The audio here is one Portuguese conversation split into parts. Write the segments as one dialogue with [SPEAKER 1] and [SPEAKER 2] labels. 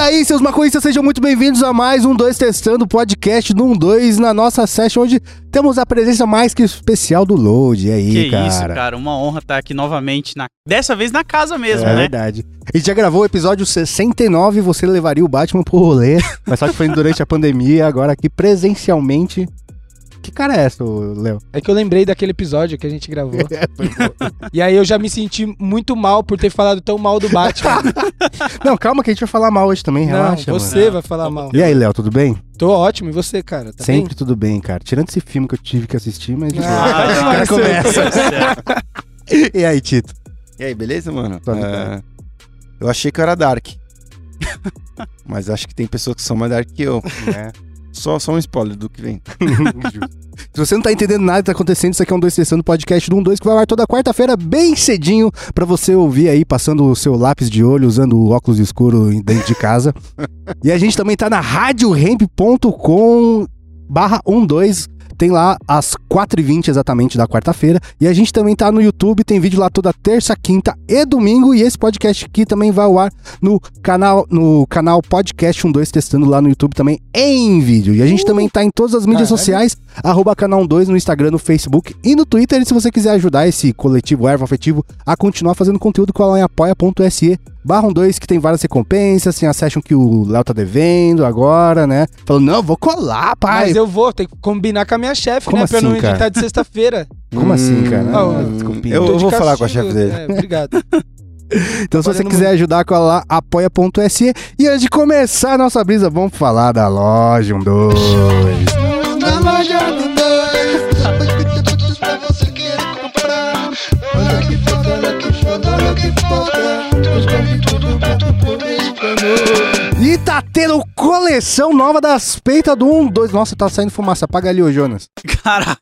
[SPEAKER 1] aí, seus maconhistas, sejam muito bem-vindos a mais um 2 Testando, podcast do 1 2 na nossa session, onde temos a presença mais que especial do Load. E aí,
[SPEAKER 2] Que
[SPEAKER 1] cara?
[SPEAKER 2] isso, cara. Uma honra estar aqui novamente, na... dessa vez na casa mesmo,
[SPEAKER 1] é
[SPEAKER 2] né?
[SPEAKER 1] verdade. A gente já gravou o episódio 69, você levaria o Batman pro rolê, mas só que foi durante a pandemia, agora aqui presencialmente. Que cara é essa, ô, Léo?
[SPEAKER 3] É que eu lembrei daquele episódio que a gente gravou. e aí eu já me senti muito mal por ter falado tão mal do Batman.
[SPEAKER 1] Não, calma que a gente vai falar mal hoje também,
[SPEAKER 3] Não,
[SPEAKER 1] relaxa, mano.
[SPEAKER 3] você
[SPEAKER 2] mano.
[SPEAKER 3] vai falar mal.
[SPEAKER 1] E aí, Léo, tudo bem?
[SPEAKER 3] Tô ótimo, e você, cara? Tá
[SPEAKER 1] Sempre tudo bem, cara. Tirando esse filme que eu tive que assistir, mas... de boa.
[SPEAKER 2] Ah,
[SPEAKER 1] Os
[SPEAKER 2] cara,
[SPEAKER 1] caras começam.
[SPEAKER 2] certo.
[SPEAKER 1] E aí, Tito?
[SPEAKER 4] E aí, beleza, mano?
[SPEAKER 1] Tô ligado.
[SPEAKER 4] Ah, eu achei que eu era Dark. Mas acho que tem pessoas que são mais Dark que eu.
[SPEAKER 1] Né?
[SPEAKER 4] Só, só um spoiler do que vem.
[SPEAKER 1] Se você não tá entendendo nada que tá acontecendo, isso aqui é um 2 Testando Podcast do 1 2 que vai ao ar toda quarta-feira, bem cedinho, pra você ouvir aí, passando o seu lápis de olho, usando o óculos escuro em- dentro de casa. e a gente também tá na radiohemp.com barra 12. Tem lá às 4h20 exatamente da quarta-feira. E a gente também tá no YouTube, tem vídeo lá toda terça, quinta e domingo. E esse podcast aqui também vai ao ar no canal, no canal Podcast 12 Testando lá no YouTube também em vídeo. E a gente também tá em todas as mídias
[SPEAKER 3] Caralho.
[SPEAKER 1] sociais, arroba canal 12 no Instagram, no Facebook e no Twitter. E se você quiser ajudar esse coletivo ervo afetivo a continuar fazendo conteúdo com ela em apoia.se barra 2, que tem várias recompensas, tem a session que o Léo tá devendo agora, né? Falando, não, vou colar, pai.
[SPEAKER 3] Mas eu vou, tem que combinar com a minha chefe,
[SPEAKER 1] Como
[SPEAKER 3] né? pra eu não
[SPEAKER 1] assim, cara?
[SPEAKER 3] editar de sexta-feira.
[SPEAKER 1] Como assim, cara?
[SPEAKER 3] Ah, eu-
[SPEAKER 1] desculpinha.
[SPEAKER 4] Hum, Eu,
[SPEAKER 3] Tô de
[SPEAKER 4] vou falar com a
[SPEAKER 3] castigo,
[SPEAKER 4] chefe dele.
[SPEAKER 3] É, obrigado.
[SPEAKER 1] Então, se você
[SPEAKER 3] Fazendo
[SPEAKER 1] quiser ajudar, cola lá, apoia.se. E antes de começar a nossa brisa, vamos falar da loja um dois.
[SPEAKER 5] Na loja do dois, muitos produtos pra você querer comprar. Olha que foda, olha que foda, olha que foda. Os compre tudo, quanto por mês pra mim.
[SPEAKER 1] E tá tendo coleção nova das peitas do 1, 2. Nossa, tá saindo fumaça. Apaga ali, ô Jonas.
[SPEAKER 2] Caraca,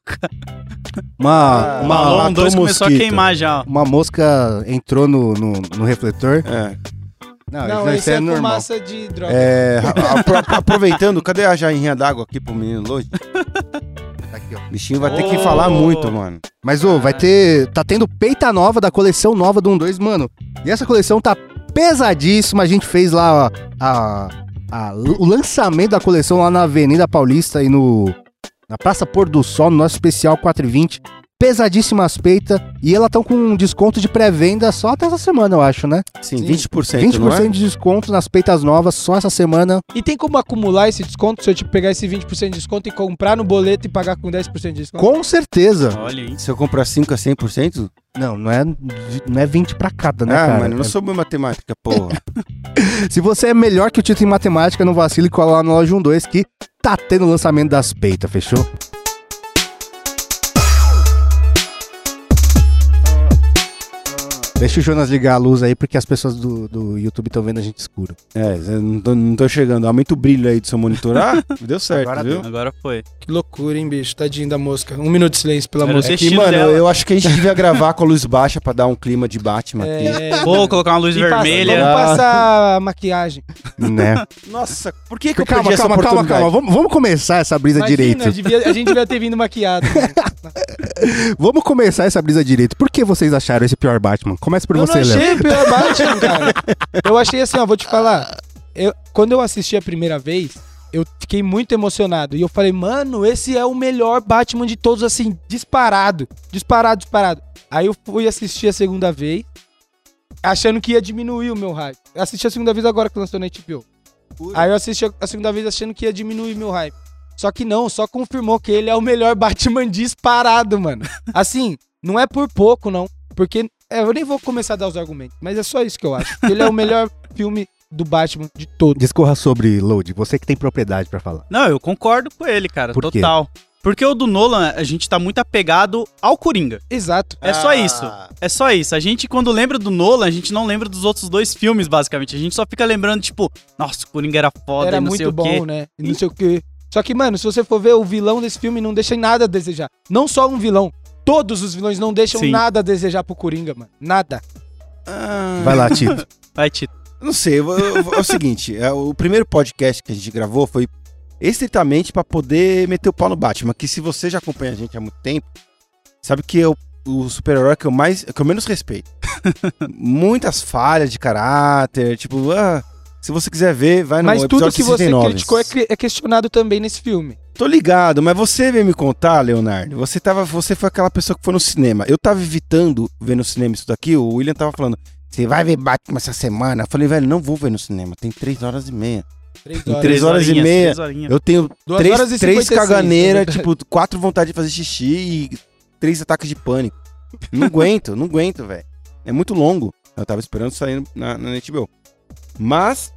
[SPEAKER 1] Uma,
[SPEAKER 2] o
[SPEAKER 1] uma,
[SPEAKER 2] Malone
[SPEAKER 1] matou
[SPEAKER 2] 2
[SPEAKER 1] um
[SPEAKER 2] começou a
[SPEAKER 1] mosquito.
[SPEAKER 2] queimar já. ó.
[SPEAKER 1] Uma mosca entrou no, no, no refletor.
[SPEAKER 4] É.
[SPEAKER 1] Não,
[SPEAKER 3] Não,
[SPEAKER 1] isso
[SPEAKER 3] esse
[SPEAKER 1] é,
[SPEAKER 3] é
[SPEAKER 1] normal.
[SPEAKER 3] fumaça de droga.
[SPEAKER 4] É, a- apro- aproveitando, cadê a jarrinha d'água aqui pro menino Lodi?
[SPEAKER 1] Tá aqui, ó.
[SPEAKER 4] O bichinho vai ter que
[SPEAKER 2] Ô.
[SPEAKER 4] falar muito, mano.
[SPEAKER 1] Mas, ô,
[SPEAKER 4] Ah.
[SPEAKER 1] vai ter. Tá tendo peita nova da coleção nova do 1, 2, mano. E essa coleção tá pesadíssima. A gente fez lá a, a- o lançamento da coleção lá na Avenida Paulista e no. Na Praça Pôr do Sol, no nosso especial 420. Pesadíssimas peitas. E elas estão com um desconto de pré-venda só até essa semana, eu acho, né?
[SPEAKER 4] Sim,
[SPEAKER 3] Sim.
[SPEAKER 4] 20%,
[SPEAKER 1] 20%
[SPEAKER 4] não é?
[SPEAKER 1] de desconto nas peitas novas só essa semana.
[SPEAKER 3] E tem como acumular esse desconto se eu tipo, pegar esse 20% de desconto e comprar no boleto e pagar com 10% de desconto?
[SPEAKER 1] Com certeza.
[SPEAKER 2] Olha aí.
[SPEAKER 4] Se eu comprar é 5 a 100%?
[SPEAKER 1] Não, não é, não é 20 pra cada, né,
[SPEAKER 4] ah,
[SPEAKER 1] cara?
[SPEAKER 4] mano, eu não
[SPEAKER 1] É
[SPEAKER 4] sou boa em matemática, porra.
[SPEAKER 1] Se você é melhor que o Tito em matemática, não vacile e cola lá na loja 12 que tá tendo o lançamento das peitas, fechou? Deixa o Jonas ligar a luz aí, porque as pessoas do, do YouTube estão vendo a gente escuro.
[SPEAKER 4] é, eu não tô, não tô chegando. Aumenta o brilho aí do seu monitor. Ah, deu certo,
[SPEAKER 1] Agora
[SPEAKER 4] viu?
[SPEAKER 2] Agora foi.
[SPEAKER 3] Que loucura, hein, bicho? Tadinho da mosca. Um minuto de silêncio pela
[SPEAKER 2] Era
[SPEAKER 3] mosca.
[SPEAKER 4] É que,
[SPEAKER 2] estilo
[SPEAKER 4] mano,
[SPEAKER 2] dela.
[SPEAKER 4] eu acho que a gente devia gravar com a luz baixa pra dar um clima de Batman aqui.
[SPEAKER 3] É,
[SPEAKER 2] Vou colocar uma luz
[SPEAKER 3] e passa-
[SPEAKER 2] vermelha.
[SPEAKER 4] Ah.
[SPEAKER 3] Vamos passar a maquiagem.
[SPEAKER 1] Né?
[SPEAKER 4] Nossa, por que, que eu perdi
[SPEAKER 1] calma,
[SPEAKER 4] essa
[SPEAKER 1] calma, calma,
[SPEAKER 4] oportunidade?
[SPEAKER 1] calma. Vamos, vamos começar essa brisa
[SPEAKER 3] Imagina,
[SPEAKER 1] direito.
[SPEAKER 3] devia- a gente devia ter vindo maquiado.
[SPEAKER 1] Vamos começar essa brisa direito. Por que vocês acharam esse pior Batman? Começa por
[SPEAKER 3] eu
[SPEAKER 1] você,
[SPEAKER 3] não
[SPEAKER 1] Léo.
[SPEAKER 3] achei pior Batman, cara. Eu achei assim, ó, vou te falar. Eu- quando eu assisti a primeira vez, eu fiquei muito emocionado. E eu falei, mano, esse é o melhor Batman de todos, assim, disparado. Disparado, disparado. Aí eu fui assistir a segunda vez, achando que ia diminuir o meu hype. Eu Assisti a segunda vez agora que lançou na HBO. Aí eu assisti a- a segunda vez achando que ia diminuir meu hype. Só que não, só confirmou que ele é o melhor Batman disparado, mano. Assim, não é por pouco, não. Porque é, eu nem vou começar a dar os argumentos, mas é só isso que eu acho. Ele é o melhor filme do Batman de todos.
[SPEAKER 1] Discorra sobre Load, você que tem propriedade pra falar.
[SPEAKER 2] Não, eu concordo com ele, cara.
[SPEAKER 1] Por quê?
[SPEAKER 2] total. Porque o do Nolan, a gente tá muito apegado ao Coringa.
[SPEAKER 3] Exato.
[SPEAKER 2] É
[SPEAKER 4] Ah,
[SPEAKER 2] só isso. É só isso. A gente, quando lembra do Nolan, a gente não lembra dos outros dois filmes, basicamente. A gente só fica lembrando, tipo, nossa, o Coringa era foda,
[SPEAKER 3] Era
[SPEAKER 2] e não sei
[SPEAKER 3] muito
[SPEAKER 2] o quê.
[SPEAKER 3] bom, né? E não sei o quê. Só que, mano, se você for ver, o vilão desse filme não deixa em nada a desejar. Não só um vilão. Todos os vilões não deixam
[SPEAKER 2] Sim.
[SPEAKER 3] nada a desejar pro Coringa, mano. Nada.
[SPEAKER 4] Ah,
[SPEAKER 1] Vai lá, Tito.
[SPEAKER 2] Vai, Tito.
[SPEAKER 4] Não sei, eu- eu- eu- é o seguinte, é, o primeiro podcast que a gente gravou foi estritamente pra poder meter o pau no Batman, que se você já acompanha a gente há muito tempo, sabe que eu o super-herói que eu mais que eu menos respeito. Muitas falhas de caráter, tipo, ah, Se você quiser ver, vai no
[SPEAKER 3] Mas tudo
[SPEAKER 4] episódio
[SPEAKER 3] que você
[SPEAKER 4] 69.
[SPEAKER 3] criticou é, cri- é questionado também nesse filme.
[SPEAKER 4] Tô ligado, mas você veio me contar, Leonardo. Você, tava, você foi aquela pessoa que foi no cinema. Eu tava evitando ver no cinema isso daqui. O William tava falando: Você vai ver Batman essa semana? Eu falei: Velho, não vou ver no cinema. Tem três horas e meia.
[SPEAKER 3] Três
[SPEAKER 4] Em
[SPEAKER 3] horas.
[SPEAKER 4] três horas e meia.
[SPEAKER 2] três horinhas.
[SPEAKER 4] Eu tenho
[SPEAKER 3] Duas
[SPEAKER 4] três,
[SPEAKER 3] horas e
[SPEAKER 4] três
[SPEAKER 3] 56,
[SPEAKER 4] caganeiras,
[SPEAKER 3] é verdade.
[SPEAKER 4] tipo, quatro vontade de fazer xixi e três ataques de pânico. Não aguento, não aguento, velho. É muito longo. Eu tava esperando sair na, na HBO. Mas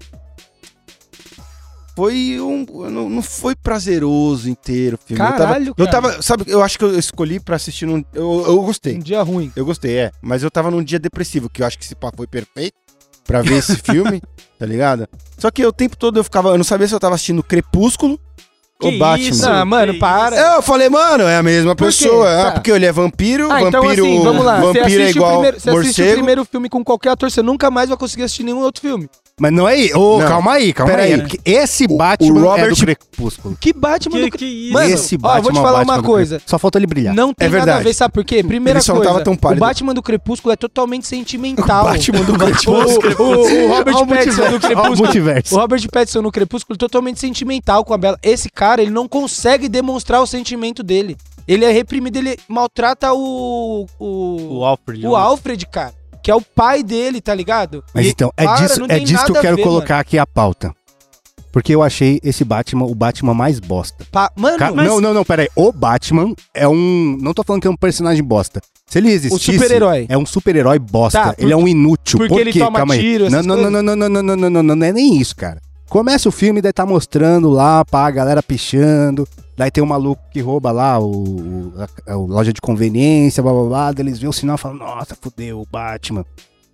[SPEAKER 4] foi um. Não, não foi prazeroso inteiro o filme.
[SPEAKER 3] Caralho,
[SPEAKER 4] eu tava, eu
[SPEAKER 3] cara.
[SPEAKER 4] tava. Sabe, eu acho que eu escolhi pra assistir num. Eu, eu
[SPEAKER 3] Um
[SPEAKER 2] tipo,
[SPEAKER 4] gostei.
[SPEAKER 3] dia ruim.
[SPEAKER 4] Eu gostei, é. Mas eu tava num dia depressivo, que eu acho que esse papo foi perfeito pra ver esse filme, tá ligado? Só que o tempo todo eu ficava. Eu não sabia se eu tava assistindo Crepúsculo ou
[SPEAKER 2] Que
[SPEAKER 4] Batman.
[SPEAKER 2] isso?
[SPEAKER 3] Ah, mano,
[SPEAKER 2] que
[SPEAKER 3] para.
[SPEAKER 4] É, Eu falei, mano, é a mesma
[SPEAKER 3] Por quê?
[SPEAKER 4] pessoa. Ah,
[SPEAKER 3] Tá.
[SPEAKER 4] porque ele é vampiro,
[SPEAKER 3] Ah,
[SPEAKER 4] vampiro.
[SPEAKER 3] então assim, vamos lá. Você
[SPEAKER 4] Vampiro é
[SPEAKER 3] assiste, o,
[SPEAKER 4] igual
[SPEAKER 3] primeiro, você assiste o
[SPEAKER 4] morcego.
[SPEAKER 3] primeiro filme com qualquer ator, você nunca mais vai conseguir assistir nenhum outro filme.
[SPEAKER 1] Mas não é aí. Ô,
[SPEAKER 4] Não.
[SPEAKER 1] calma aí, calma
[SPEAKER 4] Pera
[SPEAKER 1] aí.
[SPEAKER 4] aí.
[SPEAKER 1] É porque Esse Batman
[SPEAKER 4] o
[SPEAKER 1] é do
[SPEAKER 4] Robert-
[SPEAKER 1] Crepúsculo.
[SPEAKER 3] Que Batman
[SPEAKER 2] Que,
[SPEAKER 3] do...
[SPEAKER 2] que isso?
[SPEAKER 3] Mano,
[SPEAKER 1] Esse
[SPEAKER 3] ó, eu vou te
[SPEAKER 1] é o
[SPEAKER 3] falar
[SPEAKER 1] Batman
[SPEAKER 3] uma
[SPEAKER 1] do
[SPEAKER 3] coisa.
[SPEAKER 1] Crepúsculo. Só falta ele brilhar.
[SPEAKER 3] Não tem nada a
[SPEAKER 4] É verdade.
[SPEAKER 3] ver, sabe por quê? Primeira
[SPEAKER 4] Ele só não
[SPEAKER 3] coisa,
[SPEAKER 4] tava tão
[SPEAKER 3] o
[SPEAKER 4] pálido.
[SPEAKER 3] Batman do Crepúsculo é totalmente sentimental.
[SPEAKER 4] Batman do Crepúsculo.
[SPEAKER 3] O, o- o Robert
[SPEAKER 1] Ó, o multiverso. Ó,
[SPEAKER 3] Pattinson do
[SPEAKER 1] o
[SPEAKER 3] Crepúsculo. O
[SPEAKER 1] multiverso.
[SPEAKER 3] Robert Pattinson no Crepúsculo é totalmente sentimental com a Bela. Esse cara, ele não consegue demonstrar o sentimento dele. Ele é reprimido, ele maltrata o o,
[SPEAKER 2] O Alfred.
[SPEAKER 3] o Alfred, cara, que é o pai dele, tá ligado?
[SPEAKER 1] Mas
[SPEAKER 3] E-
[SPEAKER 1] então, é
[SPEAKER 3] para,
[SPEAKER 1] disso,
[SPEAKER 3] não
[SPEAKER 1] é
[SPEAKER 3] tem
[SPEAKER 1] disso que eu
[SPEAKER 3] nada a
[SPEAKER 1] quero
[SPEAKER 3] ver,
[SPEAKER 1] colocar aqui a pauta. Porque eu achei esse Batman o Batman mais bosta.
[SPEAKER 4] tá-
[SPEAKER 3] Pa- Mano,
[SPEAKER 1] Ca- Não, não, não, peraí. O Batman é um. Não tô falando que é um personagem bosta. Se ele existisse.
[SPEAKER 3] super-herói.
[SPEAKER 1] É um super-herói bosta.
[SPEAKER 3] Tá, por-
[SPEAKER 1] ele é um inútil.
[SPEAKER 3] porque
[SPEAKER 1] Por
[SPEAKER 3] ele
[SPEAKER 1] quê?
[SPEAKER 3] toma
[SPEAKER 1] Calma aí.
[SPEAKER 3] tiro,
[SPEAKER 1] não,
[SPEAKER 3] essas
[SPEAKER 1] não, não, não, não, não, não, não, não, não, não, não é nem isso, cara. Começa o filme, daí tá mostrando lá, pá, a galera pichando. Daí tem um maluco que rouba lá o, É o- a, a loja de conveniência, blá blá blá. Daí eles veem o sinal e falam: Nossa, fudeu, o Batman. O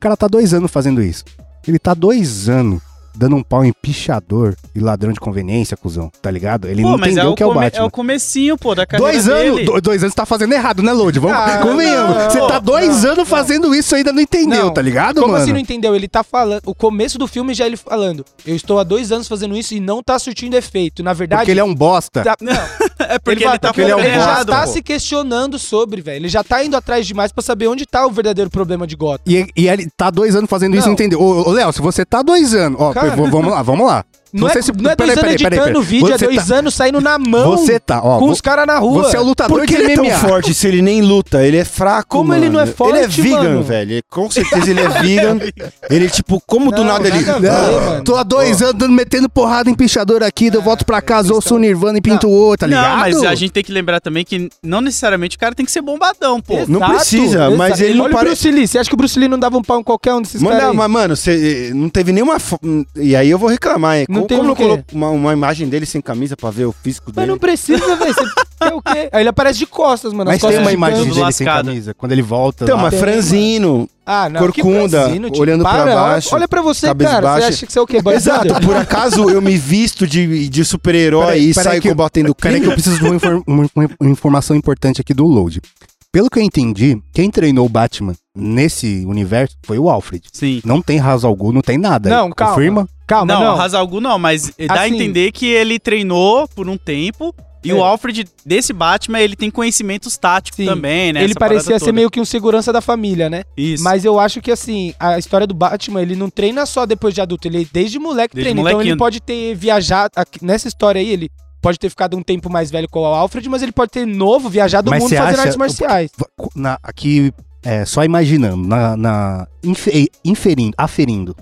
[SPEAKER 1] cara tá dois anos fazendo isso. Ele tá dois anos dando um pau em pichador e ladrão de conveniência, cuzão, tá ligado? Ele não entendeu o que é o
[SPEAKER 2] come-
[SPEAKER 1] Batman.
[SPEAKER 2] É o comecinho, pô, da carreira
[SPEAKER 1] Dois
[SPEAKER 2] dele.
[SPEAKER 1] anos, do- dois anos tá fazendo errado, né, Load? Vamos,
[SPEAKER 3] Ah,
[SPEAKER 1] convenhamos.
[SPEAKER 3] não,
[SPEAKER 1] Você tá dois anos fazendo isso e ainda não entendeu,
[SPEAKER 3] Não.
[SPEAKER 1] tá ligado,
[SPEAKER 3] Como
[SPEAKER 1] mano?
[SPEAKER 3] assim não entendeu? Ele tá falando. O começo do filme já é ele falando. Eu estou há dois anos fazendo isso e não tá surtindo efeito. Na verdade.
[SPEAKER 1] Porque ele é um bosta.
[SPEAKER 3] tá- não,
[SPEAKER 2] É porque ele,
[SPEAKER 3] vai-
[SPEAKER 2] tá
[SPEAKER 1] porque ele é um
[SPEAKER 3] ele já
[SPEAKER 2] planejado,
[SPEAKER 3] tá
[SPEAKER 2] pô.
[SPEAKER 3] se questionando sobre, velho. Ele já tá indo atrás demais pra saber onde tá o verdadeiro problema de Gotham.
[SPEAKER 1] E, e ele tá dois anos fazendo isso e
[SPEAKER 3] Não.
[SPEAKER 1] não entendeu. Ô, ô, Léo, se você tá dois anos. Ó,
[SPEAKER 3] Cara.
[SPEAKER 1] v- vamos lá, vamos lá. Se
[SPEAKER 3] Não,
[SPEAKER 1] você
[SPEAKER 3] é,
[SPEAKER 1] se-
[SPEAKER 3] não é dois
[SPEAKER 1] peraí,
[SPEAKER 3] anos
[SPEAKER 1] peraí, peraí,
[SPEAKER 3] editando
[SPEAKER 1] peraí.
[SPEAKER 3] vídeo, é
[SPEAKER 1] Você tá
[SPEAKER 3] dois anos saindo na mão
[SPEAKER 1] Você tá, ó.
[SPEAKER 3] com
[SPEAKER 1] vo-
[SPEAKER 3] os caras na rua.
[SPEAKER 1] Você é o lutador
[SPEAKER 4] Por que
[SPEAKER 1] de
[SPEAKER 4] ele é tão
[SPEAKER 1] MMA.
[SPEAKER 4] forte se ele nem luta? Ele é fraco,
[SPEAKER 3] Como
[SPEAKER 4] mano.
[SPEAKER 3] ele não é forte,
[SPEAKER 4] Ele é vegan,
[SPEAKER 3] mano?
[SPEAKER 4] velho. Com certeza ele é vegan. ele, tipo, como do
[SPEAKER 3] Não,
[SPEAKER 4] nada ele...
[SPEAKER 3] nada a ver, mano.
[SPEAKER 1] Tô há dois anos dando, metendo porrada em pichador aqui, daí eu volto pra casa, ouço o Nirvana e pinto o outro, tá ligado?
[SPEAKER 2] Não, mas a gente tem que lembrar também que não necessariamente o cara tem que ser bombadão, pô.
[SPEAKER 4] não precisa, mas ele não
[SPEAKER 3] Olha
[SPEAKER 4] pare-
[SPEAKER 3] o Bruce Lee. Você acha que o Bruce Lee não dava um pau em qualquer um desses
[SPEAKER 4] Mano,
[SPEAKER 3] caras?
[SPEAKER 4] não,
[SPEAKER 3] aí?
[SPEAKER 4] mas, mano, cê, eh, não teve nenhuma. fo- E aí eu vou reclamar, hein?
[SPEAKER 3] Não
[SPEAKER 4] Como,
[SPEAKER 3] teve
[SPEAKER 4] como
[SPEAKER 3] o
[SPEAKER 4] não
[SPEAKER 3] quê?
[SPEAKER 4] colocou uma, uma imagem dele sem camisa pra ver o físico
[SPEAKER 3] Mas
[SPEAKER 4] dele?
[SPEAKER 3] não precisa, velho. Você quer o quê? Aí ele aparece de costas,
[SPEAKER 2] tá
[SPEAKER 3] mano.
[SPEAKER 1] Mas
[SPEAKER 3] as costas
[SPEAKER 1] tem uma
[SPEAKER 3] de
[SPEAKER 1] imagem
[SPEAKER 3] canto.
[SPEAKER 1] dele sem
[SPEAKER 2] lascada.
[SPEAKER 1] camisa, quando ele volta.
[SPEAKER 4] Então,
[SPEAKER 1] lá.
[SPEAKER 4] mas
[SPEAKER 3] tem,
[SPEAKER 4] franzino,
[SPEAKER 3] Ah, não. que
[SPEAKER 4] corcunda,
[SPEAKER 3] franzino, tio.
[SPEAKER 4] olhando pra
[SPEAKER 3] Para, olha-
[SPEAKER 4] baixo,
[SPEAKER 3] Olha pra você, cara. Você
[SPEAKER 4] cabisbaixa.
[SPEAKER 3] acha que você é o quê?
[SPEAKER 4] Exato, por acaso eu me visto de, de super-herói
[SPEAKER 1] Peraí,
[SPEAKER 4] e
[SPEAKER 1] peraí
[SPEAKER 4] saio
[SPEAKER 1] que eu-
[SPEAKER 4] combatendo o
[SPEAKER 1] Peraí é que eu
[SPEAKER 4] crime?
[SPEAKER 1] preciso de uma, infor- uma- uma informação importante aqui do Load. Pelo que eu entendi, quem treinou o Batman nesse universo foi o Alfred.
[SPEAKER 2] Sim.
[SPEAKER 1] Não tem razão algum, não tem nada.
[SPEAKER 3] Não, calma.
[SPEAKER 1] Confirma?
[SPEAKER 3] Calma,
[SPEAKER 2] não,
[SPEAKER 3] não.
[SPEAKER 2] não. Hazalgu não, mas dá a
[SPEAKER 3] Assim.
[SPEAKER 2] entender que ele treinou por um tempo e
[SPEAKER 3] É.
[SPEAKER 2] o Alfred desse Batman, ele tem conhecimentos táticos
[SPEAKER 3] Sim.
[SPEAKER 2] também, né?
[SPEAKER 3] Ele
[SPEAKER 2] essa parada
[SPEAKER 3] parecia ser
[SPEAKER 2] toda.
[SPEAKER 3] meio que um segurança da família, né?
[SPEAKER 2] Isso.
[SPEAKER 3] Mas eu acho que, assim, a história do Batman, ele não treina só depois de adulto, ele desde moleque
[SPEAKER 2] Desde
[SPEAKER 3] treina. Então ele
[SPEAKER 2] molequinho.
[SPEAKER 3] pode ter viajado. aqui- Nessa história aí, ele pode ter ficado um tempo mais velho com o Alfred, mas ele pode ter novo viajado o
[SPEAKER 1] Mas
[SPEAKER 3] mundo
[SPEAKER 1] você
[SPEAKER 3] fazendo
[SPEAKER 1] acha-
[SPEAKER 3] artes marciais.
[SPEAKER 1] V- na- aqui, é, só imaginando, na, na- infe- inferindo, aferindo.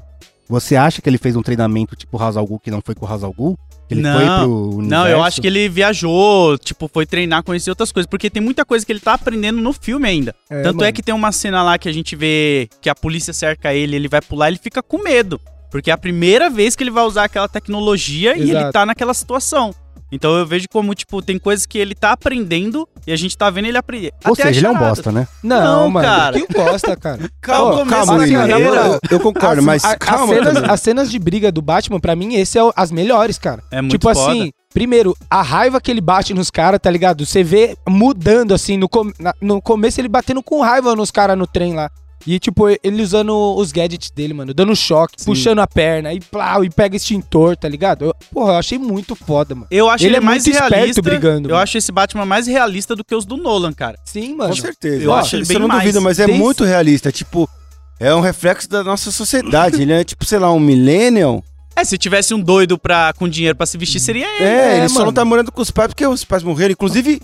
[SPEAKER 1] Você acha que ele fez um treinamento tipo Hazalgu que não foi com o Hazalgu? Que ele
[SPEAKER 2] Não.
[SPEAKER 1] foi pro universo?
[SPEAKER 2] Não, eu acho que ele viajou, tipo, foi treinar, conhecer outras coisas, porque tem muita coisa que ele tá aprendendo no filme ainda. Tanto é que tem uma cena lá que a gente vê que a polícia cerca ele, ele vai pular, ele fica com medo, porque é a primeira vez que ele vai usar aquela tecnologia e ele
[SPEAKER 3] Exato.
[SPEAKER 2] tá naquela situação. Então eu vejo como, tipo, tem coisas que ele tá aprendendo e a gente tá vendo ele aprender.
[SPEAKER 1] Ou
[SPEAKER 2] Até
[SPEAKER 1] seja,
[SPEAKER 2] as
[SPEAKER 1] ele é um
[SPEAKER 2] charadas.
[SPEAKER 1] bosta, né?
[SPEAKER 3] Não,
[SPEAKER 2] Não,
[SPEAKER 3] mano.
[SPEAKER 2] cara.
[SPEAKER 3] Que gosta, cara.
[SPEAKER 2] Calma,
[SPEAKER 3] Ó,
[SPEAKER 2] começa assim,
[SPEAKER 4] Calma,
[SPEAKER 2] a
[SPEAKER 4] William.
[SPEAKER 3] é
[SPEAKER 2] carreira.
[SPEAKER 4] Eu, eu concordo,
[SPEAKER 3] As-
[SPEAKER 4] mas
[SPEAKER 3] a- as,
[SPEAKER 4] calma.
[SPEAKER 3] cenas,
[SPEAKER 4] também.
[SPEAKER 3] as cenas de briga do Batman, pra mim, esse é o- as melhores, cara.
[SPEAKER 2] É muito
[SPEAKER 3] tipo
[SPEAKER 2] foda.
[SPEAKER 3] assim, primeiro, a raiva que ele bate nos caras, tá ligado? Você vê mudando, assim, no, com- na- no começo ele batendo com raiva nos caras no trem lá. E, tipo, ele usando os gadgets dele, mano, dando choque,
[SPEAKER 2] Sim.
[SPEAKER 3] puxando a perna, e plau, e pega extintor, tá ligado? Eu, porra, eu achei muito foda, mano.
[SPEAKER 2] Eu acho
[SPEAKER 3] Ele
[SPEAKER 2] ele,
[SPEAKER 3] é
[SPEAKER 2] mais
[SPEAKER 3] muito esperto
[SPEAKER 2] realista.
[SPEAKER 3] brigando,
[SPEAKER 2] eu
[SPEAKER 3] mano.
[SPEAKER 2] acho esse Batman mais realista do que os do Nolan, cara.
[SPEAKER 3] Sim,
[SPEAKER 4] Com
[SPEAKER 3] mano.
[SPEAKER 4] certeza.
[SPEAKER 2] Eu
[SPEAKER 4] Ó,
[SPEAKER 2] acho ele
[SPEAKER 4] isso
[SPEAKER 2] bem
[SPEAKER 4] eu não
[SPEAKER 2] mais.
[SPEAKER 4] duvido, mas é
[SPEAKER 3] Tem-
[SPEAKER 4] muito realista. Tipo, é um reflexo da nossa sociedade. Ele é tipo, sei lá, um millennial
[SPEAKER 2] É, se tivesse um doido pra, com dinheiro pra se vestir, seria ele.
[SPEAKER 4] É,
[SPEAKER 3] É,
[SPEAKER 4] ele só
[SPEAKER 3] mano.
[SPEAKER 4] não tá morando com os pais porque os pais morreram. Inclusive,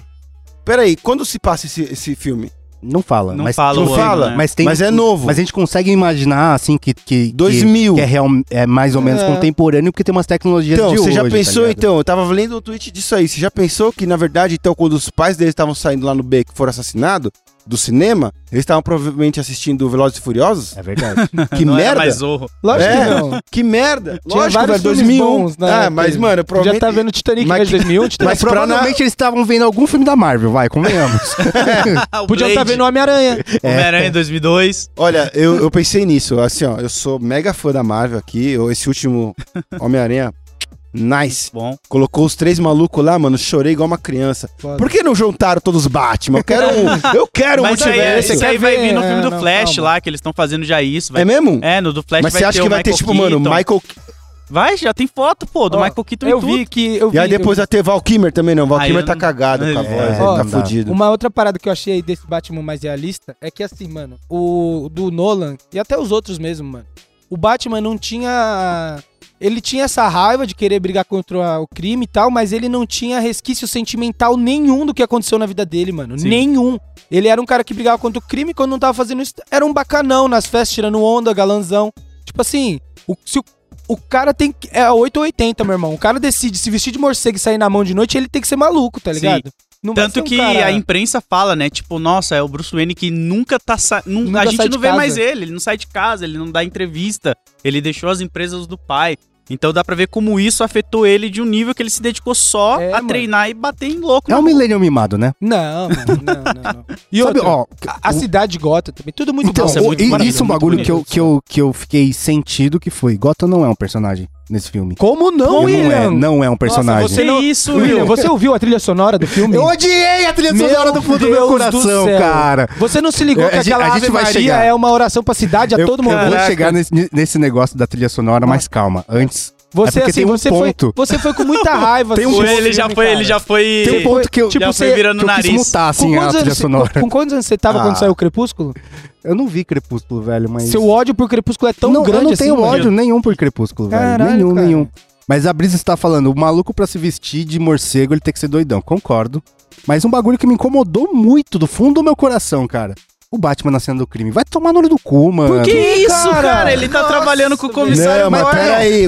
[SPEAKER 4] peraí, quando se passa esse, esse filme?
[SPEAKER 1] Não fala.
[SPEAKER 2] Não
[SPEAKER 1] mas,
[SPEAKER 2] fala
[SPEAKER 4] não
[SPEAKER 2] o ano,
[SPEAKER 4] fala,
[SPEAKER 2] né?
[SPEAKER 1] Mas tem.
[SPEAKER 4] Mas é novo.
[SPEAKER 1] Mas a gente consegue imaginar, assim, que. que
[SPEAKER 4] 2000.
[SPEAKER 1] Que, que é, real, é mais ou menos
[SPEAKER 3] É.
[SPEAKER 1] contemporâneo, porque tem umas tecnologias
[SPEAKER 4] Então,
[SPEAKER 1] de
[SPEAKER 4] você
[SPEAKER 1] hoje.
[SPEAKER 4] já
[SPEAKER 1] tá
[SPEAKER 4] pensou,
[SPEAKER 1] ligado?
[SPEAKER 4] então, eu tava lendo um tweet disso aí, você já pensou que, na verdade, então, quando os pais deles estavam saindo lá no B que foram assassinados, do cinema, eles estavam provavelmente assistindo Velozes e Furiosos?
[SPEAKER 1] É verdade.
[SPEAKER 4] Que
[SPEAKER 2] não
[SPEAKER 4] merda!
[SPEAKER 2] Era mais um. Zorro.
[SPEAKER 3] Lógico
[SPEAKER 4] É.
[SPEAKER 3] que não. tá
[SPEAKER 4] Que merda!
[SPEAKER 3] Tinha
[SPEAKER 4] Lógico,
[SPEAKER 3] vários
[SPEAKER 4] velho,
[SPEAKER 3] filmes
[SPEAKER 4] 2001.
[SPEAKER 3] bons, né?
[SPEAKER 4] Ah, mas, mano,
[SPEAKER 3] Já
[SPEAKER 4] provavelmente...
[SPEAKER 3] tá vendo Titanic
[SPEAKER 4] Mas
[SPEAKER 3] mas...
[SPEAKER 4] que-
[SPEAKER 3] de 2001, Titanic.
[SPEAKER 1] Mas provavelmente eles estavam vendo algum filme da Marvel, vai, convenhamos.
[SPEAKER 2] o
[SPEAKER 3] Podia
[SPEAKER 2] Blade,
[SPEAKER 3] estar tá vendo É. Homem-Aranha.
[SPEAKER 2] Homem-Aranha em 2002.
[SPEAKER 4] Olha, eu, eu pensei nisso, assim, ó, eu sou mega fã da Marvel aqui, eu- esse último Homem-Aranha, nice.
[SPEAKER 2] Bom.
[SPEAKER 4] Colocou os três malucos lá, mano, chorei igual uma criança. Por que não juntaram todos os Batman? Eu quero um, eu quero um
[SPEAKER 2] Mas isso aí,
[SPEAKER 4] multiverso.
[SPEAKER 3] esse
[SPEAKER 2] isso aí
[SPEAKER 3] quer
[SPEAKER 2] vai
[SPEAKER 3] ver,
[SPEAKER 2] vir no filme
[SPEAKER 3] é,
[SPEAKER 2] do
[SPEAKER 3] não,
[SPEAKER 2] Flash
[SPEAKER 3] calma.
[SPEAKER 2] lá, que eles estão fazendo já isso. Vai...
[SPEAKER 4] É mesmo?
[SPEAKER 2] É, no do Flash
[SPEAKER 4] Mas
[SPEAKER 2] vai
[SPEAKER 4] você acha
[SPEAKER 2] ter
[SPEAKER 4] que
[SPEAKER 2] o
[SPEAKER 4] vai ter,
[SPEAKER 2] Michael
[SPEAKER 4] tipo, mano,
[SPEAKER 2] Keaton.
[SPEAKER 4] Michael.
[SPEAKER 2] Vai, já tem foto, pô, do
[SPEAKER 3] Ó,
[SPEAKER 2] Michael Keaton
[SPEAKER 3] Eu
[SPEAKER 2] e tudo.
[SPEAKER 3] vi que... Eu vi,
[SPEAKER 4] E aí depois
[SPEAKER 3] eu-
[SPEAKER 4] vai ter Val Kimmer também, não. Val
[SPEAKER 2] Aí
[SPEAKER 4] Kimmer
[SPEAKER 2] Ah, eu
[SPEAKER 4] tá
[SPEAKER 2] não-
[SPEAKER 4] cagado com
[SPEAKER 2] É,
[SPEAKER 4] a voz,
[SPEAKER 1] não
[SPEAKER 4] ele tá
[SPEAKER 1] dá.
[SPEAKER 4] fudido.
[SPEAKER 3] Uma outra parada que eu achei aí desse Batman mais realista é que, assim, mano, o do Nolan e até os outros mesmo, mano, o Batman não tinha. Ele tinha essa raiva de querer brigar contra o crime e tal, mas ele não tinha resquício sentimental nenhum do que aconteceu na vida dele, mano.
[SPEAKER 2] Sim.
[SPEAKER 3] Nenhum. Ele era um cara que brigava contra o crime quando não tava fazendo isso. Era um bacanão nas festas, tirando onda, galanzão. Tipo assim, o, se o, o cara tem. que- É 880, meu irmão. O cara decide se vestir de morcego e sair na mão de noite, ele tem que ser maluco, tá
[SPEAKER 2] Sim.
[SPEAKER 3] ligado? Não vai ser
[SPEAKER 2] Tanto
[SPEAKER 3] um
[SPEAKER 2] que
[SPEAKER 3] cara-
[SPEAKER 2] a imprensa fala, né? Tipo, nossa, é o Bruce Wayne que nunca tá. Sa... nun-
[SPEAKER 3] Nunca
[SPEAKER 2] a gente
[SPEAKER 3] sai de
[SPEAKER 2] não vê
[SPEAKER 3] casa.
[SPEAKER 2] mais ele, ele não sai de casa, ele não dá entrevista, ele deixou as empresas do pai. Então dá pra ver como isso afetou ele de um nível que ele se dedicou só
[SPEAKER 3] É,
[SPEAKER 2] a
[SPEAKER 3] mano.
[SPEAKER 2] treinar e bater em louco.
[SPEAKER 1] é um
[SPEAKER 2] na rua.
[SPEAKER 1] milênio mimado, né?
[SPEAKER 3] Não, mano, não, não, não. E
[SPEAKER 1] Sabe,
[SPEAKER 3] outra,
[SPEAKER 1] ó,
[SPEAKER 3] a, a cidade gota também, tudo muito
[SPEAKER 1] Então,
[SPEAKER 3] bom.
[SPEAKER 2] Nossa, é
[SPEAKER 1] o-
[SPEAKER 2] muito
[SPEAKER 1] e-
[SPEAKER 2] maravilhoso,
[SPEAKER 1] isso é um
[SPEAKER 2] muito
[SPEAKER 1] bagulho que eu,
[SPEAKER 2] bonito.
[SPEAKER 1] que, eu, que eu fiquei sentido que foi. Gotham não é um personagem nesse filme.
[SPEAKER 3] Como não,
[SPEAKER 1] Ele não, é,
[SPEAKER 3] William?
[SPEAKER 1] não é um personagem.
[SPEAKER 2] Você não... isso,
[SPEAKER 3] William,
[SPEAKER 2] Will.
[SPEAKER 3] você ouviu a trilha sonora do filme?
[SPEAKER 1] Eu odiei a trilha
[SPEAKER 3] é um Meu
[SPEAKER 1] sonora do fundo do meu
[SPEAKER 3] Deus do
[SPEAKER 1] coração,
[SPEAKER 3] céu.
[SPEAKER 1] cara.
[SPEAKER 3] Você não se ligou
[SPEAKER 1] Eu-
[SPEAKER 3] que
[SPEAKER 1] É, a gente-
[SPEAKER 3] aquela
[SPEAKER 1] a gente
[SPEAKER 3] Ave
[SPEAKER 1] vai
[SPEAKER 3] Maria
[SPEAKER 1] chegar.
[SPEAKER 3] é uma oração pra cidade, a
[SPEAKER 1] Eu,
[SPEAKER 3] todo
[SPEAKER 1] eu
[SPEAKER 3] momento.
[SPEAKER 1] vou
[SPEAKER 2] Caraca.
[SPEAKER 1] chegar nesse, nesse negócio da trilha sonora, mas calma. Antes,
[SPEAKER 3] Você,
[SPEAKER 1] É porque
[SPEAKER 3] assim,
[SPEAKER 1] tem um
[SPEAKER 3] você,
[SPEAKER 1] ponto.
[SPEAKER 3] foi, você foi com muita raiva.
[SPEAKER 1] Tem um
[SPEAKER 3] assistir
[SPEAKER 2] Ou
[SPEAKER 1] ponto-
[SPEAKER 3] esse
[SPEAKER 2] ele já
[SPEAKER 3] filme,
[SPEAKER 2] foi,
[SPEAKER 3] cara.
[SPEAKER 2] ele já foi.
[SPEAKER 1] tem um ponto que eu,
[SPEAKER 3] tipo,
[SPEAKER 2] já foi
[SPEAKER 3] você-
[SPEAKER 2] virando
[SPEAKER 1] que
[SPEAKER 2] o
[SPEAKER 1] eu quis
[SPEAKER 2] nariz.
[SPEAKER 1] mutar,
[SPEAKER 3] Com
[SPEAKER 1] assim, a
[SPEAKER 3] quantos,
[SPEAKER 1] trilha
[SPEAKER 3] anos, você-
[SPEAKER 1] sonora.
[SPEAKER 3] com, com quantos anos você tava
[SPEAKER 4] Ah.
[SPEAKER 3] quando saiu o Crepúsculo?
[SPEAKER 1] Eu não vi Crepúsculo, velho, mas...
[SPEAKER 3] Seu ódio por Crepúsculo é tão
[SPEAKER 1] não,
[SPEAKER 3] grande
[SPEAKER 1] eu não
[SPEAKER 3] assim,
[SPEAKER 1] tenho
[SPEAKER 3] mano.
[SPEAKER 1] ódio nenhum por Crepúsculo, velho.
[SPEAKER 3] Caralho,
[SPEAKER 1] nenhum,
[SPEAKER 3] cara.
[SPEAKER 1] nenhum. Mas a Brisa está falando, o maluco pra se vestir de morcego, ele tem que ser doidão. Concordo. Mas um bagulho que me incomodou muito, do fundo do meu coração, cara. O Batman na cena do crime. Vai tomar no olho do cu, mano.
[SPEAKER 2] Que isso,
[SPEAKER 3] é Cara,
[SPEAKER 2] cara? Ele tá
[SPEAKER 3] nossa,
[SPEAKER 2] trabalhando com o
[SPEAKER 3] velho.
[SPEAKER 2] comissário
[SPEAKER 1] né?
[SPEAKER 4] Não, mas
[SPEAKER 2] Gordon.
[SPEAKER 4] peraí,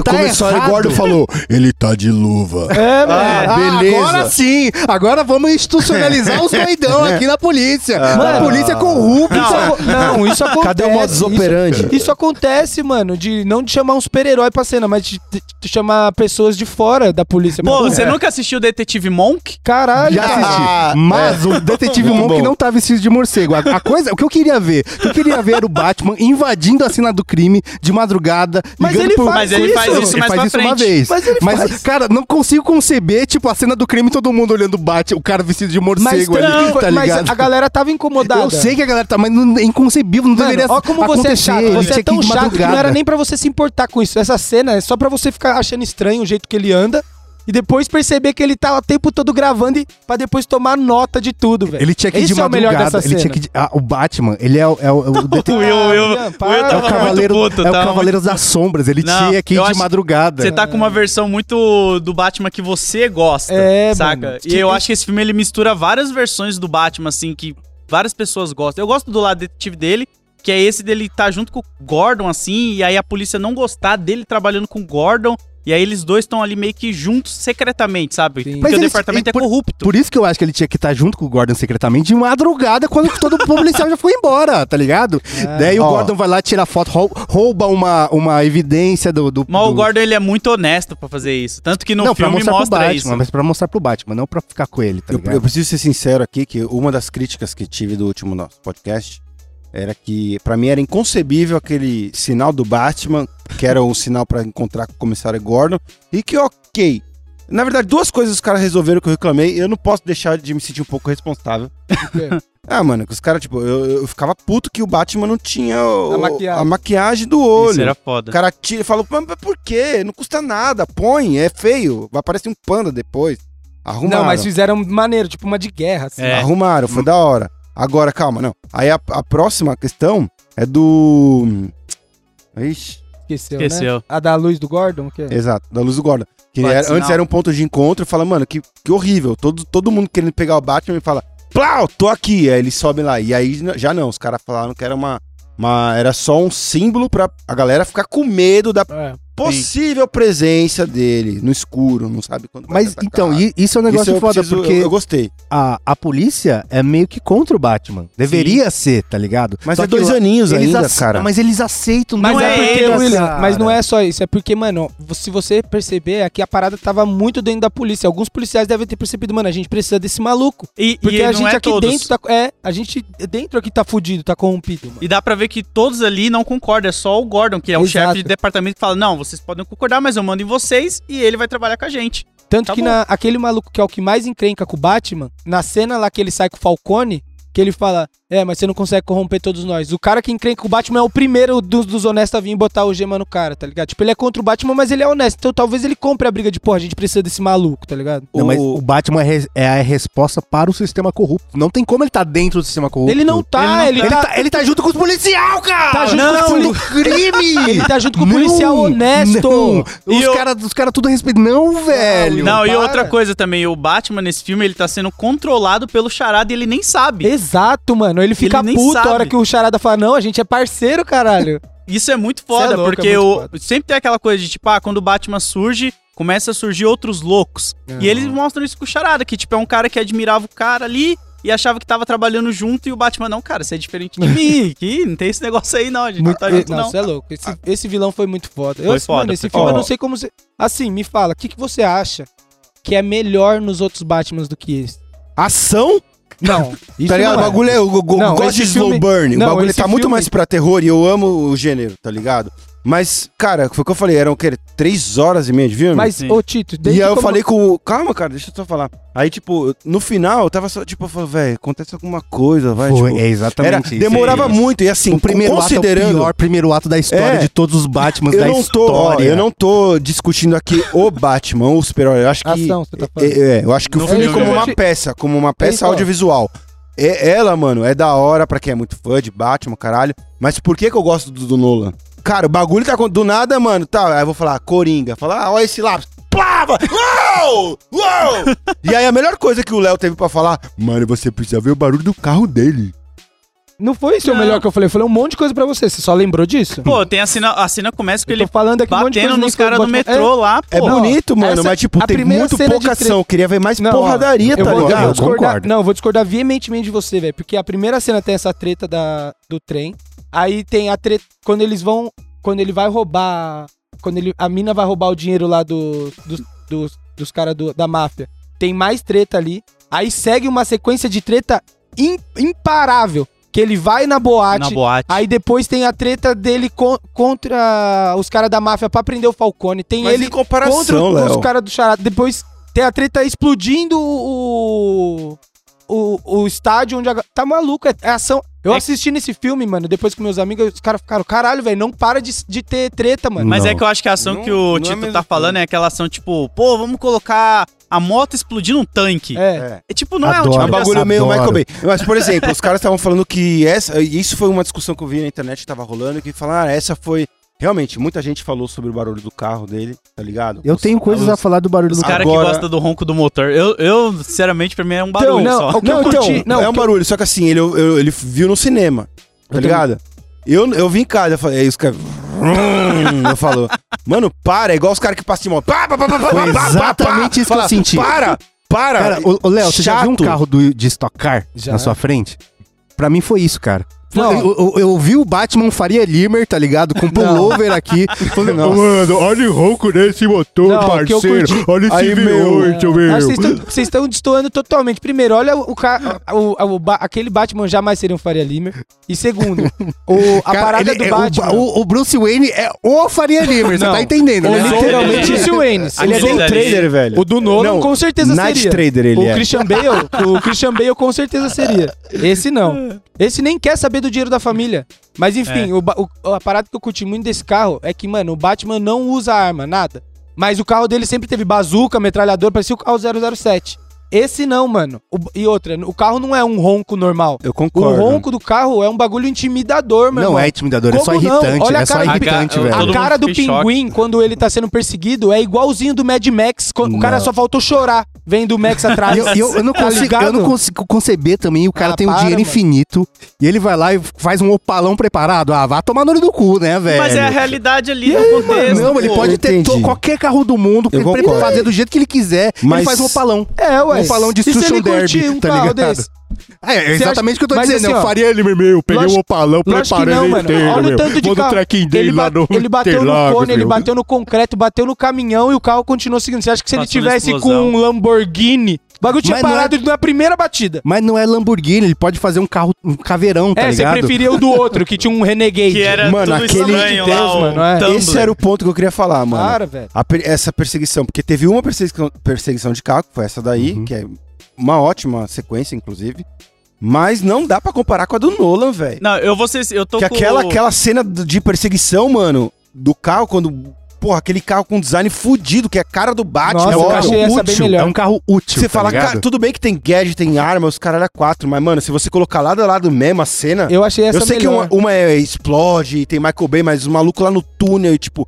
[SPEAKER 1] tá
[SPEAKER 4] o comissário
[SPEAKER 1] errado.
[SPEAKER 4] Gordo falou, ele tá de luva.
[SPEAKER 3] É, mano.
[SPEAKER 4] Ah, beleza.
[SPEAKER 1] Agora sim! Agora vamos institucionalizar os doidão aqui na polícia. Na
[SPEAKER 3] Mano.
[SPEAKER 1] polícia corrupta.
[SPEAKER 3] Isso aco- Não,
[SPEAKER 1] é.
[SPEAKER 3] isso acontece.
[SPEAKER 4] Cadê o modus
[SPEAKER 3] isso-
[SPEAKER 4] operandi?
[SPEAKER 3] Isso, acontece, mano, de não de chamar um super-herói pra cena, mas de, de- de chamar pessoas de fora da polícia.
[SPEAKER 2] Pô,
[SPEAKER 3] É Pra-
[SPEAKER 2] você nunca assistiu Detetive Monk?
[SPEAKER 3] Caralho,
[SPEAKER 1] Já
[SPEAKER 3] cara.
[SPEAKER 1] assisti.
[SPEAKER 4] Ah,
[SPEAKER 1] Mas o detetive
[SPEAKER 4] Muito
[SPEAKER 1] Monk
[SPEAKER 4] bom.
[SPEAKER 1] não tá vestido de morcego. A, a coisa, o que eu queria ver? O que eu queria ver era o Batman invadindo a cena do crime de madrugada.
[SPEAKER 3] Mas
[SPEAKER 1] ligando
[SPEAKER 3] ele faz Mas ele isso. faz
[SPEAKER 2] isso mais pra
[SPEAKER 1] uma
[SPEAKER 2] frente.
[SPEAKER 1] vez. Mas,
[SPEAKER 3] Mas ele faz.
[SPEAKER 1] cara, não consigo conceber, tipo, a cena do crime todo mundo olhando o Batman, o cara vestido de
[SPEAKER 3] Mas,
[SPEAKER 1] morcego ali,
[SPEAKER 3] tranquilo,
[SPEAKER 1] tá
[SPEAKER 3] mas
[SPEAKER 1] ligado?
[SPEAKER 3] a galera tava incomodada.
[SPEAKER 1] Eu sei que a galera tá, mas não, é inconcebível, não
[SPEAKER 3] Mano,
[SPEAKER 1] deveria
[SPEAKER 3] ó como você é
[SPEAKER 1] acontecer.
[SPEAKER 3] chato.
[SPEAKER 1] isso
[SPEAKER 3] Você é
[SPEAKER 1] aqui
[SPEAKER 3] tão
[SPEAKER 1] de
[SPEAKER 3] chato que não
[SPEAKER 1] madrugada.
[SPEAKER 3] era nem pra você se importar com isso. Essa cena é só pra você ficar achando estranho o jeito que ele anda e depois perceber que ele tá o tempo todo gravando e pra depois tomar nota de tudo, velho.
[SPEAKER 1] Ele tinha que ir
[SPEAKER 3] Esse
[SPEAKER 1] de
[SPEAKER 3] é o melhor
[SPEAKER 1] madrugada.
[SPEAKER 3] dessa
[SPEAKER 1] ele tinha
[SPEAKER 3] cena.
[SPEAKER 1] que ir de- ah, o Batman, ele é, o- é o, é o detetive.
[SPEAKER 2] O Will, o Will,
[SPEAKER 3] William,
[SPEAKER 2] o Will
[SPEAKER 3] para.
[SPEAKER 1] É o
[SPEAKER 2] tava
[SPEAKER 1] Cavaleiro,
[SPEAKER 2] muito
[SPEAKER 1] é
[SPEAKER 2] puto.
[SPEAKER 1] o
[SPEAKER 2] tava muito
[SPEAKER 1] Cavaleiro das Sombras, ele
[SPEAKER 2] Não,
[SPEAKER 1] tinha que ir
[SPEAKER 2] eu
[SPEAKER 1] de
[SPEAKER 2] acho-
[SPEAKER 1] madrugada.
[SPEAKER 2] Você tá com uma versão muito do Batman que você gosta,
[SPEAKER 3] É,
[SPEAKER 2] saca?
[SPEAKER 3] mano.
[SPEAKER 2] E eu acho que esse filme ele mistura várias versões do Batman, assim, que várias pessoas gostam. Eu gosto do lado detetive dele, que é esse dele tá junto com o Gordon, assim, e aí a polícia não gostar dele trabalhando com o Gordon, e aí eles dois estão ali meio que juntos secretamente, sabe?
[SPEAKER 3] Sim.
[SPEAKER 2] Porque
[SPEAKER 1] Mas
[SPEAKER 2] o
[SPEAKER 1] eles-
[SPEAKER 2] departamento é
[SPEAKER 1] por-
[SPEAKER 2] corrupto.
[SPEAKER 1] Por isso que eu acho que ele tinha que estar junto com o Gordon secretamente de madrugada, quando todo o policial já foi embora, tá ligado?
[SPEAKER 2] É.
[SPEAKER 1] Daí o
[SPEAKER 4] Ó.
[SPEAKER 1] Gordon vai lá, tira foto, rou- rouba uma, uma evidência do. do,
[SPEAKER 2] Mas
[SPEAKER 1] do...
[SPEAKER 2] o Gordon ele é muito honesto pra fazer isso. Tanto que no
[SPEAKER 1] Não, pra
[SPEAKER 2] filme
[SPEAKER 1] mostrar pro
[SPEAKER 2] mostra
[SPEAKER 1] Batman,
[SPEAKER 2] isso.
[SPEAKER 1] mas pra mostrar pro Batman, não pra ficar com ele, tá
[SPEAKER 4] Eu,
[SPEAKER 1] ligado?
[SPEAKER 4] eu preciso ser sincero aqui que uma das críticas que tive do último nosso podcast era que pra mim era inconcebível aquele sinal do Batman, que era um sinal pra encontrar com o comissário Gordon, e que ok. Na verdade, duas coisas os caras resolveram que eu reclamei, e eu não posso deixar de me sentir um pouco responsável. Ah, mano, que os caras, tipo, eu, eu ficava puto que o Batman não tinha o-
[SPEAKER 3] A maquiagem.
[SPEAKER 4] a maquiagem do
[SPEAKER 2] Isso
[SPEAKER 4] olho.
[SPEAKER 2] era
[SPEAKER 4] O
[SPEAKER 2] foda.
[SPEAKER 4] cara tira e fala, mas mas por quê? Não custa nada, põe, é feio, vai aparecer um panda depois. Arrumaram.
[SPEAKER 3] Não, mas fizeram maneiro, tipo uma de guerra, assim.
[SPEAKER 2] É.
[SPEAKER 4] Arrumaram, foi da hora. Agora, calma, não. Aí a, a próxima questão é do. Ixi.
[SPEAKER 3] esqueceu, né?
[SPEAKER 2] Esqueceu.
[SPEAKER 3] A da luz do Gordon, o que é?
[SPEAKER 4] Exato, da luz do Gordon. Que
[SPEAKER 2] Pode
[SPEAKER 4] era-
[SPEAKER 2] sinal.
[SPEAKER 4] antes era um ponto de encontro, fala, mano, que, que horrível. Todo, todo mundo querendo pegar o Batman e fala, Plau, tô aqui. Aí eles sobem lá. E aí n- já não, os caras falaram que era uma, uma. Era só um símbolo pra a galera ficar com medo da
[SPEAKER 3] É.
[SPEAKER 4] possível presença dele no escuro, não sabe quando. vai
[SPEAKER 1] Mas
[SPEAKER 4] atacar.
[SPEAKER 1] então, i- isso é um negócio
[SPEAKER 4] Isso eu
[SPEAKER 1] foda,
[SPEAKER 4] preciso-
[SPEAKER 1] porque
[SPEAKER 4] Eu, eu gostei.
[SPEAKER 1] a, a polícia é meio que contra o Batman. Deveria ser, tá ligado?
[SPEAKER 4] Mas
[SPEAKER 1] Só
[SPEAKER 4] há
[SPEAKER 1] que
[SPEAKER 4] dois
[SPEAKER 1] lá-
[SPEAKER 4] aninhos
[SPEAKER 1] eles
[SPEAKER 4] ainda,
[SPEAKER 1] ace-
[SPEAKER 4] cara.
[SPEAKER 1] Mas eles aceitam,
[SPEAKER 2] Mas
[SPEAKER 3] Mas
[SPEAKER 2] Não
[SPEAKER 3] é,
[SPEAKER 2] é
[SPEAKER 3] porque,
[SPEAKER 2] eles,
[SPEAKER 3] William,
[SPEAKER 1] cara.
[SPEAKER 3] mas não é só isso. É porque, mano, se você perceber, aqui a parada tava muito dentro da polícia. Alguns policiais devem ter percebido, mano, a gente precisa desse maluco.
[SPEAKER 2] E,
[SPEAKER 3] Porque
[SPEAKER 2] e não
[SPEAKER 3] a gente
[SPEAKER 2] é
[SPEAKER 3] aqui
[SPEAKER 2] todos.
[SPEAKER 3] dentro tá. É, a gente dentro aqui tá fudido, tá corrompido, mano.
[SPEAKER 2] E dá pra ver que todos ali não concordam, é só o Gordon, que é o
[SPEAKER 3] Exato.
[SPEAKER 2] chefe de departamento, que fala: não, vocês podem concordar, mas eu mando em vocês e ele vai trabalhar com a gente.
[SPEAKER 3] Tanto
[SPEAKER 2] Tá
[SPEAKER 3] que
[SPEAKER 2] bom.
[SPEAKER 3] na, aquele maluco que é o que mais encrenca com o Batman, na cena lá que ele sai com o Falcone, que ele fala, é, mas você não consegue corromper todos nós. O cara que encrenca com o Batman é o primeiro dos, dos honestos a vir botar o gema no cara, tá ligado? Tipo, ele é contra o Batman, mas ele é honesto. Então talvez ele compre a briga de, porra, a gente precisa desse maluco, tá ligado?
[SPEAKER 1] Não, mas
[SPEAKER 4] O-
[SPEAKER 1] o Batman é res- é a resposta para o sistema corrupto. Não tem como ele tá dentro do sistema corrupto.
[SPEAKER 3] Ele não tá, ele,
[SPEAKER 1] Ele
[SPEAKER 3] tá,
[SPEAKER 1] tá, ele tá junto com os policial, cara!
[SPEAKER 3] Tá junto
[SPEAKER 1] não,
[SPEAKER 3] com os
[SPEAKER 1] crime!
[SPEAKER 3] ele tá junto com o
[SPEAKER 1] Não,
[SPEAKER 3] policial honesto.
[SPEAKER 1] não.
[SPEAKER 2] E
[SPEAKER 1] Os
[SPEAKER 2] eu-
[SPEAKER 1] caras os cara tudo respeitam. Não, velho!
[SPEAKER 2] não, e
[SPEAKER 3] para.
[SPEAKER 2] outra coisa também: o Batman nesse filme, ele tá sendo controlado pelo charada e ele nem sabe.
[SPEAKER 3] Exato, mano. Ele fica
[SPEAKER 2] nem
[SPEAKER 3] puto
[SPEAKER 2] sabe.
[SPEAKER 3] a hora que o Charada fala, não, a gente é parceiro, caralho.
[SPEAKER 2] Isso é muito
[SPEAKER 3] Cê é
[SPEAKER 2] foda,
[SPEAKER 3] louco,
[SPEAKER 2] porque
[SPEAKER 3] é muito
[SPEAKER 2] o- sempre tem aquela coisa de tipo, ah, quando o Batman surge, começa a surgir outros loucos. E eles mostram isso com o Charada, que tipo, é um cara que admirava o cara ali e achava que tava trabalhando junto e o Batman, não, cara, você é diferente de mim, que não tem esse negócio aí não, a gente não tá junto
[SPEAKER 3] não,
[SPEAKER 2] não.
[SPEAKER 3] você é louco. Esse, esse vilão foi muito foda. Eu,
[SPEAKER 2] Foi foda,
[SPEAKER 3] Mano, esse
[SPEAKER 2] foi
[SPEAKER 3] filme eu
[SPEAKER 4] foda.
[SPEAKER 3] não sei como você. Assim, me fala, o que, que você acha que é melhor nos outros Batmans do que esse?
[SPEAKER 4] Ação?
[SPEAKER 3] Não. Isso
[SPEAKER 4] tá ligado?
[SPEAKER 3] não
[SPEAKER 4] O
[SPEAKER 3] é.
[SPEAKER 4] bagulho é. Eu, eu, eu
[SPEAKER 3] Não,
[SPEAKER 4] gosto de
[SPEAKER 3] esse
[SPEAKER 4] slow
[SPEAKER 3] filme-
[SPEAKER 4] burn.
[SPEAKER 3] não,
[SPEAKER 4] o bagulho
[SPEAKER 3] esse
[SPEAKER 4] tá muito
[SPEAKER 3] filme-
[SPEAKER 4] mais pra terror e eu amo o gênero, tá ligado? Mas, cara, foi o que eu falei, eram o quê? Três horas e meia de filme?
[SPEAKER 3] Mas,
[SPEAKER 2] Sim.
[SPEAKER 3] ô Tito,
[SPEAKER 4] E aí
[SPEAKER 3] desde
[SPEAKER 4] eu
[SPEAKER 3] como-
[SPEAKER 4] falei com o. Calma, cara, deixa eu só falar. Aí, tipo, no final, eu tava só, tipo, eu falei, velho, acontece alguma coisa, vai.
[SPEAKER 1] Foi,
[SPEAKER 4] tipo,
[SPEAKER 1] é
[SPEAKER 4] era,
[SPEAKER 1] exatamente isso.
[SPEAKER 4] demorava muito. E assim,
[SPEAKER 1] O primeiro ato é o
[SPEAKER 4] considerando.
[SPEAKER 1] pior primeiro ato da história
[SPEAKER 4] É.
[SPEAKER 1] de todos os Batmans
[SPEAKER 4] eu
[SPEAKER 1] da
[SPEAKER 4] não, tô, ó,
[SPEAKER 1] história.
[SPEAKER 4] eu não tô discutindo aqui o Batman, o super-herói. Eu acho que.
[SPEAKER 3] Ação, você tá falando.
[SPEAKER 4] É, é, eu acho que
[SPEAKER 2] No
[SPEAKER 4] o filme,
[SPEAKER 2] filme,
[SPEAKER 4] como
[SPEAKER 3] né?
[SPEAKER 4] uma peça, como uma
[SPEAKER 3] É
[SPEAKER 4] peça
[SPEAKER 3] isso, ó.
[SPEAKER 4] audiovisual. É, ela, mano, é da hora pra quem é muito fã de Batman, caralho. Mas por que que eu gosto do, do Nolan? Cara, o bagulho tá acontecendo do nada, mano. Tá, aí eu vou falar, Coringa. Falar, ah, olha esse lápis. Plava! Uou! Uou! e aí a melhor coisa que o Léo teve pra falar, mano, você precisa ver o barulho do carro dele.
[SPEAKER 3] Não foi isso o
[SPEAKER 2] Não.
[SPEAKER 3] melhor que eu falei. Eu falei um monte de coisa pra você. Você só lembrou disso?
[SPEAKER 2] Pô, tem a cena, a cena começa com
[SPEAKER 3] Eu tô
[SPEAKER 2] ele
[SPEAKER 3] falando aqui um monte de coisa.
[SPEAKER 2] batendo nos
[SPEAKER 3] nem que eu
[SPEAKER 2] caras do
[SPEAKER 3] boto- É,
[SPEAKER 2] metrô lá, pô.
[SPEAKER 4] É bonito, mano,
[SPEAKER 3] essa-
[SPEAKER 4] mas tipo,
[SPEAKER 3] a
[SPEAKER 4] tem
[SPEAKER 3] primeira
[SPEAKER 4] muito
[SPEAKER 3] cena de
[SPEAKER 4] pouca
[SPEAKER 3] tre-
[SPEAKER 4] ação. Queria ver mais
[SPEAKER 3] Não, ó,
[SPEAKER 4] porradaria,
[SPEAKER 3] eu
[SPEAKER 4] tá
[SPEAKER 3] vou, eu
[SPEAKER 4] ligado?
[SPEAKER 3] vou discordar,
[SPEAKER 1] concordo.
[SPEAKER 3] não, eu vou discordar veementemente de você, velho. Porque a primeira cena tem essa treta da, do trem. Aí tem a treta. Quando eles vão. Quando ele vai roubar. Quando ele, a mina vai roubar o dinheiro lá do, dos, dos, dos caras do- da máfia. Tem mais treta ali. Aí segue uma sequência de treta im- imparável. Que ele vai na boate.
[SPEAKER 2] na boate.
[SPEAKER 3] Aí depois tem a treta dele co- contra os caras da máfia pra prender o Falcone. Tem
[SPEAKER 4] Mas
[SPEAKER 3] ele
[SPEAKER 4] em comparação,
[SPEAKER 3] contra o-
[SPEAKER 4] Léo.
[SPEAKER 3] os caras do Charada. Depois tem a treta explodindo o. O, o estádio onde a. ga- Tá maluco, é, é ação. Eu
[SPEAKER 2] É-
[SPEAKER 3] assisti nesse filme, mano, depois com meus amigos, os caras ficaram, caralho, velho, não para de, de ter treta, mano.
[SPEAKER 2] Mas é
[SPEAKER 1] Não.
[SPEAKER 2] que eu acho que a ação
[SPEAKER 4] Não-
[SPEAKER 2] que o
[SPEAKER 4] não é a
[SPEAKER 2] Tito
[SPEAKER 4] mesma
[SPEAKER 2] tá falando é aquela ação tipo, pô, vamos colocar a moto explodindo um tanque. É,
[SPEAKER 3] É.
[SPEAKER 2] tipo, não
[SPEAKER 1] Adoro.
[SPEAKER 2] é
[SPEAKER 4] É
[SPEAKER 2] uma
[SPEAKER 4] um
[SPEAKER 1] Olha,
[SPEAKER 4] bagulho meio
[SPEAKER 1] adoro.
[SPEAKER 4] Michael Bay. Mas, por exemplo, os caras estavam falando que essa. Isso foi uma discussão que eu vi na internet que tava rolando, que falaram, ah, essa foi. Realmente, muita gente falou sobre o barulho do carro dele, tá ligado?
[SPEAKER 1] Eu tenho coisas a falar do barulho
[SPEAKER 2] Os
[SPEAKER 1] do
[SPEAKER 2] caras que
[SPEAKER 4] Agora-
[SPEAKER 2] gostam do ronco do motor. Eu, eu, sinceramente, pra mim é um barulho
[SPEAKER 3] não,
[SPEAKER 2] só.
[SPEAKER 3] o que
[SPEAKER 4] Não,
[SPEAKER 3] eu
[SPEAKER 4] então,
[SPEAKER 3] curti- não,
[SPEAKER 4] é um
[SPEAKER 3] o que eu-
[SPEAKER 4] barulho, só que assim, ele, eu- eu- ele viu no cinema, tá ligado? Eu, eu vim em casa, eu falei, aí os caras. "Hum", eu falo, mano, para, é igual os caras que passam de moto. Pá, pá, pá, pá, pá, pá, pá,
[SPEAKER 1] exatamente isso que eu
[SPEAKER 4] Fala,
[SPEAKER 1] senti.
[SPEAKER 4] Para, para.
[SPEAKER 1] Cara, ô, ô, Léo, você já viu um
[SPEAKER 4] Chato.
[SPEAKER 1] carro do- de Stock Car
[SPEAKER 3] Já.
[SPEAKER 1] na sua frente? Pra mim foi isso, cara. Foi-
[SPEAKER 3] Não.
[SPEAKER 1] Eu, eu, eu vi o Batman Faria Limer, tá ligado? Com pullover aqui. Falei, Mano, olha o ronco desse motor,
[SPEAKER 3] Não, o que eu curti-
[SPEAKER 1] Olha
[SPEAKER 4] Aí, meu.
[SPEAKER 3] Ah, vocês tão- Vocês estão destoando totalmente. Primeiro, olha o, ca- o- o- o ba- aquele Batman jamais seria um Faria Limer. E segundo, o- a
[SPEAKER 1] Cara,
[SPEAKER 3] parada
[SPEAKER 1] ele
[SPEAKER 3] do
[SPEAKER 1] é- o
[SPEAKER 3] Batman.
[SPEAKER 1] Ba- o, o Bruce Wayne é o Faria Limer, você
[SPEAKER 3] Não.
[SPEAKER 1] tá entendendo,
[SPEAKER 3] Ou
[SPEAKER 1] né?
[SPEAKER 3] literalmente
[SPEAKER 2] Ele-
[SPEAKER 3] Bruce Wayne.
[SPEAKER 4] Ele é
[SPEAKER 2] Aquele
[SPEAKER 4] day
[SPEAKER 2] ali-
[SPEAKER 4] trader, velho.
[SPEAKER 3] O do Nolan
[SPEAKER 4] Não,
[SPEAKER 3] com certeza
[SPEAKER 4] Night
[SPEAKER 3] seria.
[SPEAKER 4] trader ele
[SPEAKER 3] o
[SPEAKER 4] é.
[SPEAKER 3] Christian Bale, o Christian Bale com certeza seria. Esse não. Esse nem quer saber do dinheiro da família. Mas enfim, o, ba- o- a parada que eu curti muito desse carro é que, mano, o Batman não usa arma, nada. Mas o carro dele sempre teve bazuca, metralhador, parecia o carro 007. Esse não, mano. O- e outra, o carro não é um ronco normal.
[SPEAKER 4] Eu
[SPEAKER 3] O
[SPEAKER 4] concordo.
[SPEAKER 3] ronco do carro é um bagulho intimidador, meu
[SPEAKER 1] Não
[SPEAKER 3] irmão.
[SPEAKER 1] é intimidador, é só
[SPEAKER 3] Como não?
[SPEAKER 1] irritante.
[SPEAKER 3] Olha a
[SPEAKER 1] é só
[SPEAKER 3] cara do-
[SPEAKER 1] irritante,
[SPEAKER 2] A-
[SPEAKER 1] velho.
[SPEAKER 3] A
[SPEAKER 2] Todo
[SPEAKER 3] cara
[SPEAKER 2] mundo
[SPEAKER 3] do
[SPEAKER 2] fica em choque.
[SPEAKER 3] pinguim, quando ele tá sendo perseguido, é igualzinho do Mad Max. co- O cara
[SPEAKER 1] Não.
[SPEAKER 3] só faltou chorar vendo o Max atrás.
[SPEAKER 1] E eu, e eu- eu não
[SPEAKER 3] Tá
[SPEAKER 1] consigo, eu
[SPEAKER 3] ligado?
[SPEAKER 1] não consigo conceber também. O cara
[SPEAKER 3] Ah,
[SPEAKER 1] tem um
[SPEAKER 3] para,
[SPEAKER 1] dinheiro
[SPEAKER 3] mano.
[SPEAKER 1] infinito e ele vai lá e faz um opalão preparado. Ah, vá tomar no olho do cu, né, velho?
[SPEAKER 2] Mas é a realidade ali do contexto.
[SPEAKER 1] Não, ele
[SPEAKER 2] pô.
[SPEAKER 1] pode ter to-
[SPEAKER 4] entendi.
[SPEAKER 1] qualquer carro do mundo,
[SPEAKER 4] Eu
[SPEAKER 1] ele pode
[SPEAKER 4] concordo.
[SPEAKER 1] fazer do jeito que ele quiser, ele
[SPEAKER 4] Mas-
[SPEAKER 1] faz um opalão.
[SPEAKER 3] É, ué.
[SPEAKER 1] Um palão de
[SPEAKER 3] E se
[SPEAKER 1] Sushi
[SPEAKER 3] ele
[SPEAKER 1] Derby,
[SPEAKER 3] curtir um
[SPEAKER 1] tá
[SPEAKER 3] carro
[SPEAKER 1] ligado?
[SPEAKER 3] desse?
[SPEAKER 1] Ah, É,
[SPEAKER 3] Você
[SPEAKER 1] exatamente o que eu tô
[SPEAKER 3] mas
[SPEAKER 1] dizendo.
[SPEAKER 3] assim,
[SPEAKER 1] eu
[SPEAKER 3] ó,
[SPEAKER 1] faria ele meu, peguei
[SPEAKER 3] lógico-
[SPEAKER 1] um opalão,
[SPEAKER 3] Lógico que
[SPEAKER 1] preparei
[SPEAKER 3] não,
[SPEAKER 1] ele
[SPEAKER 3] mano.
[SPEAKER 1] inteiro,
[SPEAKER 3] Olha o
[SPEAKER 1] meu.
[SPEAKER 3] tanto de
[SPEAKER 1] Vou no
[SPEAKER 3] carro.
[SPEAKER 1] trekking dele
[SPEAKER 3] ele,
[SPEAKER 1] lá
[SPEAKER 3] ba-
[SPEAKER 1] no
[SPEAKER 3] ele bateu no
[SPEAKER 1] Interlagos,
[SPEAKER 3] cone, ele
[SPEAKER 1] meu.
[SPEAKER 3] bateu no concreto, bateu no caminhão e o carro continuou seguindo. Você acha que se ele
[SPEAKER 2] Passou na
[SPEAKER 3] tivesse com
[SPEAKER 2] explosão.
[SPEAKER 3] um Lamborghini, o bagulho tinha
[SPEAKER 1] Mas não é-
[SPEAKER 3] parado na primeira batida?
[SPEAKER 1] Mas não é Lamborghini, ele pode fazer um carro, um caveirão, tá
[SPEAKER 3] é, você
[SPEAKER 1] ligado?
[SPEAKER 3] preferia o do outro, que tinha um Renegade.
[SPEAKER 2] Que era
[SPEAKER 4] Mano,
[SPEAKER 2] tudo
[SPEAKER 4] aquele
[SPEAKER 2] estranho
[SPEAKER 3] de Deus,
[SPEAKER 2] lá, o
[SPEAKER 3] mano, é.
[SPEAKER 2] Tumblr.
[SPEAKER 4] Esse era o ponto que eu queria falar, mano.
[SPEAKER 3] Para, velho.
[SPEAKER 4] A per- essa perseguição, porque teve uma perseguição, perseguição de carro, que foi essa daí,
[SPEAKER 3] Uhum.
[SPEAKER 4] que é uma ótima sequência, inclusive. Mas não dá pra comparar com a do Nolan, velho.
[SPEAKER 2] Não, eu vou ser... Eu tô
[SPEAKER 4] Que
[SPEAKER 2] com...
[SPEAKER 4] aquela, aquela cena do- de perseguição, mano, do carro, quando. Porra, aquele carro com design fudido, que é a cara do Batman.
[SPEAKER 3] Nossa,
[SPEAKER 4] é
[SPEAKER 3] eu
[SPEAKER 4] óbvio.
[SPEAKER 3] achei essa bem
[SPEAKER 1] um útil,
[SPEAKER 3] melhor.
[SPEAKER 1] É um carro útil.
[SPEAKER 4] Você
[SPEAKER 1] tá
[SPEAKER 4] fala,
[SPEAKER 1] ligado?
[SPEAKER 4] cara, tudo bem que tem gadget, tem arma, os caralho a quatro, mas, mano, se você colocar lado a lado mesmo a cena.
[SPEAKER 3] Eu achei essa
[SPEAKER 4] eu sei
[SPEAKER 3] melhor.
[SPEAKER 4] que uma, uma é, explode, tem Michael Bay, mas o maluco lá no túnel, e, tipo,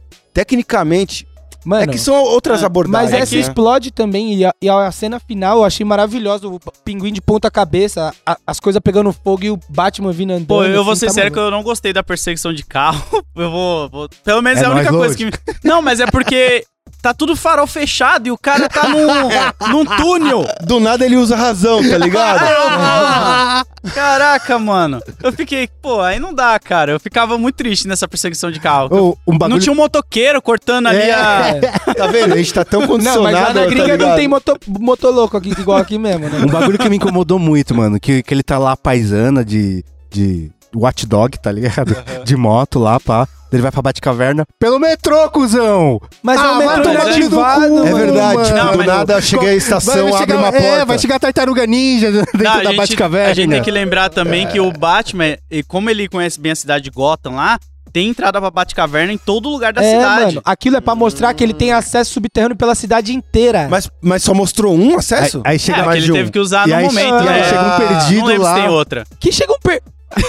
[SPEAKER 4] tecnicamente.
[SPEAKER 3] Mano,
[SPEAKER 4] é que são outras
[SPEAKER 2] Ah,
[SPEAKER 4] abordagens.
[SPEAKER 3] Mas essa
[SPEAKER 4] né?
[SPEAKER 3] explode também, e a, e a cena final eu achei maravilhosa. O pinguim de ponta cabeça, a- as coisas pegando fogo e o Batman vindo andando.
[SPEAKER 2] Pô, eu vou
[SPEAKER 3] assim,
[SPEAKER 2] ser
[SPEAKER 3] tá
[SPEAKER 2] sério que
[SPEAKER 3] maluco.
[SPEAKER 2] eu não gostei da perseguição de carro. Eu vou. vou- Pelo menos
[SPEAKER 1] É
[SPEAKER 2] é a única
[SPEAKER 1] nóis,
[SPEAKER 2] coisa que. me- Não, mas é porque tá tudo farol fechado e o cara tá num, num túnel.
[SPEAKER 4] Do nada ele usa razão, tá ligado?
[SPEAKER 2] "Ah, Caraca, mano. Eu fiquei, pô, aí não dá, cara. Eu ficava muito triste nessa perseguição de carro.
[SPEAKER 1] Ô, um
[SPEAKER 2] Não
[SPEAKER 1] bagulho... É,
[SPEAKER 2] tinha um motoqueiro cortando ali a.
[SPEAKER 4] tá vendo? A gente tá tão
[SPEAKER 3] É. Não,
[SPEAKER 4] condicionado.
[SPEAKER 3] mas lá na
[SPEAKER 4] tá
[SPEAKER 3] gringa não
[SPEAKER 4] ligado?
[SPEAKER 3] tem moto, motoloco aqui, igual aqui mesmo, né?
[SPEAKER 1] Um bagulho que me incomodou muito, mano. Que, que ele tá lá paisana de, de watchdog, tá ligado? De moto lá, pá. Ele vai pra Batcaverna pelo metrô, cuzão!
[SPEAKER 3] Mas é
[SPEAKER 1] Ah,
[SPEAKER 3] um
[SPEAKER 1] vai
[SPEAKER 3] metrô
[SPEAKER 1] tomar no olho do cu,
[SPEAKER 3] inativado,
[SPEAKER 4] É
[SPEAKER 1] mano.
[SPEAKER 4] verdade. tipo,
[SPEAKER 2] Não,
[SPEAKER 4] do
[SPEAKER 2] mas-
[SPEAKER 4] nada chega a estação, abre uma porta.
[SPEAKER 1] É, vai chegar a tartaruga ninja dentro
[SPEAKER 2] Não, a
[SPEAKER 1] da né?
[SPEAKER 2] gente-
[SPEAKER 1] Batcaverna.
[SPEAKER 2] A gente tem que lembrar
[SPEAKER 1] É.
[SPEAKER 2] também que o Batman, e como ele conhece bem a cidade de Gotham lá, tem entrada pra Batcaverna em todo lugar da
[SPEAKER 3] É,
[SPEAKER 2] cidade.
[SPEAKER 3] mano, aquilo é pra mostrar que ele tem acesso subterrâneo pela cidade inteira.
[SPEAKER 4] Mas, mas só mostrou um
[SPEAKER 1] Aí,
[SPEAKER 4] acesso?
[SPEAKER 1] aí
[SPEAKER 2] É,
[SPEAKER 1] chega
[SPEAKER 2] que
[SPEAKER 1] mais
[SPEAKER 2] ele
[SPEAKER 1] de um.
[SPEAKER 2] teve que usar
[SPEAKER 1] e
[SPEAKER 2] no
[SPEAKER 1] aí,
[SPEAKER 2] momento,
[SPEAKER 1] e aí
[SPEAKER 2] né?
[SPEAKER 1] chega um
[SPEAKER 2] não
[SPEAKER 1] perdido
[SPEAKER 2] lembro
[SPEAKER 1] lá. Ah,
[SPEAKER 2] se tem outra. um
[SPEAKER 3] Que chega um per...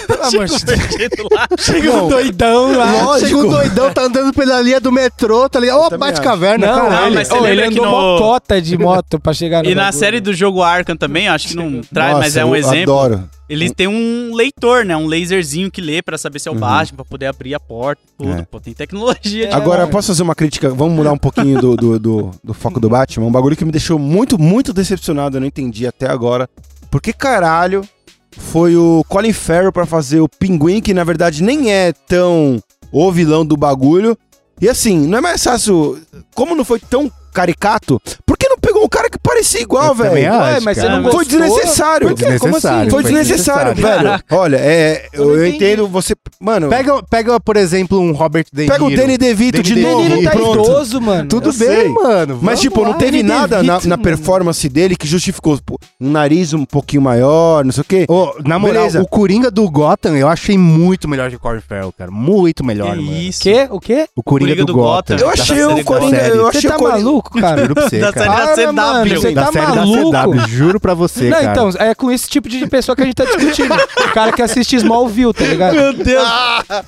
[SPEAKER 3] Pelo amor de Deus.
[SPEAKER 2] Perdido lá.
[SPEAKER 3] Chega um doidão lá.
[SPEAKER 1] Chega um doidão, tá andando pela linha do metrô, tá ligado? Ó,
[SPEAKER 4] também
[SPEAKER 1] Batcaverna,
[SPEAKER 3] Não,
[SPEAKER 1] caralho.
[SPEAKER 2] não,
[SPEAKER 3] ele,
[SPEAKER 2] mas você
[SPEAKER 3] oh, ele
[SPEAKER 2] lembra que no-
[SPEAKER 3] andou mó cota de moto pra chegar no
[SPEAKER 2] E na
[SPEAKER 3] bagulho.
[SPEAKER 2] série do jogo Arkham também, acho que não traz,
[SPEAKER 4] Nossa,
[SPEAKER 2] mas é um
[SPEAKER 4] eu
[SPEAKER 2] exemplo.
[SPEAKER 4] Adoro.
[SPEAKER 2] Ele tem um leitor, né? Um laserzinho que lê pra saber se é o
[SPEAKER 1] Uhum.
[SPEAKER 2] Batman, pra poder abrir a porta e tudo.
[SPEAKER 4] É.
[SPEAKER 2] Pô, tem tecnologia.
[SPEAKER 3] É.
[SPEAKER 2] de-
[SPEAKER 4] Agora, posso fazer uma crítica? Vamos mudar um pouquinho do, do, do, do foco do Batman. Um bagulho que me deixou muito, muito decepcionado. Eu não entendi até agora. Por que caralho foi o Colin Farrell pra fazer o Pinguim, que na verdade nem é tão o vilão do bagulho. E assim, não é mais fácil. Como não foi tão caricato, por que não pegou um cara que parecia igual,
[SPEAKER 1] Eu também
[SPEAKER 4] velho?
[SPEAKER 1] acho,
[SPEAKER 3] Ué, mas você
[SPEAKER 1] cara.
[SPEAKER 3] não Ah, gostou?
[SPEAKER 4] Foi desnecessário.
[SPEAKER 1] Foi desnecessário,
[SPEAKER 4] assim? Foi
[SPEAKER 1] foi
[SPEAKER 4] desnecessário,
[SPEAKER 1] desnecessário.
[SPEAKER 4] velho. Olha, é,
[SPEAKER 3] Eu não
[SPEAKER 4] eu, eu
[SPEAKER 3] entendi.
[SPEAKER 4] entendo você. Mano, pega,
[SPEAKER 1] Pega, pega, por exemplo, um Robert De Niro.
[SPEAKER 4] o Danny DeVito
[SPEAKER 1] Danny
[SPEAKER 4] de
[SPEAKER 1] DeVito.
[SPEAKER 4] novo.
[SPEAKER 3] Ele tá
[SPEAKER 4] pronto.
[SPEAKER 3] idoso, mano.
[SPEAKER 1] Tudo
[SPEAKER 4] Eu
[SPEAKER 1] bem,
[SPEAKER 4] sei.
[SPEAKER 1] mano.
[SPEAKER 4] Mas,
[SPEAKER 1] vamos
[SPEAKER 4] tipo, não
[SPEAKER 1] lá.
[SPEAKER 4] teve
[SPEAKER 3] Danny
[SPEAKER 4] nada na,
[SPEAKER 3] DeVito,
[SPEAKER 4] na
[SPEAKER 3] mano.
[SPEAKER 4] performance dele que justificou pô, um nariz um pouquinho maior, não sei o quê.
[SPEAKER 1] Ô, na moral,
[SPEAKER 4] Beleza.
[SPEAKER 1] o Coringa do Gotham eu achei muito melhor que o Corey Farrell, cara. Muito melhor,
[SPEAKER 2] Que
[SPEAKER 1] mano.
[SPEAKER 3] O
[SPEAKER 2] isso.
[SPEAKER 3] quê? O quê?
[SPEAKER 1] O Coringa,
[SPEAKER 2] Coringa
[SPEAKER 1] do,
[SPEAKER 2] do
[SPEAKER 1] Gotham.
[SPEAKER 2] Gotham.
[SPEAKER 4] Eu
[SPEAKER 2] Da
[SPEAKER 4] achei
[SPEAKER 2] série
[SPEAKER 4] o
[SPEAKER 2] da
[SPEAKER 4] Coringa.
[SPEAKER 1] série.
[SPEAKER 4] Eu
[SPEAKER 3] Você
[SPEAKER 4] achei
[SPEAKER 3] tá
[SPEAKER 4] o Coringa.
[SPEAKER 3] maluco, cara?
[SPEAKER 1] Juro pra você,
[SPEAKER 2] Da série
[SPEAKER 1] cara.
[SPEAKER 2] da
[SPEAKER 3] Para,
[SPEAKER 2] CW.
[SPEAKER 3] mano, você
[SPEAKER 1] da
[SPEAKER 3] tá
[SPEAKER 1] série
[SPEAKER 3] maluco?
[SPEAKER 1] da CW, juro pra você,
[SPEAKER 3] Não,
[SPEAKER 1] cara.
[SPEAKER 3] então, é com esse tipo de pessoa que a gente tá discutindo. o cara que assiste Smallville, tá ligado?
[SPEAKER 2] Meu Deus.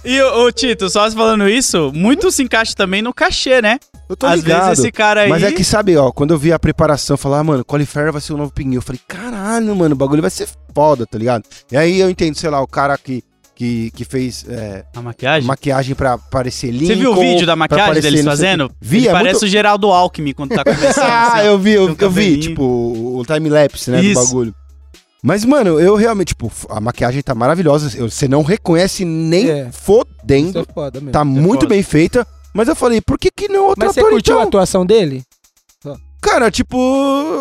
[SPEAKER 2] E o, o Tito, só falando isso, muito se encaixa também no cachê, né?
[SPEAKER 4] Eu tô
[SPEAKER 2] Às
[SPEAKER 4] ligado.
[SPEAKER 2] vezes esse cara aí.
[SPEAKER 4] Mas é que, sabe, ó, quando eu vi a preparação, falar, ah, mano, Colin Farrell vai ser o novo pinguim. Eu falei, caralho, mano, o bagulho vai ser foda, tá ligado? E aí eu entendo, sei lá, o cara que, que, que fez é,
[SPEAKER 2] A maquiagem.
[SPEAKER 4] maquiagem pra parecer lindo.
[SPEAKER 2] Você viu o vídeo da maquiagem deles fazendo?
[SPEAKER 4] Vi,
[SPEAKER 2] Ele
[SPEAKER 4] é
[SPEAKER 2] parece
[SPEAKER 4] muito-
[SPEAKER 2] o Geraldo Alckmin quando tá começando.
[SPEAKER 4] Ah,
[SPEAKER 2] assim, ó.
[SPEAKER 4] eu vi, eu,
[SPEAKER 2] Tem um
[SPEAKER 4] eu vi,
[SPEAKER 2] cabelinho.
[SPEAKER 4] tipo, o o time-lapse, né,
[SPEAKER 2] Isso.
[SPEAKER 4] do bagulho. Mas, mano, eu realmente, tipo, a maquiagem tá maravilhosa, eu- você não reconhece nem
[SPEAKER 3] É. Isso
[SPEAKER 4] fodendo,
[SPEAKER 3] é foda mesmo.
[SPEAKER 4] tá muito
[SPEAKER 2] foda.
[SPEAKER 4] bem feita, mas eu falei, por que que não outro
[SPEAKER 3] Mas você
[SPEAKER 4] ator,
[SPEAKER 3] curtiu a
[SPEAKER 4] então?
[SPEAKER 3] atuação dele?
[SPEAKER 4] Cara, tipo,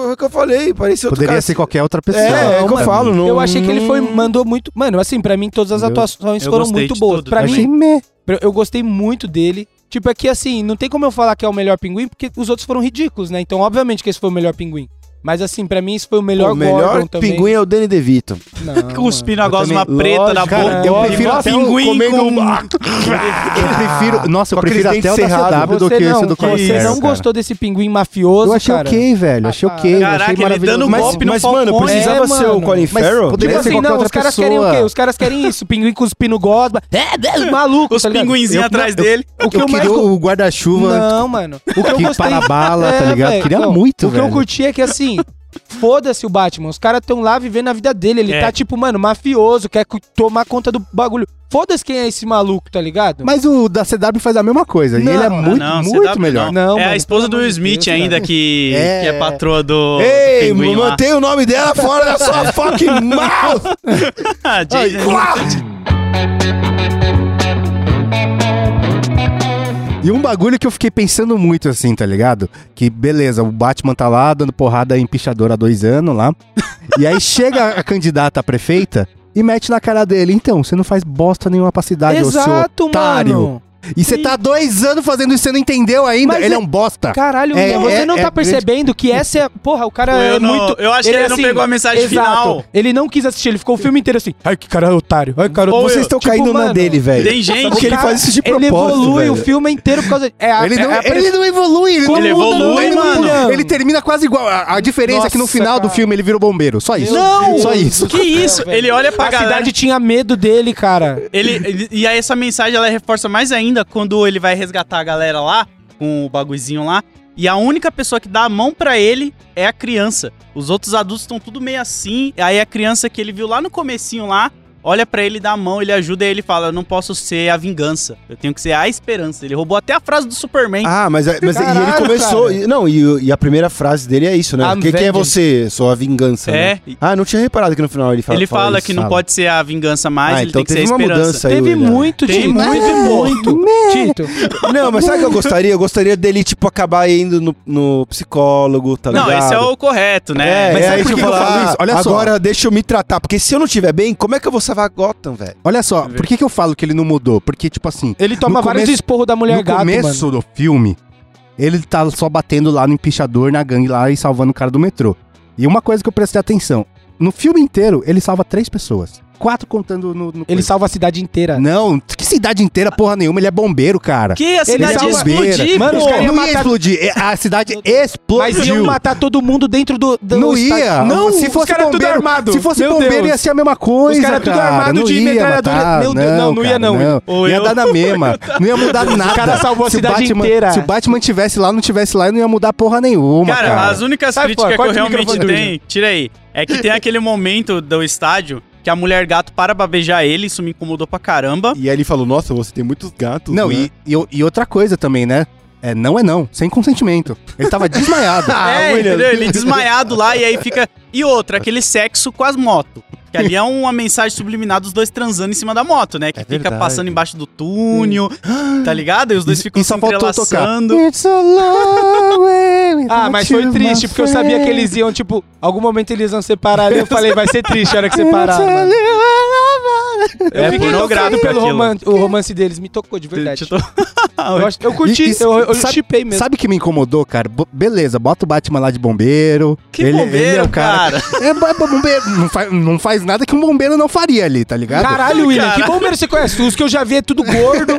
[SPEAKER 4] é o que eu falei, parecia outro
[SPEAKER 1] Poderia
[SPEAKER 4] cara. assim.
[SPEAKER 1] ser qualquer outra pessoa.
[SPEAKER 4] É, é o que eu
[SPEAKER 3] mano.
[SPEAKER 4] falo, não...
[SPEAKER 3] eu achei que ele foi,
[SPEAKER 4] não-
[SPEAKER 3] mandou muito. Mano, assim, pra mim todas as
[SPEAKER 1] Entendeu?
[SPEAKER 3] atuações
[SPEAKER 2] Eu
[SPEAKER 3] foram
[SPEAKER 2] gostei
[SPEAKER 3] muito
[SPEAKER 2] de
[SPEAKER 3] boas.
[SPEAKER 2] tudo
[SPEAKER 3] Pra
[SPEAKER 2] também.
[SPEAKER 1] Achei
[SPEAKER 3] mim,
[SPEAKER 1] meh.
[SPEAKER 3] pra- eu gostei muito dele. Tipo, é que assim, não tem como eu falar que é o melhor pinguim, porque os outros foram ridículos, né? Então, obviamente que esse foi o melhor pinguim. Mas assim, pra mim isso foi o melhor
[SPEAKER 4] o melhor
[SPEAKER 3] Gordon também.
[SPEAKER 4] pinguim é o Danny DeVito.
[SPEAKER 3] Não,
[SPEAKER 2] Cuspindo a
[SPEAKER 4] Eu também-
[SPEAKER 2] gosma preta da
[SPEAKER 4] Lógico,
[SPEAKER 2] boca. um
[SPEAKER 4] cara, eu
[SPEAKER 2] e
[SPEAKER 4] prefiro
[SPEAKER 2] mó
[SPEAKER 4] até o comendo
[SPEAKER 1] Eu
[SPEAKER 4] um-
[SPEAKER 1] prefiro. Nossa, eu
[SPEAKER 4] Com aquele
[SPEAKER 1] prefiro até
[SPEAKER 4] dente
[SPEAKER 1] o da
[SPEAKER 4] cerrado.
[SPEAKER 1] CW do
[SPEAKER 3] Você
[SPEAKER 1] que
[SPEAKER 3] não,
[SPEAKER 1] esse do Corsair.
[SPEAKER 3] você não
[SPEAKER 1] cara.
[SPEAKER 3] gostou desse pinguim mafioso,
[SPEAKER 1] Eu achei
[SPEAKER 3] cara? é um
[SPEAKER 1] ok, velho. Achei
[SPEAKER 3] Ah,
[SPEAKER 1] ok. eu
[SPEAKER 2] Caraca,
[SPEAKER 1] achei
[SPEAKER 2] ele
[SPEAKER 1] maravilhoso.
[SPEAKER 2] dando
[SPEAKER 1] mas,
[SPEAKER 2] golpe no
[SPEAKER 4] Mas, mano,
[SPEAKER 2] Falcone.
[SPEAKER 4] precisava
[SPEAKER 3] É,
[SPEAKER 4] ser o
[SPEAKER 3] mano.
[SPEAKER 4] Colin
[SPEAKER 1] Mas
[SPEAKER 4] Farrell? Né?
[SPEAKER 1] poderia
[SPEAKER 3] Tipo
[SPEAKER 1] ser
[SPEAKER 3] assim,
[SPEAKER 1] qualquer
[SPEAKER 3] não,
[SPEAKER 1] outra
[SPEAKER 3] os caras
[SPEAKER 1] pessoa.
[SPEAKER 3] querem o quê? Os caras querem isso, pinguim cuspindo gosma. É, é, maluco,
[SPEAKER 2] Os
[SPEAKER 3] tá ligado?
[SPEAKER 2] pinguinzinhos
[SPEAKER 3] Eu-
[SPEAKER 2] atrás
[SPEAKER 3] não,
[SPEAKER 2] dele.
[SPEAKER 3] O que eu,
[SPEAKER 1] eu
[SPEAKER 3] mais
[SPEAKER 1] queria
[SPEAKER 3] go-
[SPEAKER 1] o guarda-chuva
[SPEAKER 3] Não, mano. O
[SPEAKER 1] que para a bala, tá
[SPEAKER 3] É,
[SPEAKER 1] ligado?
[SPEAKER 3] velho.
[SPEAKER 1] Queria
[SPEAKER 3] Não,
[SPEAKER 1] muito,
[SPEAKER 3] O que
[SPEAKER 1] velho.
[SPEAKER 3] eu curti é que assim, foda-se o Batman. Os caras tão lá vivendo a vida dele. Ele
[SPEAKER 2] É.
[SPEAKER 3] tá tipo, mano, mafioso, quer cu- tomar conta do bagulho. Foda-se quem é esse maluco, tá ligado?
[SPEAKER 1] Mas o da CW faz a mesma coisa. e
[SPEAKER 3] Não,
[SPEAKER 1] ele é
[SPEAKER 3] não,
[SPEAKER 1] muito,
[SPEAKER 2] Ah, não,
[SPEAKER 1] muito
[SPEAKER 2] CW
[SPEAKER 1] melhor.
[SPEAKER 3] Não,
[SPEAKER 2] é
[SPEAKER 3] mano,
[SPEAKER 2] a esposa
[SPEAKER 3] pelo
[SPEAKER 2] do
[SPEAKER 3] amor
[SPEAKER 2] Will
[SPEAKER 3] de
[SPEAKER 2] Smith
[SPEAKER 3] Deus,
[SPEAKER 2] ainda,
[SPEAKER 3] cara.
[SPEAKER 2] que
[SPEAKER 1] É.
[SPEAKER 2] é, que é patroa do, do
[SPEAKER 4] Ei,
[SPEAKER 2] pinguim lá.
[SPEAKER 4] mantém o nome dela fora da sua fucking mouth!
[SPEAKER 2] Ah, Jason.
[SPEAKER 1] E um bagulho que eu fiquei pensando muito, assim, tá ligado? Que beleza, o Batman tá lá dando porrada em pichador há dois anos lá. e aí chega a candidata a prefeita e mete na cara dele. Então, você não faz bosta nenhuma pra cidade,
[SPEAKER 3] Exato,
[SPEAKER 1] ô seu otário.
[SPEAKER 3] mano.
[SPEAKER 1] E você tá há dois anos fazendo isso, você não entendeu ainda?
[SPEAKER 3] Mas
[SPEAKER 1] ele é...
[SPEAKER 3] é-
[SPEAKER 1] um bosta.
[SPEAKER 3] Caralho,
[SPEAKER 1] É,
[SPEAKER 3] William, você
[SPEAKER 1] é,
[SPEAKER 3] não
[SPEAKER 1] é
[SPEAKER 3] tá
[SPEAKER 1] grande-
[SPEAKER 3] percebendo que essa é. Porra, o cara
[SPEAKER 2] Eu
[SPEAKER 3] é
[SPEAKER 2] não-
[SPEAKER 3] muito.
[SPEAKER 2] eu acho que ele não pegou a mensagem final.
[SPEAKER 3] Ele não quis assistir, ele ficou o filme inteiro assim. Ai, que cara otário. Ai, cara
[SPEAKER 2] Ou
[SPEAKER 4] Vocês
[SPEAKER 2] eu-
[SPEAKER 4] estão
[SPEAKER 3] Tipo,
[SPEAKER 4] caindo na
[SPEAKER 3] mano,
[SPEAKER 4] dele, velho.
[SPEAKER 2] Tem gente
[SPEAKER 4] É Porque ele
[SPEAKER 3] cara-
[SPEAKER 4] faz isso de
[SPEAKER 3] Ele
[SPEAKER 4] propósito,
[SPEAKER 3] evolui
[SPEAKER 4] velho.
[SPEAKER 3] o filme inteiro por causa. É a,
[SPEAKER 1] Ele não,
[SPEAKER 3] é a pre-
[SPEAKER 1] ele não evolui, ele,
[SPEAKER 3] Como
[SPEAKER 1] não
[SPEAKER 2] Ele evolui,
[SPEAKER 1] evolui,
[SPEAKER 2] mano.
[SPEAKER 1] mano. Ele termina quase igual. A, a diferença é que no
[SPEAKER 3] Nossa,
[SPEAKER 1] final do
[SPEAKER 3] cara.
[SPEAKER 1] filme ele vira o bombeiro. Só isso.
[SPEAKER 3] Não!
[SPEAKER 1] Só isso.
[SPEAKER 2] Que isso?
[SPEAKER 3] velho.
[SPEAKER 2] Ele olha pra
[SPEAKER 3] A
[SPEAKER 2] galera.
[SPEAKER 3] cidade tinha medo dele, cara.
[SPEAKER 2] Ele, ele- e aí essa mensagem ela reforça mais ainda quando ele vai resgatar a galera lá, com o bagulhozinho lá. E a única pessoa que dá a mão pra ele é a criança. Os outros adultos estão tudo meio assim. Aí a criança que ele viu lá no comecinho lá, olha pra ele, dá a mão, ele ajuda e ele fala: Eu não posso ser a vingança. Eu tenho que ser a esperança. Ele roubou até a frase do Superman.
[SPEAKER 4] Ah, mas, mas e ele
[SPEAKER 3] Caralho,
[SPEAKER 4] começou.
[SPEAKER 3] cara.
[SPEAKER 4] e- Não, e, o- e a primeira frase dele é isso, né?
[SPEAKER 3] I'm
[SPEAKER 4] O que, que é
[SPEAKER 3] vengeance.
[SPEAKER 4] você? Sou a vingança. né?
[SPEAKER 2] é.
[SPEAKER 4] Ah, não tinha reparado que no final Tá, ele fala.
[SPEAKER 2] ele fala,
[SPEAKER 4] isso.
[SPEAKER 2] que não
[SPEAKER 4] Fala.
[SPEAKER 2] pode ser a vingança mais,
[SPEAKER 4] Ah,
[SPEAKER 2] ele
[SPEAKER 4] então
[SPEAKER 2] tem que ser a
[SPEAKER 4] teve uma
[SPEAKER 2] esperança.
[SPEAKER 4] mudança aí.
[SPEAKER 3] Teve
[SPEAKER 4] William.
[SPEAKER 3] muito,
[SPEAKER 2] Tem
[SPEAKER 3] Tito.
[SPEAKER 2] muito.
[SPEAKER 3] Teve muito. Tito.
[SPEAKER 4] Não, mas sabe o que eu gostaria? Eu gostaria dele, tipo, acabar indo no, no psicólogo, tá
[SPEAKER 2] não,
[SPEAKER 4] ligado?
[SPEAKER 2] esse é o correto, né?
[SPEAKER 4] É,
[SPEAKER 1] Mas
[SPEAKER 4] é,
[SPEAKER 1] sabe
[SPEAKER 4] aí
[SPEAKER 1] por
[SPEAKER 4] que
[SPEAKER 1] que
[SPEAKER 4] eu
[SPEAKER 1] eu
[SPEAKER 4] falo
[SPEAKER 1] falo isso?
[SPEAKER 4] Olha
[SPEAKER 1] Olha só.
[SPEAKER 4] Agora deixa eu me tratar, porque se eu não tiver bem, como é que eu vou salvar Gotham, velho?
[SPEAKER 1] Olha só, por que, que eu falo que ele não mudou? Porque, tipo assim,
[SPEAKER 3] Ele toma
[SPEAKER 1] No
[SPEAKER 3] vários
[SPEAKER 1] começo-
[SPEAKER 3] esporros da mulher
[SPEAKER 1] no
[SPEAKER 3] gato,
[SPEAKER 1] começo
[SPEAKER 3] mano.
[SPEAKER 1] do filme, ele tá só batendo lá no empichador, na gangue lá e salvando o cara do metrô. E uma coisa que eu prestei atenção: no filme inteiro, ele salva três pessoas. Quatro contando no. no
[SPEAKER 3] Ele
[SPEAKER 1] coisa.
[SPEAKER 3] salva É. a cidade inteira.
[SPEAKER 1] Não, que cidade inteira, porra nenhuma, ele é bombeiro, cara.
[SPEAKER 2] Que a cidade ia
[SPEAKER 1] salva-
[SPEAKER 2] explodir, pô.
[SPEAKER 3] Mano,
[SPEAKER 1] Os caras
[SPEAKER 3] ia
[SPEAKER 1] não ia
[SPEAKER 3] matar-
[SPEAKER 1] explodir, é, a cidade explodiu.
[SPEAKER 3] Mas iam matar todo mundo dentro do. do
[SPEAKER 1] Não
[SPEAKER 3] estádio.
[SPEAKER 1] ia.
[SPEAKER 3] Não,
[SPEAKER 1] se fosse
[SPEAKER 3] os caras
[SPEAKER 1] bombeiro,
[SPEAKER 3] tudo armado.
[SPEAKER 1] Se fosse
[SPEAKER 3] Meu
[SPEAKER 1] bombeiro,
[SPEAKER 3] Deus.
[SPEAKER 1] ia ser a mesma coisa.
[SPEAKER 3] Os caras tudo
[SPEAKER 1] cara.
[SPEAKER 3] armado
[SPEAKER 1] não
[SPEAKER 3] de
[SPEAKER 1] ia
[SPEAKER 3] metralhadora.
[SPEAKER 1] matar,
[SPEAKER 3] Meu Deus, não, não ia,
[SPEAKER 1] cara,
[SPEAKER 3] não.
[SPEAKER 2] Ou
[SPEAKER 1] Ia
[SPEAKER 2] eu-
[SPEAKER 1] dar na mesma. Não ia mudar nada.
[SPEAKER 3] cara salvou a
[SPEAKER 1] Se o
[SPEAKER 3] cidade
[SPEAKER 1] Batman-
[SPEAKER 3] inteira.
[SPEAKER 1] Se o Batman tivesse lá, não tivesse lá, eu não ia mudar porra nenhuma,
[SPEAKER 2] Cara,
[SPEAKER 1] cara.
[SPEAKER 2] as únicas
[SPEAKER 3] Sai
[SPEAKER 2] críticas
[SPEAKER 3] fora,
[SPEAKER 2] que eu
[SPEAKER 3] corta o
[SPEAKER 2] realmente
[SPEAKER 3] microfone,
[SPEAKER 2] tenho, tira aí, é que tem aquele momento do estádio que a mulher gato para pra beijar ele, isso me incomodou pra caramba.
[SPEAKER 4] E aí ele falou: Nossa, você tem muitos gatos.
[SPEAKER 1] Não,
[SPEAKER 4] né?
[SPEAKER 1] e, e- e outra coisa também, né? É não é não, sem consentimento. Ele tava desmaiado.
[SPEAKER 3] Ah,
[SPEAKER 2] é,
[SPEAKER 4] William.
[SPEAKER 2] entendeu? Ele desmaiado lá e aí fica. E outra, aquele sexo com as motos. Que ali é uma mensagem subliminada dos dois transando em cima da moto, né? Que
[SPEAKER 4] É
[SPEAKER 2] fica
[SPEAKER 4] verdade.
[SPEAKER 2] passando embaixo do túnel, tá ligado? E os dois ficam
[SPEAKER 1] e
[SPEAKER 2] se
[SPEAKER 1] só faltou tocar. Hum,
[SPEAKER 2] entrelaçando.
[SPEAKER 1] It's a long way without
[SPEAKER 3] Ah, mas
[SPEAKER 1] you,
[SPEAKER 3] foi
[SPEAKER 1] my
[SPEAKER 3] triste, porque eu sabia que
[SPEAKER 1] friend.
[SPEAKER 3] eles iam, tipo, algum momento eles iam separar ali. Eu falei, vai ser triste a hora que separar. mano. Eu
[SPEAKER 2] É
[SPEAKER 3] fiquei
[SPEAKER 2] pornográfico
[SPEAKER 3] tocado pelo
[SPEAKER 2] aquilo.
[SPEAKER 3] roman- o romance deles, me tocou de verdade.
[SPEAKER 2] Deixa eu to-
[SPEAKER 3] Eu, acho- eu curti,
[SPEAKER 1] E- e-
[SPEAKER 3] eu, eu
[SPEAKER 1] sabe-
[SPEAKER 3] chipei mesmo.
[SPEAKER 1] Sabe o que me incomodou, cara? Bo- beleza, bota o Batman lá de bombeiro.
[SPEAKER 2] Que
[SPEAKER 1] Ele-
[SPEAKER 2] bombeiro,
[SPEAKER 1] ele é o
[SPEAKER 2] cara. Tá
[SPEAKER 1] É, bo- bo- bombeiro. Não faz, não faz nada que um bombeiro não faria ali, tá ligado?
[SPEAKER 3] Caralho, William,
[SPEAKER 2] Cara.
[SPEAKER 3] que bombeiro você conhece? Os que eu já vi é tudo gordo,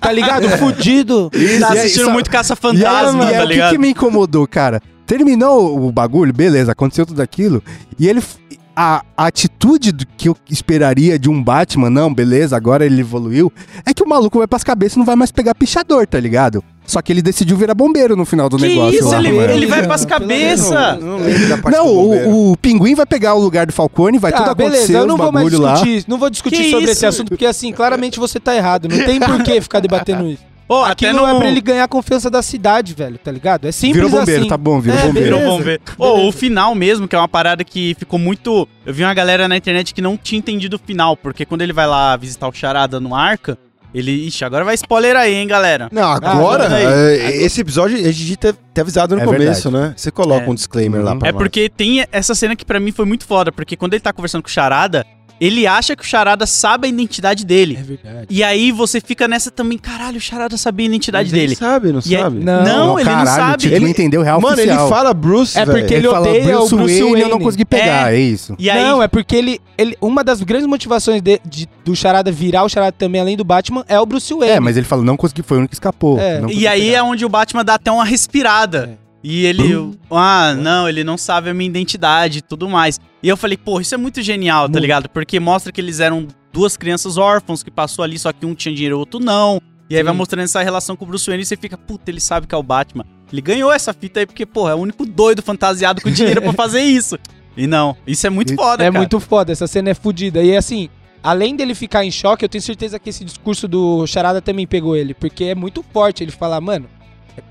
[SPEAKER 3] tá ligado?
[SPEAKER 1] É.
[SPEAKER 3] Fudido.
[SPEAKER 1] Isso,
[SPEAKER 2] Tá
[SPEAKER 1] e aí,
[SPEAKER 2] assistindo
[SPEAKER 1] só-
[SPEAKER 2] muito
[SPEAKER 1] E aí,
[SPEAKER 2] Caça-Fantasma,
[SPEAKER 1] e aí,
[SPEAKER 2] tá
[SPEAKER 1] o que,
[SPEAKER 2] ligado?
[SPEAKER 1] que me incomodou, cara? Terminou o bagulho, beleza, aconteceu tudo aquilo. E ele. f- A, a atitude do que eu esperaria de um Batman, não, beleza, agora ele evoluiu, é que o maluco vai pras cabeças e não vai mais pegar pichador, tá ligado? Só que ele decidiu virar bombeiro no final do
[SPEAKER 2] Que
[SPEAKER 1] negócio.
[SPEAKER 2] isso,
[SPEAKER 1] lá,
[SPEAKER 2] ele,
[SPEAKER 1] mano.
[SPEAKER 2] ele vai
[SPEAKER 3] Pelo
[SPEAKER 2] pras
[SPEAKER 3] amor de
[SPEAKER 2] cabeças.
[SPEAKER 4] Não lembro da parte
[SPEAKER 1] Não,
[SPEAKER 4] do bombeiro.
[SPEAKER 1] o, o pinguim vai pegar o lugar do Falcone, vai tudo
[SPEAKER 3] Tá,
[SPEAKER 1] acontecer,
[SPEAKER 3] beleza, eu não
[SPEAKER 1] os
[SPEAKER 3] vou mais
[SPEAKER 1] bagulho lá.
[SPEAKER 3] discutir, isso, não vou discutir
[SPEAKER 2] Que
[SPEAKER 3] sobre
[SPEAKER 2] isso?
[SPEAKER 3] esse assunto, porque assim, claramente você tá errado, não tem por que ficar debatendo isso.
[SPEAKER 2] Pô,
[SPEAKER 3] Aqui
[SPEAKER 2] até
[SPEAKER 3] não é
[SPEAKER 2] no-
[SPEAKER 3] pra ele ganhar a confiança da cidade, velho, tá ligado? É simples
[SPEAKER 1] Virou bombeiro,
[SPEAKER 3] assim.
[SPEAKER 1] tá bom, virou
[SPEAKER 3] É,
[SPEAKER 1] bombeiro.
[SPEAKER 2] Virou
[SPEAKER 3] Beleza.
[SPEAKER 2] bombeiro. Ô, o final mesmo, que é uma parada que ficou muito. Eu vi uma galera na internet que não tinha entendido o final, porque quando ele vai lá visitar o Charada no Arca, ele. Ixi, agora vai spoiler aí, hein, galera.
[SPEAKER 4] Não, agora,
[SPEAKER 2] não,
[SPEAKER 4] é, esse episódio a gente ter, ter avisado no
[SPEAKER 1] É
[SPEAKER 4] começo, né? Você coloca
[SPEAKER 2] É.
[SPEAKER 4] um disclaimer lá pra
[SPEAKER 2] É
[SPEAKER 4] nós.
[SPEAKER 2] porque tem essa cena que pra mim foi muito foda, porque quando ele tá conversando com o Charada, Ele acha que o Charada sabe a identidade dele.
[SPEAKER 3] É verdade.
[SPEAKER 2] E aí você fica nessa também, caralho, o Charada sabia a identidade
[SPEAKER 4] Mas ele
[SPEAKER 2] dele.
[SPEAKER 4] sabe, não
[SPEAKER 2] E é-
[SPEAKER 4] sabe?
[SPEAKER 3] Não,
[SPEAKER 2] não, ele não
[SPEAKER 1] caralho, o
[SPEAKER 2] sabe.
[SPEAKER 1] Tito não entendeu o real
[SPEAKER 4] Mano,
[SPEAKER 1] é oficial.
[SPEAKER 4] ele fala Bruce,
[SPEAKER 3] É
[SPEAKER 4] velho.
[SPEAKER 3] porque
[SPEAKER 1] Ele
[SPEAKER 3] ele
[SPEAKER 1] fala
[SPEAKER 3] odeia
[SPEAKER 1] Bruce,
[SPEAKER 3] o Bruce
[SPEAKER 1] Wayne,
[SPEAKER 3] Wayne.
[SPEAKER 1] eu não consegui pegar, é, isso.
[SPEAKER 2] E aí,
[SPEAKER 3] Não, é porque ele, ele. Uma das grandes motivações de- de- do Charada virar o Charada também, além do Batman, é o Bruce Wayne.
[SPEAKER 1] É, mas ele fala, não consegui, foi o único que escapou.
[SPEAKER 3] É.
[SPEAKER 1] não consegui
[SPEAKER 2] e aí
[SPEAKER 1] pegar.
[SPEAKER 2] é onde o Batman dá até uma respirada. E ele,
[SPEAKER 3] É.
[SPEAKER 2] ah, não, ele não sabe a minha identidade e tudo mais. E eu falei, pô, isso é muito genial, tá ligado? Porque mostra que eles eram duas crianças órfãos que passou ali, só que um tinha dinheiro e o outro não. E aí vai mostrando essa relação com o Bruce Wayne e você fica, puta, ele sabe que é o Batman. Ele ganhou essa fita aí porque, pô, é o único doido fantasiado com dinheiro pra fazer isso. E não, isso é muito
[SPEAKER 1] E-
[SPEAKER 2] foda,
[SPEAKER 3] É
[SPEAKER 2] cara.
[SPEAKER 3] muito foda, essa cena é fodida. E assim, além dele ficar em choque, eu tenho certeza que esse discurso do Charada também pegou ele, porque é muito forte ele falar, mano,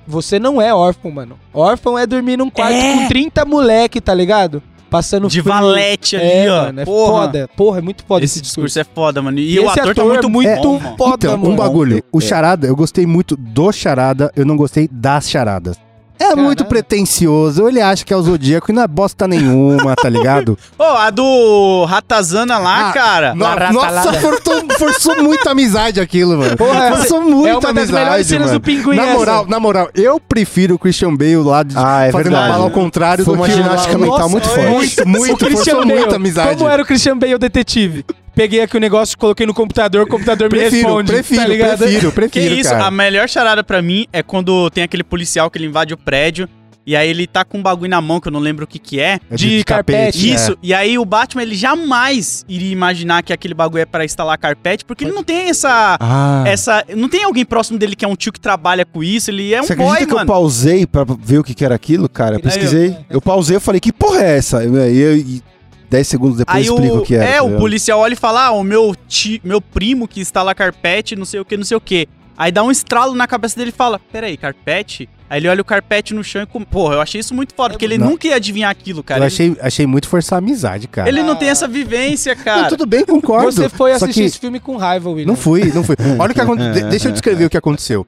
[SPEAKER 3] você não é órfão, mano. Órfão é dormir num quarto
[SPEAKER 2] É.
[SPEAKER 3] com 30 moleque, tá ligado? Passando
[SPEAKER 2] De
[SPEAKER 3] frio.
[SPEAKER 2] valete ali,
[SPEAKER 3] É,
[SPEAKER 2] ó.
[SPEAKER 3] mano, é
[SPEAKER 2] Porra.
[SPEAKER 3] foda. Porra, é muito foda esse,
[SPEAKER 2] Esse discurso é foda, mano. E,
[SPEAKER 3] E
[SPEAKER 2] o
[SPEAKER 3] esse
[SPEAKER 2] ator, tá
[SPEAKER 3] ator
[SPEAKER 2] muito, muito
[SPEAKER 1] é
[SPEAKER 2] bom, mano.
[SPEAKER 3] foda,
[SPEAKER 1] Então, um
[SPEAKER 3] mano.
[SPEAKER 1] bagulho. O
[SPEAKER 4] É.
[SPEAKER 1] charada, eu gostei muito do charada, eu não gostei das charadas. É muito
[SPEAKER 3] Caralho.
[SPEAKER 1] pretencioso, ele acha que é o Zodíaco e não é bosta nenhuma, tá ligado?
[SPEAKER 2] Ô, a do Ratazana lá,
[SPEAKER 1] Ah,
[SPEAKER 2] cara.
[SPEAKER 1] No-
[SPEAKER 3] Larata
[SPEAKER 1] nossa,
[SPEAKER 3] Lada.
[SPEAKER 1] forçou, forçou muito a amizade aquilo, mano.
[SPEAKER 3] Porra,
[SPEAKER 1] forçou muito
[SPEAKER 3] é uma das
[SPEAKER 1] amizade,
[SPEAKER 3] melhores cenas
[SPEAKER 1] mano.
[SPEAKER 3] do Pinguim
[SPEAKER 1] Na
[SPEAKER 3] essa.
[SPEAKER 1] moral, na moral, eu prefiro o Christian Bale lá de
[SPEAKER 4] Ah, é
[SPEAKER 1] fazendo a
[SPEAKER 4] verdade.
[SPEAKER 1] bala ao contrário
[SPEAKER 4] Foi
[SPEAKER 1] do
[SPEAKER 4] uma
[SPEAKER 1] que o-
[SPEAKER 4] ginástica mental
[SPEAKER 1] Nossa,
[SPEAKER 3] é
[SPEAKER 4] muito
[SPEAKER 1] foi.
[SPEAKER 4] forte.
[SPEAKER 1] tá Muito, muito, forçou muito a amizade.
[SPEAKER 3] Como era o Christian Bale detetive? Peguei aqui o negócio, coloquei no computador, o computador me
[SPEAKER 1] prefiro,
[SPEAKER 3] responde.
[SPEAKER 1] prefiro,
[SPEAKER 3] tá ligado?
[SPEAKER 1] prefiro,
[SPEAKER 2] Que
[SPEAKER 1] prefiro,
[SPEAKER 2] isso,
[SPEAKER 1] cara.
[SPEAKER 2] a melhor charada pra mim é quando tem aquele policial que ele invade o prédio e aí ele tá com um bagulho na mão que eu não lembro o que que é.
[SPEAKER 1] É
[SPEAKER 3] de carpete,
[SPEAKER 1] né?
[SPEAKER 2] Isso, e aí o Batman ele jamais iria imaginar que aquele bagulho é pra instalar carpete, porque ele não tem essa
[SPEAKER 4] Ah.
[SPEAKER 2] essa, não tem alguém próximo dele que é um tio que trabalha com isso, ele é um
[SPEAKER 4] Você acredita
[SPEAKER 2] boy,
[SPEAKER 4] que eu
[SPEAKER 2] mano.
[SPEAKER 4] pausei pra ver o que, que era aquilo, cara? Eu
[SPEAKER 2] Aí, ó.
[SPEAKER 4] pesquisei. Eu pausei e falei, que porra é essa? E aí eu- e 10 segundos depois
[SPEAKER 2] Aí
[SPEAKER 4] eu explico
[SPEAKER 2] o,
[SPEAKER 4] o que era.
[SPEAKER 2] é,
[SPEAKER 4] tá
[SPEAKER 2] o
[SPEAKER 4] ligado?
[SPEAKER 2] policial olha e fala: ah, o meu, ti, meu primo que instala carpete, não sei o que, não sei o que. Aí dá um estralo na cabeça dele e fala: Peraí, carpete? Aí ele olha o carpete no chão e. Com... Porra, eu achei isso muito foda, porque ele
[SPEAKER 1] Não.
[SPEAKER 2] nunca ia adivinhar aquilo, cara.
[SPEAKER 1] eu
[SPEAKER 2] Ele-
[SPEAKER 1] achei, achei muito forçar a amizade, cara.
[SPEAKER 2] Ele não tem essa vivência,
[SPEAKER 1] Não,
[SPEAKER 2] cara.
[SPEAKER 1] tudo bem, concordo.
[SPEAKER 3] Você foi
[SPEAKER 1] só
[SPEAKER 3] assistir
[SPEAKER 1] que-
[SPEAKER 3] esse filme né? com raiva, William.
[SPEAKER 1] Não fui, não fui. Olha o que aconteceu. De- deixa eu descrever o que aconteceu.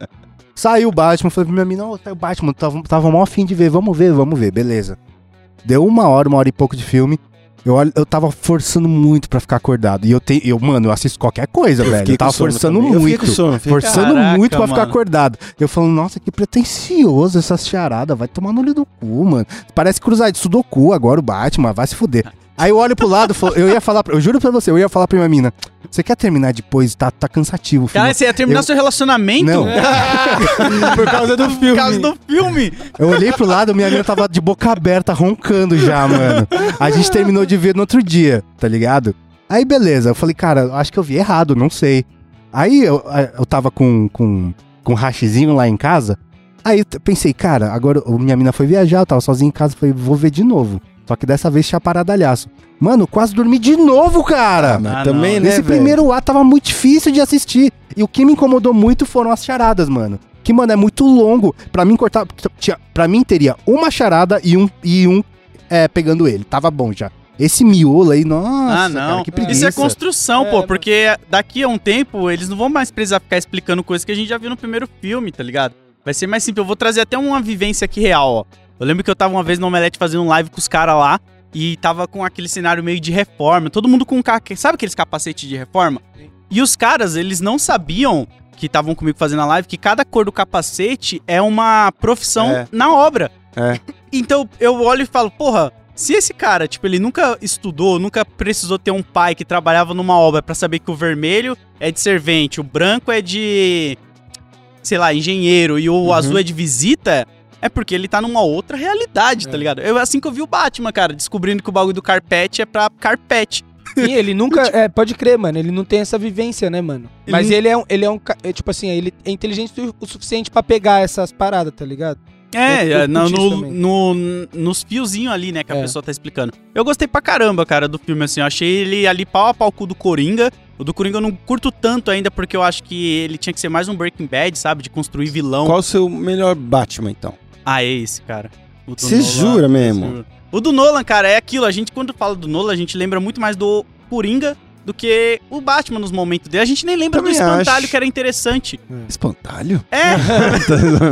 [SPEAKER 1] Saiu o Batman, falei pra minha mina, "Ô, tá o Batman, tava, tava mal afim de ver, vamos ver, vamos ver, beleza. Deu uma hora, uma hora e pouco de filme. Eu, olho- eu tava forçando muito pra ficar acordado. E eu tenho. Eu, mano, eu assisto qualquer coisa, velho.
[SPEAKER 4] fiquei
[SPEAKER 1] Eu
[SPEAKER 4] com
[SPEAKER 1] tava
[SPEAKER 4] sono
[SPEAKER 1] forçando
[SPEAKER 4] também. Eu fiquei com
[SPEAKER 1] muito.
[SPEAKER 4] sono, fiquei-
[SPEAKER 1] Forçando
[SPEAKER 2] Caraca,
[SPEAKER 1] muito pra ficar
[SPEAKER 2] mano.
[SPEAKER 1] acordado. Eu falando, nossa, que pretencioso essas charadas. Vai tomar no olho do cu, mano. Parece cruzar de Sudoku agora o Batman, vai se fuder. Aí eu olho pro lado, falo- eu ia falar, pra- eu juro pra você, eu ia falar pra minha mina, você quer terminar depois? Tá, tá cansativo o filme.
[SPEAKER 2] Cara, você ia terminar
[SPEAKER 1] Eu-
[SPEAKER 2] seu relacionamento
[SPEAKER 1] Não.
[SPEAKER 3] Por causa do filme.
[SPEAKER 2] por causa do filme.
[SPEAKER 1] Eu olhei pro lado, minha mina tava de boca aberta, roncando já, mano. A gente terminou de ver no outro dia, tá ligado? Aí beleza, eu falei, cara, acho que eu vi errado, não sei. Aí eu, eu tava com, com, com um hashizinho lá em casa. Aí eu t- pensei, cara, agora o- minha mina foi viajar, eu tava sozinho em casa, falei, vou ver de novo. Só que dessa vez tinha paradalhaço. Mano, quase dormi de novo, cara!
[SPEAKER 4] Mas
[SPEAKER 2] Ah,
[SPEAKER 4] também,
[SPEAKER 2] não.
[SPEAKER 4] né,
[SPEAKER 1] Esse
[SPEAKER 4] velho?
[SPEAKER 1] primeiro ato tava muito difícil de assistir. E o que me incomodou muito foram as charadas, mano. Que, mano, é muito longo. Pra mim cortar. Tinha, pra mim teria uma charada e um, e um é, pegando ele. Tava bom já. Esse miolo aí, nossa,
[SPEAKER 2] ah, não.
[SPEAKER 1] cara, que preguiça.
[SPEAKER 2] Isso é construção,
[SPEAKER 3] É,
[SPEAKER 2] pô,
[SPEAKER 3] mano.
[SPEAKER 2] porque daqui a um tempo eles não vão mais precisar ficar explicando coisas que a gente já viu no primeiro filme, tá ligado? Vai ser mais simples. Eu vou trazer até uma vivência aqui real, ó. Eu lembro que eu tava uma vez no Omelete fazendo um live com os caras lá e tava com aquele cenário meio de reforma. Todo mundo com ca... Sabe aqueles capacetes de reforma? E os caras, eles não sabiam que estavam comigo fazendo a live que cada cor do capacete é uma profissão
[SPEAKER 4] É.
[SPEAKER 2] na obra.
[SPEAKER 4] É.
[SPEAKER 2] Então eu olho e falo, porra, se esse cara, tipo, ele nunca estudou, nunca precisou ter um pai que trabalhava numa obra pra saber que o vermelho é de servente, o branco é de, sei lá, engenheiro e o
[SPEAKER 4] Uhum.
[SPEAKER 2] azul é de visita, é porque ele tá numa outra realidade, tá
[SPEAKER 3] É.
[SPEAKER 2] ligado? Eu, assim que eu vi o Batman, cara, descobrindo que o bagulho do carpete é pra carpete.
[SPEAKER 3] E ele nunca. é, pode crer, mano. Ele não tem essa vivência, né, mano?
[SPEAKER 2] Ele
[SPEAKER 3] Mas
[SPEAKER 2] não-
[SPEAKER 3] ele é um. Ele é um. ca- é, tipo assim, ele é inteligente o- o suficiente pra pegar essas paradas, tá ligado?
[SPEAKER 2] É,
[SPEAKER 3] Eu curto
[SPEAKER 2] na-
[SPEAKER 3] isso
[SPEAKER 2] no,
[SPEAKER 3] também.
[SPEAKER 2] no- nos fiozinhos ali, né, que a
[SPEAKER 3] É.
[SPEAKER 2] pessoa tá explicando. Eu gostei pra caramba, cara, do filme, assim. Eu achei ele ali pau a pau com o do Coringa. O do Coringa eu não curto tanto ainda, porque eu acho que ele tinha que ser mais um Breaking Bad, sabe? De construir vilão.
[SPEAKER 4] Qual o seu melhor Batman, então?
[SPEAKER 2] Ah, é esse, cara. O do
[SPEAKER 4] Você jura mesmo?
[SPEAKER 2] juro. O do Nolan, cara, é aquilo. A gente, quando fala do Nolan, a gente lembra muito mais do Coringa do que o Batman nos momentos dele. A gente nem lembra
[SPEAKER 4] Também
[SPEAKER 2] do espantalho
[SPEAKER 4] acho.
[SPEAKER 2] que era interessante.
[SPEAKER 1] Espantalho?
[SPEAKER 2] É,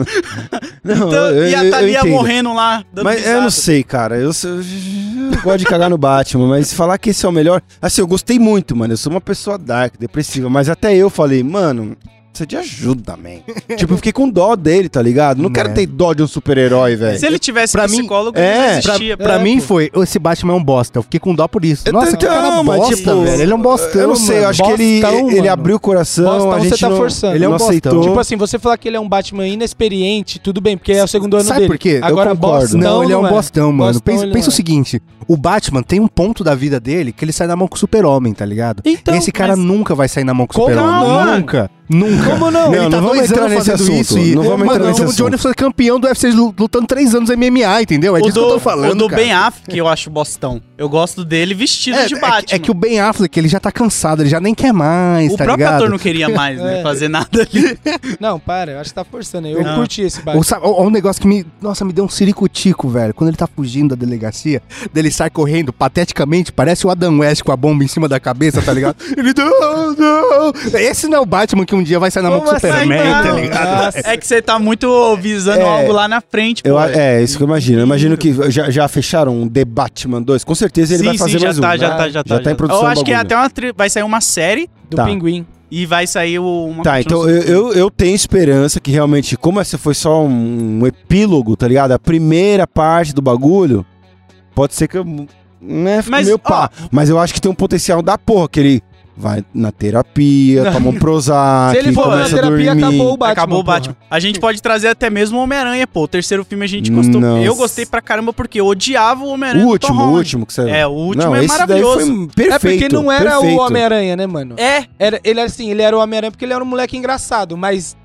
[SPEAKER 4] Não,
[SPEAKER 2] então, e a Thalia
[SPEAKER 4] entendo.
[SPEAKER 2] morrendo lá, dando
[SPEAKER 4] Mas eu
[SPEAKER 2] risada. assim.
[SPEAKER 4] não sei, cara. Eu, sou- eu gosto de cagar no Batman, mas falar que esse é o melhor. Assim, eu gostei muito, mano. Eu sou uma pessoa dark, depressiva, mas até eu falei, mano. Precisa de ajuda, man. tipo, eu fiquei com dó dele, tá ligado? Não quero
[SPEAKER 1] Né.
[SPEAKER 4] ter dó de um super-herói,
[SPEAKER 2] É. Se
[SPEAKER 4] velho.
[SPEAKER 2] ele tivesse
[SPEAKER 1] Pra mim,
[SPEAKER 2] psicólogo,
[SPEAKER 4] é,
[SPEAKER 2] ele não
[SPEAKER 1] Pra,
[SPEAKER 2] existia.
[SPEAKER 1] pra
[SPEAKER 3] É,
[SPEAKER 1] mim
[SPEAKER 3] pô.
[SPEAKER 1] foi, esse Batman é um bosta. Eu fiquei com dó por isso.
[SPEAKER 4] Eu
[SPEAKER 1] Nossa,
[SPEAKER 4] tô-
[SPEAKER 1] que cara
[SPEAKER 4] não, mas,
[SPEAKER 1] bosta,
[SPEAKER 4] tipo,
[SPEAKER 1] velho. Ele é um bostão,
[SPEAKER 4] Eu não sei, eu
[SPEAKER 1] mano.
[SPEAKER 4] acho que ele,
[SPEAKER 3] Bostão,
[SPEAKER 4] ele
[SPEAKER 3] mano.
[SPEAKER 4] abriu o coração.
[SPEAKER 3] Bostão,
[SPEAKER 4] Então, a
[SPEAKER 3] você
[SPEAKER 4] gente
[SPEAKER 3] tá
[SPEAKER 4] não,
[SPEAKER 3] forçando.
[SPEAKER 4] Ele é um
[SPEAKER 1] Não
[SPEAKER 4] bostão.
[SPEAKER 1] aceitou.
[SPEAKER 3] Tipo assim, você falar que ele é um Batman inexperiente, tudo bem, porque é o segundo ano
[SPEAKER 1] Sabe
[SPEAKER 3] dele.
[SPEAKER 1] por quê? Eu
[SPEAKER 3] Agora,
[SPEAKER 4] concordo.
[SPEAKER 3] Bostão,
[SPEAKER 1] Não, ele é um
[SPEAKER 3] não
[SPEAKER 1] bostão, mano.
[SPEAKER 3] Bostão
[SPEAKER 1] pensa
[SPEAKER 3] ele
[SPEAKER 1] pensa
[SPEAKER 3] não
[SPEAKER 1] o
[SPEAKER 3] é.
[SPEAKER 1] seguinte: o Batman tem um ponto da vida dele que ele sai na mão com o super-homem, tá ligado?
[SPEAKER 2] Então,
[SPEAKER 1] Esse cara
[SPEAKER 2] mas-
[SPEAKER 1] nunca vai sair na mão com o
[SPEAKER 3] Como
[SPEAKER 1] super-homem.
[SPEAKER 2] não?
[SPEAKER 1] Nunca. Nunca.
[SPEAKER 3] Como não?
[SPEAKER 1] ele
[SPEAKER 4] Não,
[SPEAKER 1] tá
[SPEAKER 4] não vamos
[SPEAKER 1] dois
[SPEAKER 4] entrar
[SPEAKER 1] anos
[SPEAKER 4] nesse
[SPEAKER 1] fazendo
[SPEAKER 4] assunto.
[SPEAKER 1] isso e...
[SPEAKER 4] Não vamos
[SPEAKER 1] mano,
[SPEAKER 4] entrar nesse
[SPEAKER 1] então o Johnny
[SPEAKER 4] assunto.
[SPEAKER 1] foi campeão do UFC lutando três anos MMA, entendeu? É
[SPEAKER 2] O
[SPEAKER 1] disso
[SPEAKER 2] do,
[SPEAKER 1] que eu tô falando,
[SPEAKER 2] o do
[SPEAKER 1] cara.
[SPEAKER 2] Ben Affleck eu acho bostão. Eu gosto dele vestido
[SPEAKER 1] é,
[SPEAKER 2] de
[SPEAKER 1] é-
[SPEAKER 2] Batman.
[SPEAKER 1] é que o Ben Affleck, ele já tá cansado, ele já nem quer mais,
[SPEAKER 2] o
[SPEAKER 1] tá
[SPEAKER 2] próprio
[SPEAKER 1] ligado?
[SPEAKER 2] ator não queria mais, né?
[SPEAKER 3] É.
[SPEAKER 2] Fazer nada ali.
[SPEAKER 3] Não, para, eu acho que tá forçando. Eu
[SPEAKER 2] Não.
[SPEAKER 3] curti esse Batman.
[SPEAKER 1] Ou, sabe, ou- ou um negócio que me. Nossa, me deu um ciricutico, velho. Quando ele tá fugindo da delegacia, dele sai correndo pateticamente, parece o Adam West com a bomba em cima da cabeça, tá ligado? ele. Não, não. Esse não é o Batman que um dia vai sair na mão
[SPEAKER 3] Como
[SPEAKER 1] do Superman,
[SPEAKER 2] assim, cara?
[SPEAKER 1] tá ligado?
[SPEAKER 3] Nossa.
[SPEAKER 2] É que você tá muito visando
[SPEAKER 4] É.
[SPEAKER 2] algo lá na frente, pô.
[SPEAKER 4] Eu, é, isso que eu imagino. Eu imagino que já, já fecharam um The Batman 2. Com certeza ele vai fazer
[SPEAKER 2] já
[SPEAKER 4] mais
[SPEAKER 2] tá,
[SPEAKER 4] um.
[SPEAKER 2] já
[SPEAKER 4] né?
[SPEAKER 2] tá, já tá,
[SPEAKER 4] Já tá em produção
[SPEAKER 2] Eu acho
[SPEAKER 4] o
[SPEAKER 2] que é
[SPEAKER 4] bagulho.
[SPEAKER 2] até uma tri- vai sair uma série
[SPEAKER 3] Do
[SPEAKER 4] Tá.
[SPEAKER 3] Pinguim.
[SPEAKER 2] e vai sair o- uma
[SPEAKER 4] Tá, então
[SPEAKER 3] assim,
[SPEAKER 4] eu, eu, eu tenho esperança que realmente, como essa foi só um, um epílogo, tá ligado? A primeira parte do bagulho, pode ser que eu. Né, fique
[SPEAKER 2] Mas,
[SPEAKER 4] meio
[SPEAKER 2] ó.
[SPEAKER 4] pá. Mas eu acho que tem um potencial da porra, que ele vai na terapia, toma um Prozac,
[SPEAKER 3] Se ele for na
[SPEAKER 4] começa a dormir.
[SPEAKER 3] terapia, acabou o Batman.
[SPEAKER 2] Acabou o
[SPEAKER 3] porra.
[SPEAKER 2] Batman. A gente pode trazer até mesmo o Homem-Aranha, pô. O terceiro filme a gente gostou.
[SPEAKER 4] Nossa.
[SPEAKER 2] Eu gostei pra caramba porque eu odiava o Homem-Aranha.
[SPEAKER 4] o
[SPEAKER 2] do Tom
[SPEAKER 4] último,
[SPEAKER 3] um
[SPEAKER 4] o
[SPEAKER 2] Holland.
[SPEAKER 4] último que você
[SPEAKER 2] É, o último
[SPEAKER 4] não,
[SPEAKER 2] é
[SPEAKER 4] esse daí
[SPEAKER 2] maravilhoso.
[SPEAKER 4] foi perfeito.
[SPEAKER 3] É porque não era
[SPEAKER 4] perfeito.
[SPEAKER 3] o Homem-Aranha, né, mano?
[SPEAKER 2] É,
[SPEAKER 3] Era, ele era assim, ele era o Homem-Aranha porque ele era um moleque engraçado, mas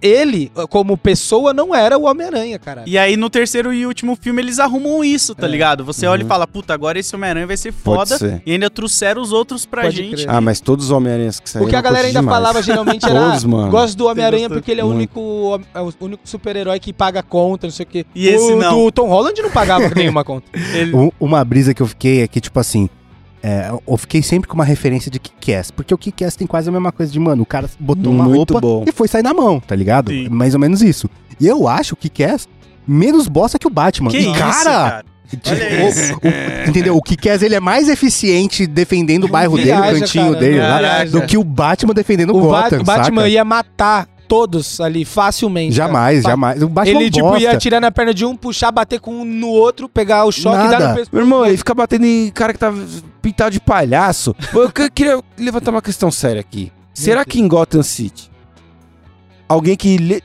[SPEAKER 3] ele, como pessoa, não era o Homem-Aranha, cara.
[SPEAKER 2] E aí no terceiro e último filme eles arrumam isso, tá ligado? Você olha e fala, puta, agora esse Homem-Aranha vai ser
[SPEAKER 4] É. Uhum. Pode
[SPEAKER 2] foda.
[SPEAKER 4] ser.
[SPEAKER 2] E ainda trouxeram os outros pra
[SPEAKER 3] Pode
[SPEAKER 2] gente.
[SPEAKER 3] crer.
[SPEAKER 4] Ah, mas todos os Homem-Aranhas que saíram.
[SPEAKER 3] O que a
[SPEAKER 4] eu
[SPEAKER 3] galera
[SPEAKER 4] curti
[SPEAKER 3] ainda
[SPEAKER 4] demais.
[SPEAKER 3] falava geralmente era.
[SPEAKER 4] Todos, mano.
[SPEAKER 3] Gosto do Homem-Aranha
[SPEAKER 2] gostou?
[SPEAKER 3] porque ele é o
[SPEAKER 4] Muito.
[SPEAKER 3] único, hom- é o único super-herói que paga conta, não sei o quê.
[SPEAKER 2] E esse
[SPEAKER 3] o,
[SPEAKER 2] não.
[SPEAKER 3] do Tom Holland não pagava nenhuma conta.
[SPEAKER 2] Ele-
[SPEAKER 1] Um- Uma brisa que eu fiquei é que, tipo assim. é, eu fiquei sempre com uma referência de Kick-Ass, porque o Kick-Ass tem quase a mesma coisa de, mano, o cara botou uma
[SPEAKER 4] Muito
[SPEAKER 1] roupa
[SPEAKER 4] bom.
[SPEAKER 1] e foi sair na mão, tá ligado?
[SPEAKER 2] Sim.
[SPEAKER 1] Mais ou menos isso. E eu acho o Kick-Ass menos bosta que o Batman.
[SPEAKER 2] Que
[SPEAKER 1] e,
[SPEAKER 2] isso,
[SPEAKER 1] cara, tipo,
[SPEAKER 2] cara? Olha
[SPEAKER 1] o- o- entendeu? O Kikaz, ele é mais eficiente defendendo o bairro dele,
[SPEAKER 3] Viaja,
[SPEAKER 1] o cantinho
[SPEAKER 3] cara,
[SPEAKER 1] dele lá,
[SPEAKER 2] viaja.
[SPEAKER 1] do que o Batman defendendo o
[SPEAKER 3] o Va-
[SPEAKER 1] Gotham,
[SPEAKER 3] Batman
[SPEAKER 1] saca?
[SPEAKER 3] ia matar todos ali facilmente. cara.
[SPEAKER 1] Jamais,
[SPEAKER 3] Fa-
[SPEAKER 1] jamais. O Batman
[SPEAKER 3] Ele, tipo,
[SPEAKER 1] bosta.
[SPEAKER 3] ia atirar na perna de um, puxar, bater com um no outro, pegar o choque e
[SPEAKER 1] Nada.
[SPEAKER 3] dar no pescoço.
[SPEAKER 4] Meu irmão, ele fica batendo em cara que tá pintado de palhaço. Eu que- queria levantar uma questão séria aqui. Será que em Gotham City, alguém que. le-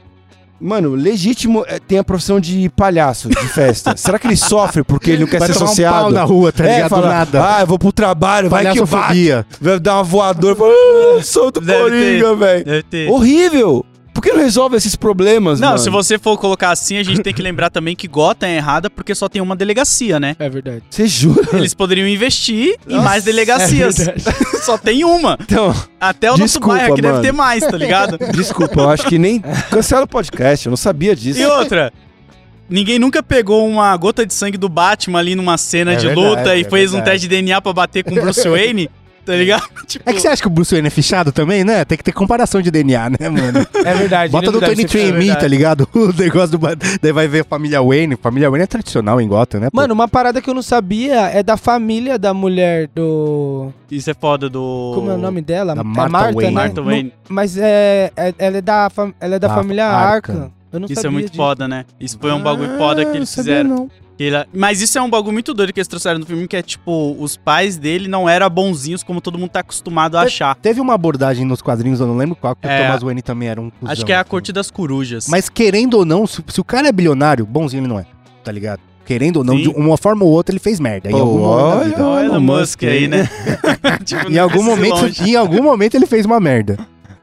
[SPEAKER 4] Mano, legítimo é, tem a profissão de palhaço de festa. Será que ele sofre porque ele não quer
[SPEAKER 1] Vai
[SPEAKER 4] ser
[SPEAKER 1] tomar um
[SPEAKER 4] associado?
[SPEAKER 1] pau na rua, tá ligado?
[SPEAKER 4] é, fala,
[SPEAKER 1] Do nada.
[SPEAKER 4] Ah, eu vou pro trabalho, vai que bate.
[SPEAKER 1] Palhaçofobia.
[SPEAKER 4] Vai dar uma voadora. Fala, ah, solta o
[SPEAKER 2] Deve
[SPEAKER 4] Coringa, velho.
[SPEAKER 2] Deve ter.
[SPEAKER 4] Horrível! Por que não resolve esses problemas,
[SPEAKER 2] Não,
[SPEAKER 4] mano?
[SPEAKER 2] se você for colocar assim, a gente tem que lembrar também que Gotham é errada porque só tem uma delegacia, né?
[SPEAKER 3] É verdade.
[SPEAKER 4] Você jura?
[SPEAKER 2] Eles poderiam investir em
[SPEAKER 3] Nossa,
[SPEAKER 2] mais delegacias.
[SPEAKER 3] é verdade.
[SPEAKER 2] só tem uma.
[SPEAKER 4] Então,
[SPEAKER 2] Até o
[SPEAKER 4] Desculpa,
[SPEAKER 2] nosso bairro aqui
[SPEAKER 4] mano.
[SPEAKER 2] deve ter mais, tá ligado?
[SPEAKER 4] desculpa, eu acho que nem... Cancela o podcast, eu não sabia disso.
[SPEAKER 2] E outra, ninguém nunca pegou uma gota de sangue do Batman ali numa cena
[SPEAKER 1] É
[SPEAKER 2] de
[SPEAKER 1] verdade,
[SPEAKER 2] luta e
[SPEAKER 1] é
[SPEAKER 2] fez um
[SPEAKER 1] verdade.
[SPEAKER 2] teste de DNA pra bater com o Bruce Wayne, tá ligado? Tipo,
[SPEAKER 1] É que você acha que o Bruce Wayne é fichado também, né? Tem que ter comparação de DNA, né, mano?
[SPEAKER 3] É verdade.
[SPEAKER 1] Bota
[SPEAKER 3] ele
[SPEAKER 1] no
[SPEAKER 3] não deve ser
[SPEAKER 1] 23
[SPEAKER 3] verdade.
[SPEAKER 1] Me, tá ligado? O negócio do... Bat- Daí vai ver a família Wayne. Família Wayne é tradicional em Gotham, né? pô?
[SPEAKER 3] Mano, uma parada que eu não sabia é da família da mulher do.
[SPEAKER 2] isso é foda do.
[SPEAKER 3] Como é o nome dela?
[SPEAKER 1] Da
[SPEAKER 3] É
[SPEAKER 1] Martha
[SPEAKER 3] né?
[SPEAKER 1] Wayne.
[SPEAKER 2] Martha
[SPEAKER 3] No-
[SPEAKER 2] Wayne.
[SPEAKER 3] Mas é, é- ela é da, fam- ela é da
[SPEAKER 1] Da
[SPEAKER 3] família
[SPEAKER 1] Arkham.
[SPEAKER 3] Arkham. Eu não
[SPEAKER 2] Isso é
[SPEAKER 3] sabia
[SPEAKER 2] muito
[SPEAKER 3] disso.
[SPEAKER 2] foda, né? Isso foi um bagulho foda que eles
[SPEAKER 4] Ah, não sabia
[SPEAKER 2] fizeram.
[SPEAKER 4] não.
[SPEAKER 2] Ele- Mas isso é um bagulho muito doido que eles trouxeram no filme, que é tipo, os pais dele não eram bonzinhos como todo mundo tá acostumado a
[SPEAKER 1] É,
[SPEAKER 2] achar.
[SPEAKER 1] Teve uma abordagem nos quadrinhos, eu não lembro qual, que o
[SPEAKER 2] É.
[SPEAKER 1] Thomas Wayne também era um cuzão,
[SPEAKER 2] Acho que é a
[SPEAKER 1] assim.
[SPEAKER 4] né?
[SPEAKER 2] corte das corujas.
[SPEAKER 1] Mas querendo ou não, se, se o cara é bilionário, bonzinho ele não é, tá ligado? Querendo ou não,
[SPEAKER 2] Sim.
[SPEAKER 1] de uma forma ou outra ele fez merda. Em
[SPEAKER 4] Pô,
[SPEAKER 1] algum momento, da
[SPEAKER 4] olha,
[SPEAKER 1] vida.
[SPEAKER 2] Olha o Elon Musk aí, né? Tipo,
[SPEAKER 1] em,
[SPEAKER 2] não
[SPEAKER 1] algum
[SPEAKER 2] precisa ir
[SPEAKER 1] momento
[SPEAKER 2] longe.
[SPEAKER 1] em algum momento ele fez uma merda.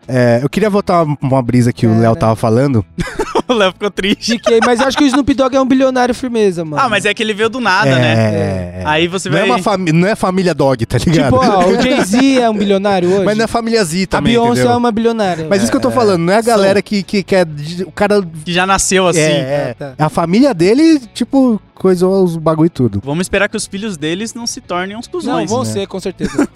[SPEAKER 1] É, eu queria voltar uma- uma brisa que o
[SPEAKER 3] É,
[SPEAKER 1] Léo
[SPEAKER 3] né?
[SPEAKER 1] tava falando.
[SPEAKER 2] O Léo ficou triste.
[SPEAKER 3] GK, mas eu acho que o Snoop Dogg é um bilionário firmeza, mano.
[SPEAKER 2] Ah, mas é que ele veio do nada,
[SPEAKER 1] é,
[SPEAKER 2] né?
[SPEAKER 1] é.
[SPEAKER 2] Aí você
[SPEAKER 1] Não,
[SPEAKER 2] vai.
[SPEAKER 1] é uma fami- não é família dog, tá ligado?
[SPEAKER 3] Tipo, ó, o Jay-Z é um bilionário hoje.
[SPEAKER 1] Mas não é família Z
[SPEAKER 3] a
[SPEAKER 1] também,
[SPEAKER 3] Beyoncé
[SPEAKER 1] entendeu?
[SPEAKER 3] é uma bilionária.
[SPEAKER 1] Mas isso que eu tô falando, não é a galera que, que quer. de- O cara.
[SPEAKER 2] que já nasceu assim.
[SPEAKER 1] É,
[SPEAKER 3] Ah, tá.
[SPEAKER 1] é. A família dele, tipo, coisou os bagulho e tudo.
[SPEAKER 2] Vamos esperar que os filhos deles não se tornem uns
[SPEAKER 3] Não,
[SPEAKER 2] cuzões.
[SPEAKER 3] vão
[SPEAKER 1] né?
[SPEAKER 3] ser, com certeza.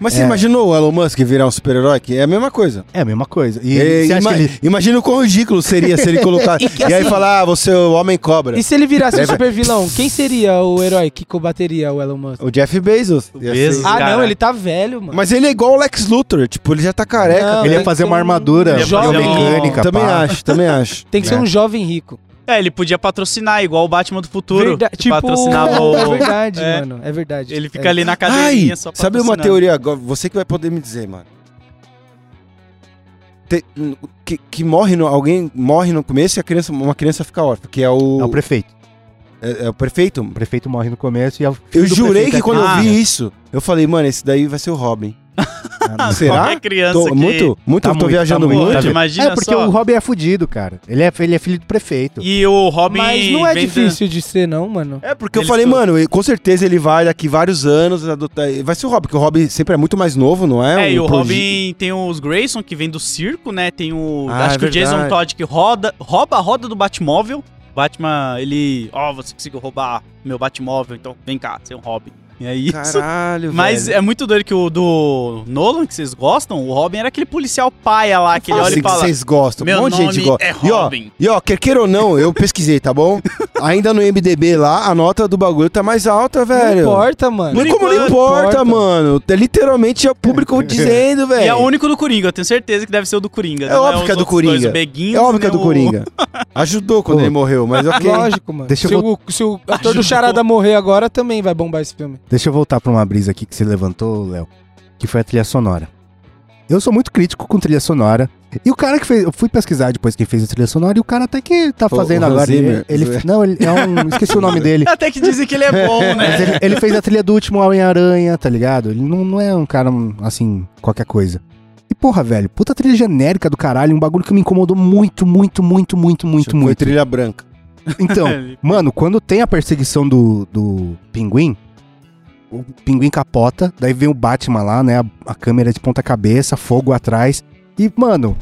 [SPEAKER 4] Mas você
[SPEAKER 1] É.
[SPEAKER 4] imaginou o Elon Musk virar um super-herói? Que É a mesma coisa.
[SPEAKER 1] É a mesma coisa. E
[SPEAKER 4] É,
[SPEAKER 1] você acha
[SPEAKER 4] ima-
[SPEAKER 1] que ele...
[SPEAKER 4] Imagina o quão ridículo seria se ele colocar. e, aí falar, ah, você é o Homem-Cobra.
[SPEAKER 3] E se ele virasse um
[SPEAKER 4] Deve-
[SPEAKER 3] super vilão, quem seria o herói que combateria o Elon Musk?
[SPEAKER 4] O Jeff Bezos. Ia ser-
[SPEAKER 2] Bezos.
[SPEAKER 3] Ah, não,
[SPEAKER 2] Cara.
[SPEAKER 3] ele tá velho, mano.
[SPEAKER 4] Mas ele é igual o Lex Luthor. Tipo, ele já tá careca.
[SPEAKER 3] Não,
[SPEAKER 1] ele ia
[SPEAKER 3] tem
[SPEAKER 1] fazer
[SPEAKER 3] que
[SPEAKER 1] uma
[SPEAKER 3] ser um
[SPEAKER 1] armadura
[SPEAKER 2] jovem.
[SPEAKER 1] biomecânica,
[SPEAKER 4] Também
[SPEAKER 1] pá.
[SPEAKER 4] acho, também acho.
[SPEAKER 3] Tem que ser um jovem rico.
[SPEAKER 2] É, ele podia patrocinar, igual o Batman do Futuro.
[SPEAKER 3] Verda-
[SPEAKER 2] que Patrocinava
[SPEAKER 3] É
[SPEAKER 2] o...
[SPEAKER 3] verdade,
[SPEAKER 2] É.
[SPEAKER 3] mano. É verdade.
[SPEAKER 2] Ele fica
[SPEAKER 3] É.
[SPEAKER 2] ali na
[SPEAKER 4] Ai,
[SPEAKER 2] cadeirinha só só
[SPEAKER 4] sabe uma
[SPEAKER 2] patrocinando.
[SPEAKER 4] teoria agora? Você que vai poder me dizer, mano. Te- que, que morre no, alguém morre no começo e a criança, uma criança fica órfã, que é o,
[SPEAKER 1] É o prefeito.
[SPEAKER 4] é, é o prefeito.
[SPEAKER 1] O prefeito morre no começo e é o filho
[SPEAKER 4] Eu
[SPEAKER 1] do
[SPEAKER 4] jurei
[SPEAKER 1] prefeito
[SPEAKER 4] que
[SPEAKER 1] é
[SPEAKER 4] quando eu
[SPEAKER 2] criança.
[SPEAKER 4] vi isso, eu falei, mano, esse daí vai ser o Robin.
[SPEAKER 1] Ah, não.
[SPEAKER 4] Será?
[SPEAKER 2] Qualquer criança
[SPEAKER 4] Tô,
[SPEAKER 2] que...
[SPEAKER 4] Muito, muito,
[SPEAKER 1] Tá
[SPEAKER 4] eu tô
[SPEAKER 1] muito,
[SPEAKER 4] viajando
[SPEAKER 1] tá
[SPEAKER 2] Pô,
[SPEAKER 1] muito,
[SPEAKER 4] muito.
[SPEAKER 1] tá
[SPEAKER 2] imagina
[SPEAKER 1] É, porque
[SPEAKER 2] só.
[SPEAKER 1] o Robin é fudido, cara. Ele é, ele é filho do prefeito.
[SPEAKER 2] E o Robin...
[SPEAKER 3] Mas não é
[SPEAKER 2] vem dan-
[SPEAKER 3] difícil de ser, não, mano.
[SPEAKER 4] É, porque eu
[SPEAKER 2] Eles
[SPEAKER 4] falei,
[SPEAKER 2] tão-
[SPEAKER 4] mano, e- com certeza ele vai daqui vários anos adotar. e Vai ser o Robin, porque o Robin sempre é muito mais novo, não é?
[SPEAKER 2] É, e o
[SPEAKER 4] progi-
[SPEAKER 2] Robin tem os Grayson que vem do circo, né? Tem o.
[SPEAKER 4] Ah,
[SPEAKER 2] acho
[SPEAKER 4] é
[SPEAKER 2] que o Jason
[SPEAKER 4] verdade.
[SPEAKER 2] Todd que roda, rouba a roda do Batmóvel. Batman, ele. Ó, você conseguiu roubar meu Batmóvel, então vem cá, você é um Robin. E é isso.
[SPEAKER 4] Caralho,
[SPEAKER 2] Mas
[SPEAKER 4] velho.
[SPEAKER 2] é muito doido que o do Nolan, que vocês gostam, o Robin era aquele policial paia lá, que ele olha
[SPEAKER 4] Assim
[SPEAKER 2] é, e
[SPEAKER 4] que
[SPEAKER 2] fala.
[SPEAKER 4] vocês gostam,
[SPEAKER 2] Meu
[SPEAKER 4] um monte de gente
[SPEAKER 2] nome
[SPEAKER 4] gosta.
[SPEAKER 2] é
[SPEAKER 4] E ó,
[SPEAKER 2] Robin.
[SPEAKER 4] E ó, quer queira ou não, eu pesquisei, tá bom? Ainda no MDB lá, a nota do bagulho tá mais alta,
[SPEAKER 3] Não
[SPEAKER 4] velho.
[SPEAKER 3] importa, mano.
[SPEAKER 2] Por
[SPEAKER 4] Como não
[SPEAKER 2] enquanto,
[SPEAKER 4] importa,
[SPEAKER 3] importa.
[SPEAKER 4] mano? É literalmente é o público dizendo, velho.
[SPEAKER 2] E é o único do Coringa, eu tenho certeza que deve ser o do Coringa.
[SPEAKER 4] É
[SPEAKER 2] não
[SPEAKER 4] óbvio
[SPEAKER 2] os
[SPEAKER 4] que é do
[SPEAKER 2] outros dois,
[SPEAKER 4] Coringa.
[SPEAKER 2] o Beguins,
[SPEAKER 4] É óbvio que é
[SPEAKER 2] nem
[SPEAKER 4] do
[SPEAKER 2] o-
[SPEAKER 4] Coringa. Ajudou quando
[SPEAKER 1] Pô.
[SPEAKER 4] ele morreu, mas ok.
[SPEAKER 3] Lógico, mano.
[SPEAKER 1] Deixa eu
[SPEAKER 3] se, o, se o ator do Charada morrer agora, também vai bombar esse filme.
[SPEAKER 1] Deixa eu voltar pra uma brisa aqui que você levantou, Léo, que foi a trilha sonora. Eu sou muito crítico com trilha sonora. E o cara que fez. Eu fui pesquisar depois quem fez a trilha sonora e o cara até que tá
[SPEAKER 4] O-
[SPEAKER 1] fazendo
[SPEAKER 4] o Hans
[SPEAKER 1] agora. Ele,
[SPEAKER 4] Zimmer.
[SPEAKER 1] ele- não, ele é um. Esqueci o nome dele.
[SPEAKER 2] Até que dizem que ele é bom,
[SPEAKER 1] Mas
[SPEAKER 2] né?
[SPEAKER 1] ele, ele fez a trilha do último Homem-Aranha, tá ligado? Ele não, não é um cara, um, assim, qualquer coisa. E porra, velho, puta trilha genérica do caralho, um bagulho que me incomodou muito, muito, muito, muito, muito,
[SPEAKER 4] Foi
[SPEAKER 1] muito.
[SPEAKER 4] trilha É, branca.
[SPEAKER 1] Então,
[SPEAKER 2] Ele-
[SPEAKER 1] Mano, quando tem a perseguição do, do pinguim, o pinguim capota, daí vem o Batman lá, né? A, a câmera de ponta-cabeça, fogo atrás. E, mano,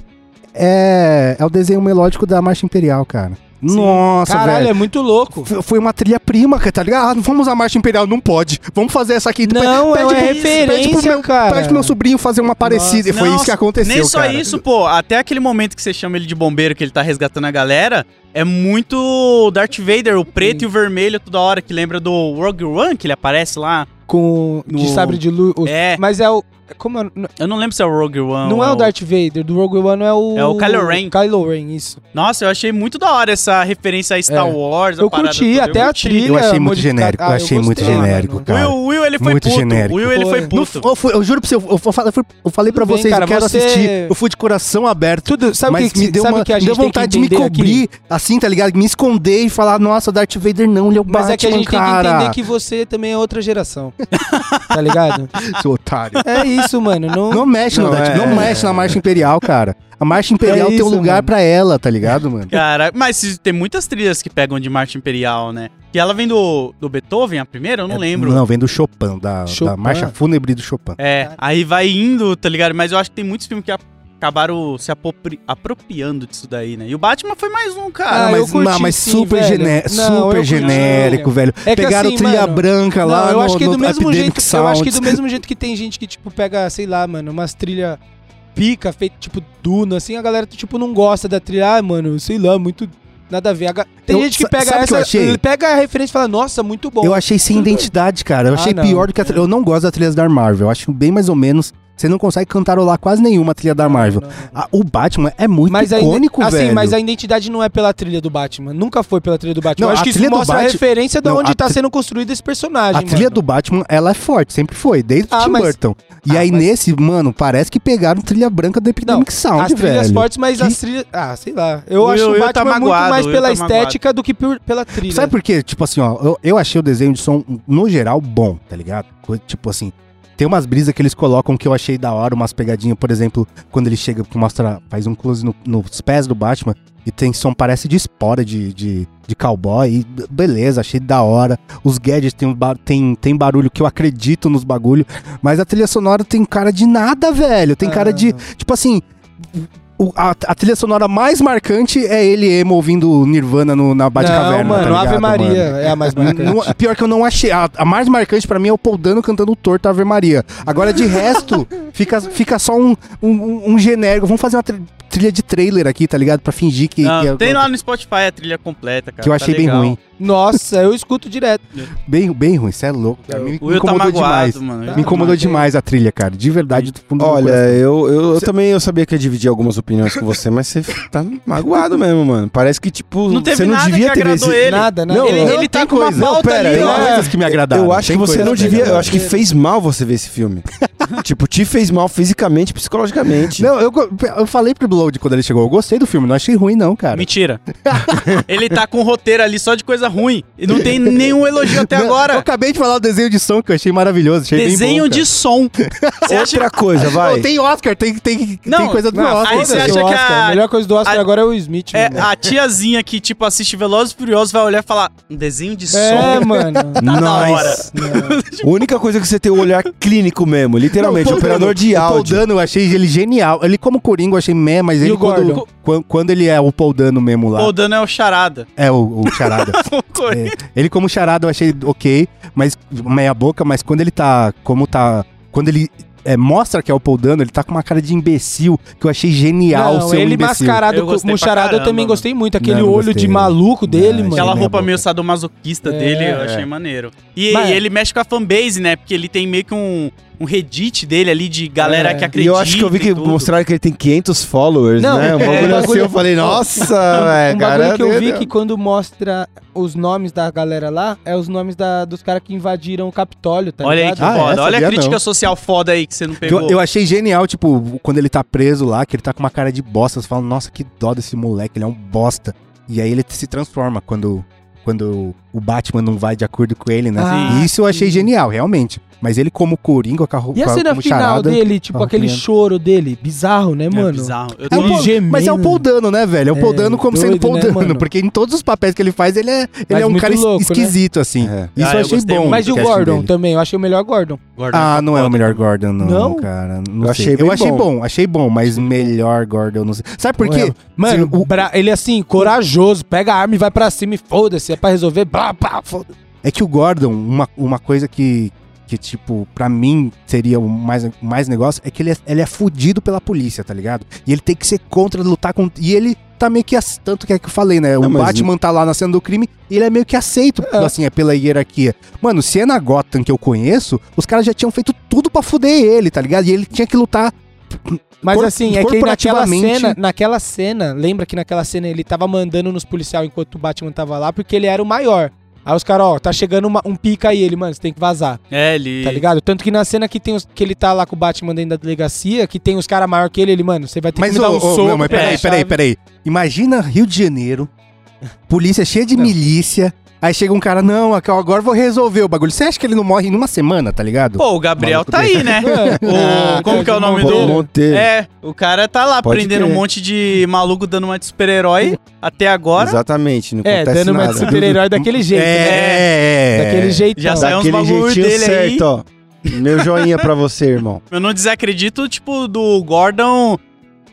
[SPEAKER 1] é, é o desenho melódico da Marcha Imperial, cara. Nossa,
[SPEAKER 3] Caralho,
[SPEAKER 1] velho.
[SPEAKER 3] é muito louco.
[SPEAKER 1] F- Foi uma trilha-prima, cara, tá ligado? Ah, não vamos à Marcha Imperial, não pode. Vamos fazer essa aqui.
[SPEAKER 3] Não, é
[SPEAKER 1] pro-
[SPEAKER 3] uma referência,
[SPEAKER 1] pede pro meu,
[SPEAKER 3] cara.
[SPEAKER 1] Pede pro meu sobrinho fazer uma parecida. e foi
[SPEAKER 2] Não,
[SPEAKER 1] isso que aconteceu,
[SPEAKER 2] Nem só
[SPEAKER 1] cara.
[SPEAKER 2] isso, pô. Até aquele momento que você chama ele de bombeiro, que ele tá resgatando a galera, é muito Darth Vader, o preto e o vermelho toda hora, que lembra do Rogue One, que ele aparece lá.
[SPEAKER 3] Com o de
[SPEAKER 2] No-
[SPEAKER 3] sabre de luz. o-
[SPEAKER 2] É,
[SPEAKER 3] Mas é o. Como é, não,
[SPEAKER 2] eu não lembro se é o Rogue One.
[SPEAKER 3] não é
[SPEAKER 2] ou
[SPEAKER 3] o Darth Vader, do Rogue One é o.
[SPEAKER 2] É o Kylo Ren.
[SPEAKER 3] Kylo Ren, isso.
[SPEAKER 2] Nossa, eu achei muito da hora essa referência a Star
[SPEAKER 3] É.
[SPEAKER 2] Wars. a
[SPEAKER 3] Eu
[SPEAKER 2] parada
[SPEAKER 3] curti,
[SPEAKER 2] toda, eu
[SPEAKER 3] até a
[SPEAKER 2] curti.
[SPEAKER 3] trilha.
[SPEAKER 1] Eu achei muito
[SPEAKER 3] modificada.
[SPEAKER 1] genérico, eu
[SPEAKER 3] Ah,
[SPEAKER 1] achei muito
[SPEAKER 3] gostei,
[SPEAKER 1] genérico,
[SPEAKER 3] mano.
[SPEAKER 1] cara.
[SPEAKER 2] Will, o Will, ele foi
[SPEAKER 1] Muito
[SPEAKER 2] puto.
[SPEAKER 1] genérico.
[SPEAKER 2] O Will, ele foi
[SPEAKER 3] Foi.
[SPEAKER 1] Não,
[SPEAKER 2] puto.
[SPEAKER 1] eu, fui- eu juro pra você, eu, eu falei, eu falei pra
[SPEAKER 3] Tudo bem,
[SPEAKER 1] vocês,
[SPEAKER 3] cara,
[SPEAKER 1] eu quero
[SPEAKER 3] você-
[SPEAKER 1] assistir. Eu fui de coração aberto.
[SPEAKER 3] Tudo, sabe
[SPEAKER 1] mas
[SPEAKER 3] o que,
[SPEAKER 1] me deu
[SPEAKER 3] sabe
[SPEAKER 1] uma
[SPEAKER 3] que a gente
[SPEAKER 1] deu
[SPEAKER 3] tem que
[SPEAKER 1] vontade de me
[SPEAKER 3] entender aqui?
[SPEAKER 1] cobrir, assim, tá ligado? Me esconder e falar, nossa, Darth Vader não, ele é o
[SPEAKER 3] Mas
[SPEAKER 1] Batman,
[SPEAKER 3] é que a gente tem que
[SPEAKER 1] cara.
[SPEAKER 3] entender que você também é outra geração. tá ligado?
[SPEAKER 1] que... Seu otário.
[SPEAKER 3] É isso, mano. Não, É
[SPEAKER 1] Não mexe no
[SPEAKER 4] Não,
[SPEAKER 1] Darth,
[SPEAKER 4] é.
[SPEAKER 1] não mexe na Marcha Imperial, cara. A Marcha Imperial tem um
[SPEAKER 3] isso,
[SPEAKER 1] lugar
[SPEAKER 3] mano.
[SPEAKER 1] pra ela, tá ligado, mano?
[SPEAKER 2] Cara, mas se- tem muitas trilhas que pegam de Marte Imperial, né? Que ela vem do, do Beethoven, a primeira? Eu não
[SPEAKER 1] É,
[SPEAKER 2] lembro.
[SPEAKER 1] Não, vem do Chopin, da, da
[SPEAKER 3] Chopin.
[SPEAKER 1] Marcha Fúnebre do Chopin.
[SPEAKER 2] É, aí vai indo, tá ligado? Mas eu acho que tem muitos filmes que a- acabaram se apopri- apropriando disso daí, né? E o Batman foi mais um, cara.
[SPEAKER 3] Ah,
[SPEAKER 1] Não,
[SPEAKER 3] eu
[SPEAKER 1] mas,
[SPEAKER 3] curti
[SPEAKER 1] não, mas
[SPEAKER 3] sim,
[SPEAKER 1] super,
[SPEAKER 3] velho.
[SPEAKER 1] gené-
[SPEAKER 3] Não, eu
[SPEAKER 1] super
[SPEAKER 3] curti.
[SPEAKER 1] genérico, velho.
[SPEAKER 3] É que
[SPEAKER 1] Pegaram
[SPEAKER 3] assim,
[SPEAKER 1] trilha
[SPEAKER 3] mano,
[SPEAKER 1] branca lá
[SPEAKER 3] não, eu
[SPEAKER 1] no,
[SPEAKER 3] acho que
[SPEAKER 1] no
[SPEAKER 3] do mesmo
[SPEAKER 1] Epidemic
[SPEAKER 3] jeito, eu acho que do
[SPEAKER 1] Sounds.
[SPEAKER 3] mesmo jeito que tem gente que tipo pega, sei lá, mano, umas trilha pica, feito tipo Duna, assim, a galera tipo não gosta da trilha, ah, mano, sei lá, muito nada a ver. A ga- Tem
[SPEAKER 1] Eu-
[SPEAKER 3] gente que
[SPEAKER 1] sa-
[SPEAKER 3] pega
[SPEAKER 1] sabe o que eu
[SPEAKER 3] essa,
[SPEAKER 1] achei?
[SPEAKER 3] ele pega a referência e fala, nossa, muito bom.
[SPEAKER 1] Eu achei sem identidade, cara. Eu
[SPEAKER 3] Ah,
[SPEAKER 1] achei
[SPEAKER 3] não.
[SPEAKER 1] pior do que a trilha. Eu não gosto da trilha da Marvel. Eu acho bem mais ou menos. Você não consegue cantarolar quase nenhuma trilha da Marvel.
[SPEAKER 3] Não, não, não.
[SPEAKER 1] Ah, o Batman é muito
[SPEAKER 3] Mas a,
[SPEAKER 1] icônico,
[SPEAKER 3] assim,
[SPEAKER 1] velho.
[SPEAKER 3] mas a identidade não é pela trilha do Batman. Nunca foi pela trilha do Batman.
[SPEAKER 1] Não,
[SPEAKER 3] eu acho
[SPEAKER 1] a
[SPEAKER 3] que isso
[SPEAKER 1] trilha do
[SPEAKER 3] mostra a
[SPEAKER 1] Bat-
[SPEAKER 3] referência de
[SPEAKER 1] Não,
[SPEAKER 3] onde
[SPEAKER 1] a
[SPEAKER 3] tá
[SPEAKER 1] tri-
[SPEAKER 3] sendo construído esse
[SPEAKER 1] A
[SPEAKER 3] personagem.
[SPEAKER 1] trilha
[SPEAKER 3] mano.
[SPEAKER 1] do Batman, ela é forte, sempre foi, desde o
[SPEAKER 3] Ah,
[SPEAKER 1] Tim
[SPEAKER 3] mas-
[SPEAKER 1] Burton. E
[SPEAKER 3] Ah,
[SPEAKER 1] aí,
[SPEAKER 3] mas-
[SPEAKER 1] nesse, mano, parece que pegaram trilha branca do Epidemic Sound,
[SPEAKER 3] As trilhas
[SPEAKER 1] velho.
[SPEAKER 3] fortes, mas
[SPEAKER 1] Que-
[SPEAKER 3] as trilhas. Ah, sei lá. Eu
[SPEAKER 2] Will,
[SPEAKER 3] acho o
[SPEAKER 2] Will
[SPEAKER 3] Batman
[SPEAKER 2] tá
[SPEAKER 3] muito
[SPEAKER 2] magoado,
[SPEAKER 3] mais
[SPEAKER 2] Will
[SPEAKER 3] pela
[SPEAKER 2] tá
[SPEAKER 3] estética do que por- pela trilha.
[SPEAKER 1] Sabe por quê? Tipo assim, ó, eu, eu achei o desenho de som, no geral, bom, tá ligado? Co- Tipo assim, tem umas brisas que eles colocam que eu achei da hora, umas pegadinhas, por exemplo, quando ele chega, mostra, faz um close no- nos pés do Batman e tem som, parece de espora de, de, de cowboy, e b- beleza, achei da hora. Os gadgets tem, um ba- tem, tem barulho que eu acredito nos
[SPEAKER 3] Ah.
[SPEAKER 1] bagulho, mas a trilha sonora tem cara de nada, velho, tem cara de, tipo assim. o- a, a trilha sonora mais marcante é ele emo ouvindo Nirvana no, na Batcaverna.
[SPEAKER 3] Não, mano,
[SPEAKER 1] tá
[SPEAKER 3] Ave
[SPEAKER 1] ligado,
[SPEAKER 3] Maria
[SPEAKER 1] mano?
[SPEAKER 3] é a mais marcante.
[SPEAKER 1] Não- pior que eu não achei. A, a mais marcante pra mim é o Paul Dano cantando o torto Ave Maria. Agora, de resto, fica, fica só um, um- um, um genérico. Vamos fazer uma tri- trilha de trailer aqui, tá ligado? Pra fingir que.
[SPEAKER 2] Não,
[SPEAKER 1] que é-
[SPEAKER 2] Ah, tem lá no Spotify a trilha completa, cara.
[SPEAKER 1] que eu
[SPEAKER 2] tá
[SPEAKER 1] achei bem
[SPEAKER 2] legal.
[SPEAKER 1] ruim.
[SPEAKER 3] Nossa, eu escuto direto.
[SPEAKER 1] Bem, bem ruim, você é louco. cara. Me,
[SPEAKER 2] O
[SPEAKER 1] me
[SPEAKER 2] Will tá
[SPEAKER 1] incomodou
[SPEAKER 2] magoado,
[SPEAKER 1] demais.
[SPEAKER 2] mano.
[SPEAKER 1] Me incomodou demais a trilha, cara. De verdade, do fundo do meu
[SPEAKER 4] Olha,
[SPEAKER 1] coração.
[SPEAKER 4] eu, eu, eu também eu sabia que ia dividir algumas opiniões com você, mas você tá magoado mesmo, mano. Parece que, tipo,
[SPEAKER 2] Não teve
[SPEAKER 4] você não
[SPEAKER 2] nada
[SPEAKER 4] devia
[SPEAKER 2] que
[SPEAKER 4] ter
[SPEAKER 2] agradou
[SPEAKER 4] esse...
[SPEAKER 2] ele.
[SPEAKER 3] Nada, né? nada.
[SPEAKER 4] Não,
[SPEAKER 2] ele,
[SPEAKER 4] não,
[SPEAKER 2] ele tá
[SPEAKER 4] tem
[SPEAKER 2] com uma
[SPEAKER 4] coisa. Não,
[SPEAKER 2] pauta
[SPEAKER 4] pera,
[SPEAKER 2] ali,
[SPEAKER 4] eu-
[SPEAKER 2] ó.
[SPEAKER 1] coisas que me agradaram.
[SPEAKER 4] Eu acho
[SPEAKER 1] Tem
[SPEAKER 4] que você
[SPEAKER 1] coisas
[SPEAKER 4] não
[SPEAKER 1] né? que me
[SPEAKER 4] devia. Eu
[SPEAKER 1] agradaram.
[SPEAKER 4] acho que fez mal você ver esse filme. tipo, te fez mal fisicamente, psicologicamente.
[SPEAKER 1] Não, eu, go- eu falei pro Blood quando ele chegou. Eu gostei do filme, não achei ruim, não, cara.
[SPEAKER 2] Mentira. ele tá com um roteiro ali só de coisa ruim. E não tem nenhum elogio até
[SPEAKER 1] Não, Eu
[SPEAKER 2] agora.
[SPEAKER 1] acabei de falar do desenho de som que eu achei maravilhoso. Achei
[SPEAKER 2] Desenho de som. Você acha
[SPEAKER 4] Outra coisa, vai.
[SPEAKER 1] Tem Oscar, tem, tem,
[SPEAKER 2] Não,
[SPEAKER 1] tem coisa do
[SPEAKER 3] Não,
[SPEAKER 1] é Oscar.
[SPEAKER 2] aí você
[SPEAKER 3] foda-se
[SPEAKER 2] acha
[SPEAKER 3] o
[SPEAKER 2] que
[SPEAKER 3] Oscar.
[SPEAKER 2] a-
[SPEAKER 3] A melhor coisa do Oscar
[SPEAKER 2] a-
[SPEAKER 3] agora é o Smith.
[SPEAKER 2] É,
[SPEAKER 3] mano.
[SPEAKER 2] a tiazinha que, tipo, assiste Velozes e Furiosos vai olhar e falar, um desenho de
[SPEAKER 3] é
[SPEAKER 2] som.
[SPEAKER 3] mano.
[SPEAKER 2] Tá da hora.
[SPEAKER 3] Não.
[SPEAKER 4] A única coisa é que você tem o olhar clínico mesmo, literalmente,
[SPEAKER 1] Não, o Paul Dano-
[SPEAKER 4] operador de
[SPEAKER 1] O Paul
[SPEAKER 4] áudio.
[SPEAKER 1] Dano, eu achei ele genial. Ele, como Coringa, eu achei meh, mas
[SPEAKER 3] E
[SPEAKER 1] ele
[SPEAKER 3] o
[SPEAKER 1] quando,
[SPEAKER 3] Gordon?
[SPEAKER 1] quan- quando ele é o Paul Dano mesmo lá.
[SPEAKER 2] O Dano é o charada.
[SPEAKER 1] É o, o Charada. É, ele como charada eu achei ok, mas meia boca, mas quando ele tá. Como tá. Quando ele é, mostra que é o Paul Dano, ele tá com uma cara de imbecil que eu achei genial
[SPEAKER 3] Não,
[SPEAKER 1] ser um
[SPEAKER 3] ele
[SPEAKER 1] imbecil.
[SPEAKER 3] mascarado
[SPEAKER 2] Eu
[SPEAKER 3] com
[SPEAKER 2] gostei pra
[SPEAKER 3] muxarado, eu
[SPEAKER 2] caramba,
[SPEAKER 3] também
[SPEAKER 2] mano.
[SPEAKER 3] gostei muito. Aquele
[SPEAKER 1] Não, eu
[SPEAKER 3] olho
[SPEAKER 1] gostei.
[SPEAKER 3] de maluco dele,
[SPEAKER 1] Não,
[SPEAKER 3] mano.
[SPEAKER 2] Aquela
[SPEAKER 1] Meia
[SPEAKER 2] roupa
[SPEAKER 1] boca.
[SPEAKER 2] meio sadomasoquista
[SPEAKER 3] É,
[SPEAKER 2] dele, eu
[SPEAKER 3] é.
[SPEAKER 2] achei maneiro. E,
[SPEAKER 3] Mas-
[SPEAKER 2] e ele mexe com a fanbase, né? Porque ele tem meio que um, um Reddit dele ali de galera
[SPEAKER 3] É.
[SPEAKER 2] que
[SPEAKER 4] E
[SPEAKER 2] acredita.
[SPEAKER 4] eu acho que eu vi
[SPEAKER 2] e
[SPEAKER 4] que
[SPEAKER 2] tudo.
[SPEAKER 4] mostraram que ele tem 500 followers,
[SPEAKER 3] Não,
[SPEAKER 4] né?
[SPEAKER 3] é,
[SPEAKER 4] Um bagulho
[SPEAKER 3] um
[SPEAKER 4] assim,
[SPEAKER 3] bagulho-
[SPEAKER 4] eu falei, nossa,
[SPEAKER 1] é,
[SPEAKER 4] velho,
[SPEAKER 3] um
[SPEAKER 4] cara. é
[SPEAKER 3] bagulho que eu vi que quando mostra os nomes da galera lá, é os nomes da- dos caras que invadiram o Capitólio, tá
[SPEAKER 2] Olha aí que
[SPEAKER 3] ligado?
[SPEAKER 1] Ah, é?
[SPEAKER 2] foda. Olha a
[SPEAKER 1] Sabia
[SPEAKER 2] crítica
[SPEAKER 1] não.
[SPEAKER 2] social foda aí que você não
[SPEAKER 1] Que
[SPEAKER 2] pegou.
[SPEAKER 1] Eu, eu achei genial, tipo, quando ele tá preso lá, que ele tá com uma cara de bosta. Você fala, nossa, que dó desse moleque, ele é um bosta. E aí ele se transforma quando, quando o Batman não vai de acordo com ele, né?
[SPEAKER 3] Ah,
[SPEAKER 1] E Isso eu achei
[SPEAKER 3] sim.
[SPEAKER 1] genial, realmente. Mas ele como Coringa, com a roupa
[SPEAKER 3] E a cena
[SPEAKER 1] como
[SPEAKER 3] final
[SPEAKER 1] charada, Ah,
[SPEAKER 3] dele, tipo,
[SPEAKER 1] tava
[SPEAKER 3] aquele
[SPEAKER 1] criando.
[SPEAKER 3] choro dele, bizarro, né,
[SPEAKER 2] É
[SPEAKER 3] mano?
[SPEAKER 2] bizarro. Eu
[SPEAKER 1] É o
[SPEAKER 2] tô-
[SPEAKER 3] Ele
[SPEAKER 1] Paul-
[SPEAKER 3] gemendo.
[SPEAKER 1] mas é o Paul Dano, né, velho? É o Paul
[SPEAKER 3] É,
[SPEAKER 1] Dano como sendo
[SPEAKER 3] doido,
[SPEAKER 1] Paul
[SPEAKER 3] né,
[SPEAKER 1] Dano,
[SPEAKER 3] mano?
[SPEAKER 1] porque em todos os papéis que ele faz, ele é, ele
[SPEAKER 3] Mas
[SPEAKER 1] é um
[SPEAKER 3] muito
[SPEAKER 1] cara es-
[SPEAKER 3] louco, né?
[SPEAKER 1] esquisito, assim.
[SPEAKER 4] É.
[SPEAKER 1] Isso
[SPEAKER 2] Ah,
[SPEAKER 1] eu
[SPEAKER 2] eu
[SPEAKER 1] achei
[SPEAKER 2] gostei
[SPEAKER 1] bom.
[SPEAKER 2] muito.
[SPEAKER 3] Mas e
[SPEAKER 1] do
[SPEAKER 3] o
[SPEAKER 1] casting
[SPEAKER 3] Gordon
[SPEAKER 1] é dele.
[SPEAKER 3] também, eu achei o melhor Gordon.
[SPEAKER 2] Gordon
[SPEAKER 1] Ah,
[SPEAKER 2] tá
[SPEAKER 1] não é
[SPEAKER 2] foda.
[SPEAKER 1] o melhor Gordon, não,
[SPEAKER 3] Não?
[SPEAKER 1] cara. Não
[SPEAKER 4] Eu
[SPEAKER 1] sei.
[SPEAKER 4] achei bem
[SPEAKER 1] eu achei
[SPEAKER 4] bom.
[SPEAKER 1] bom, achei bom, mas melhor Gordon, eu não sei. Sabe por
[SPEAKER 3] Ué,
[SPEAKER 1] quê?
[SPEAKER 3] Mano,
[SPEAKER 1] Sim, o-
[SPEAKER 3] bra- ele assim, corajoso, pega a arma e vai pra cima e foda-se, é pra resolver, blá, blá, foda-se.
[SPEAKER 1] É que o Gordon, uma, uma coisa que, que tipo, pra mim seria o mais, mais negócio, é que ele é, ele é fudido pela polícia, tá ligado? E ele tem que ser contra, lutar contra. E ele tá meio que. ace- Tanto que é que eu falei, né? O
[SPEAKER 4] Não, mas-
[SPEAKER 1] Batman tá lá na cena do crime e ele é meio que aceito, assim, é pela hierarquia. Mano, se é na Gotham que eu conheço, os caras já tinham feito tudo pra fuder ele, tá ligado? E ele tinha que lutar.
[SPEAKER 3] Mas
[SPEAKER 1] Cor-
[SPEAKER 3] assim, é que naquela
[SPEAKER 1] corporativamente-
[SPEAKER 3] cena, naquela cena, lembra que naquela cena ele tava mandando nos policial enquanto o Batman tava lá, porque ele era o maior. Aí os caras, ó, tá chegando uma- um pica aí, ele, mano, você tem que vazar,
[SPEAKER 2] É, ele.
[SPEAKER 3] tá ligado? Tanto que na cena que, tem os- que ele tá lá com o Batman dentro da delegacia, que tem os caras maior que ele, ele, mano, você vai ter
[SPEAKER 1] Mas,
[SPEAKER 3] que me dar
[SPEAKER 1] ô,
[SPEAKER 3] um
[SPEAKER 1] ô,
[SPEAKER 3] soco.
[SPEAKER 1] não, mas
[SPEAKER 3] pela
[SPEAKER 1] peraí,
[SPEAKER 3] chave.
[SPEAKER 1] peraí, peraí. Imagina Rio de Janeiro, polícia cheia de milícia. Aí chega um cara, não, Acau, agora eu vou resolver o bagulho. Você acha que ele não morre em uma semana, tá ligado?
[SPEAKER 2] Pô, o Gabriel
[SPEAKER 1] Maluco
[SPEAKER 2] tá aí, né?
[SPEAKER 3] É.
[SPEAKER 2] O- como que é o nome
[SPEAKER 4] Pô,
[SPEAKER 2] do.
[SPEAKER 4] Monteiro.
[SPEAKER 2] É, o cara tá lá
[SPEAKER 4] Pode
[SPEAKER 2] prendendo
[SPEAKER 4] crer.
[SPEAKER 2] um monte de maluco dando uma de super-herói até agora.
[SPEAKER 4] Exatamente, não
[SPEAKER 3] É,
[SPEAKER 4] acontece
[SPEAKER 3] dando uma
[SPEAKER 4] nada.
[SPEAKER 3] de super-herói daquele jeito, né?
[SPEAKER 1] é, é.
[SPEAKER 3] Daquele jeito.
[SPEAKER 2] Já saiu uns
[SPEAKER 4] Daquele
[SPEAKER 2] bagulho
[SPEAKER 4] jeitinho
[SPEAKER 2] dele aí.
[SPEAKER 4] certo, ó. Meu joinha pra você, irmão.
[SPEAKER 2] Eu não desacredito, tipo, do Gordon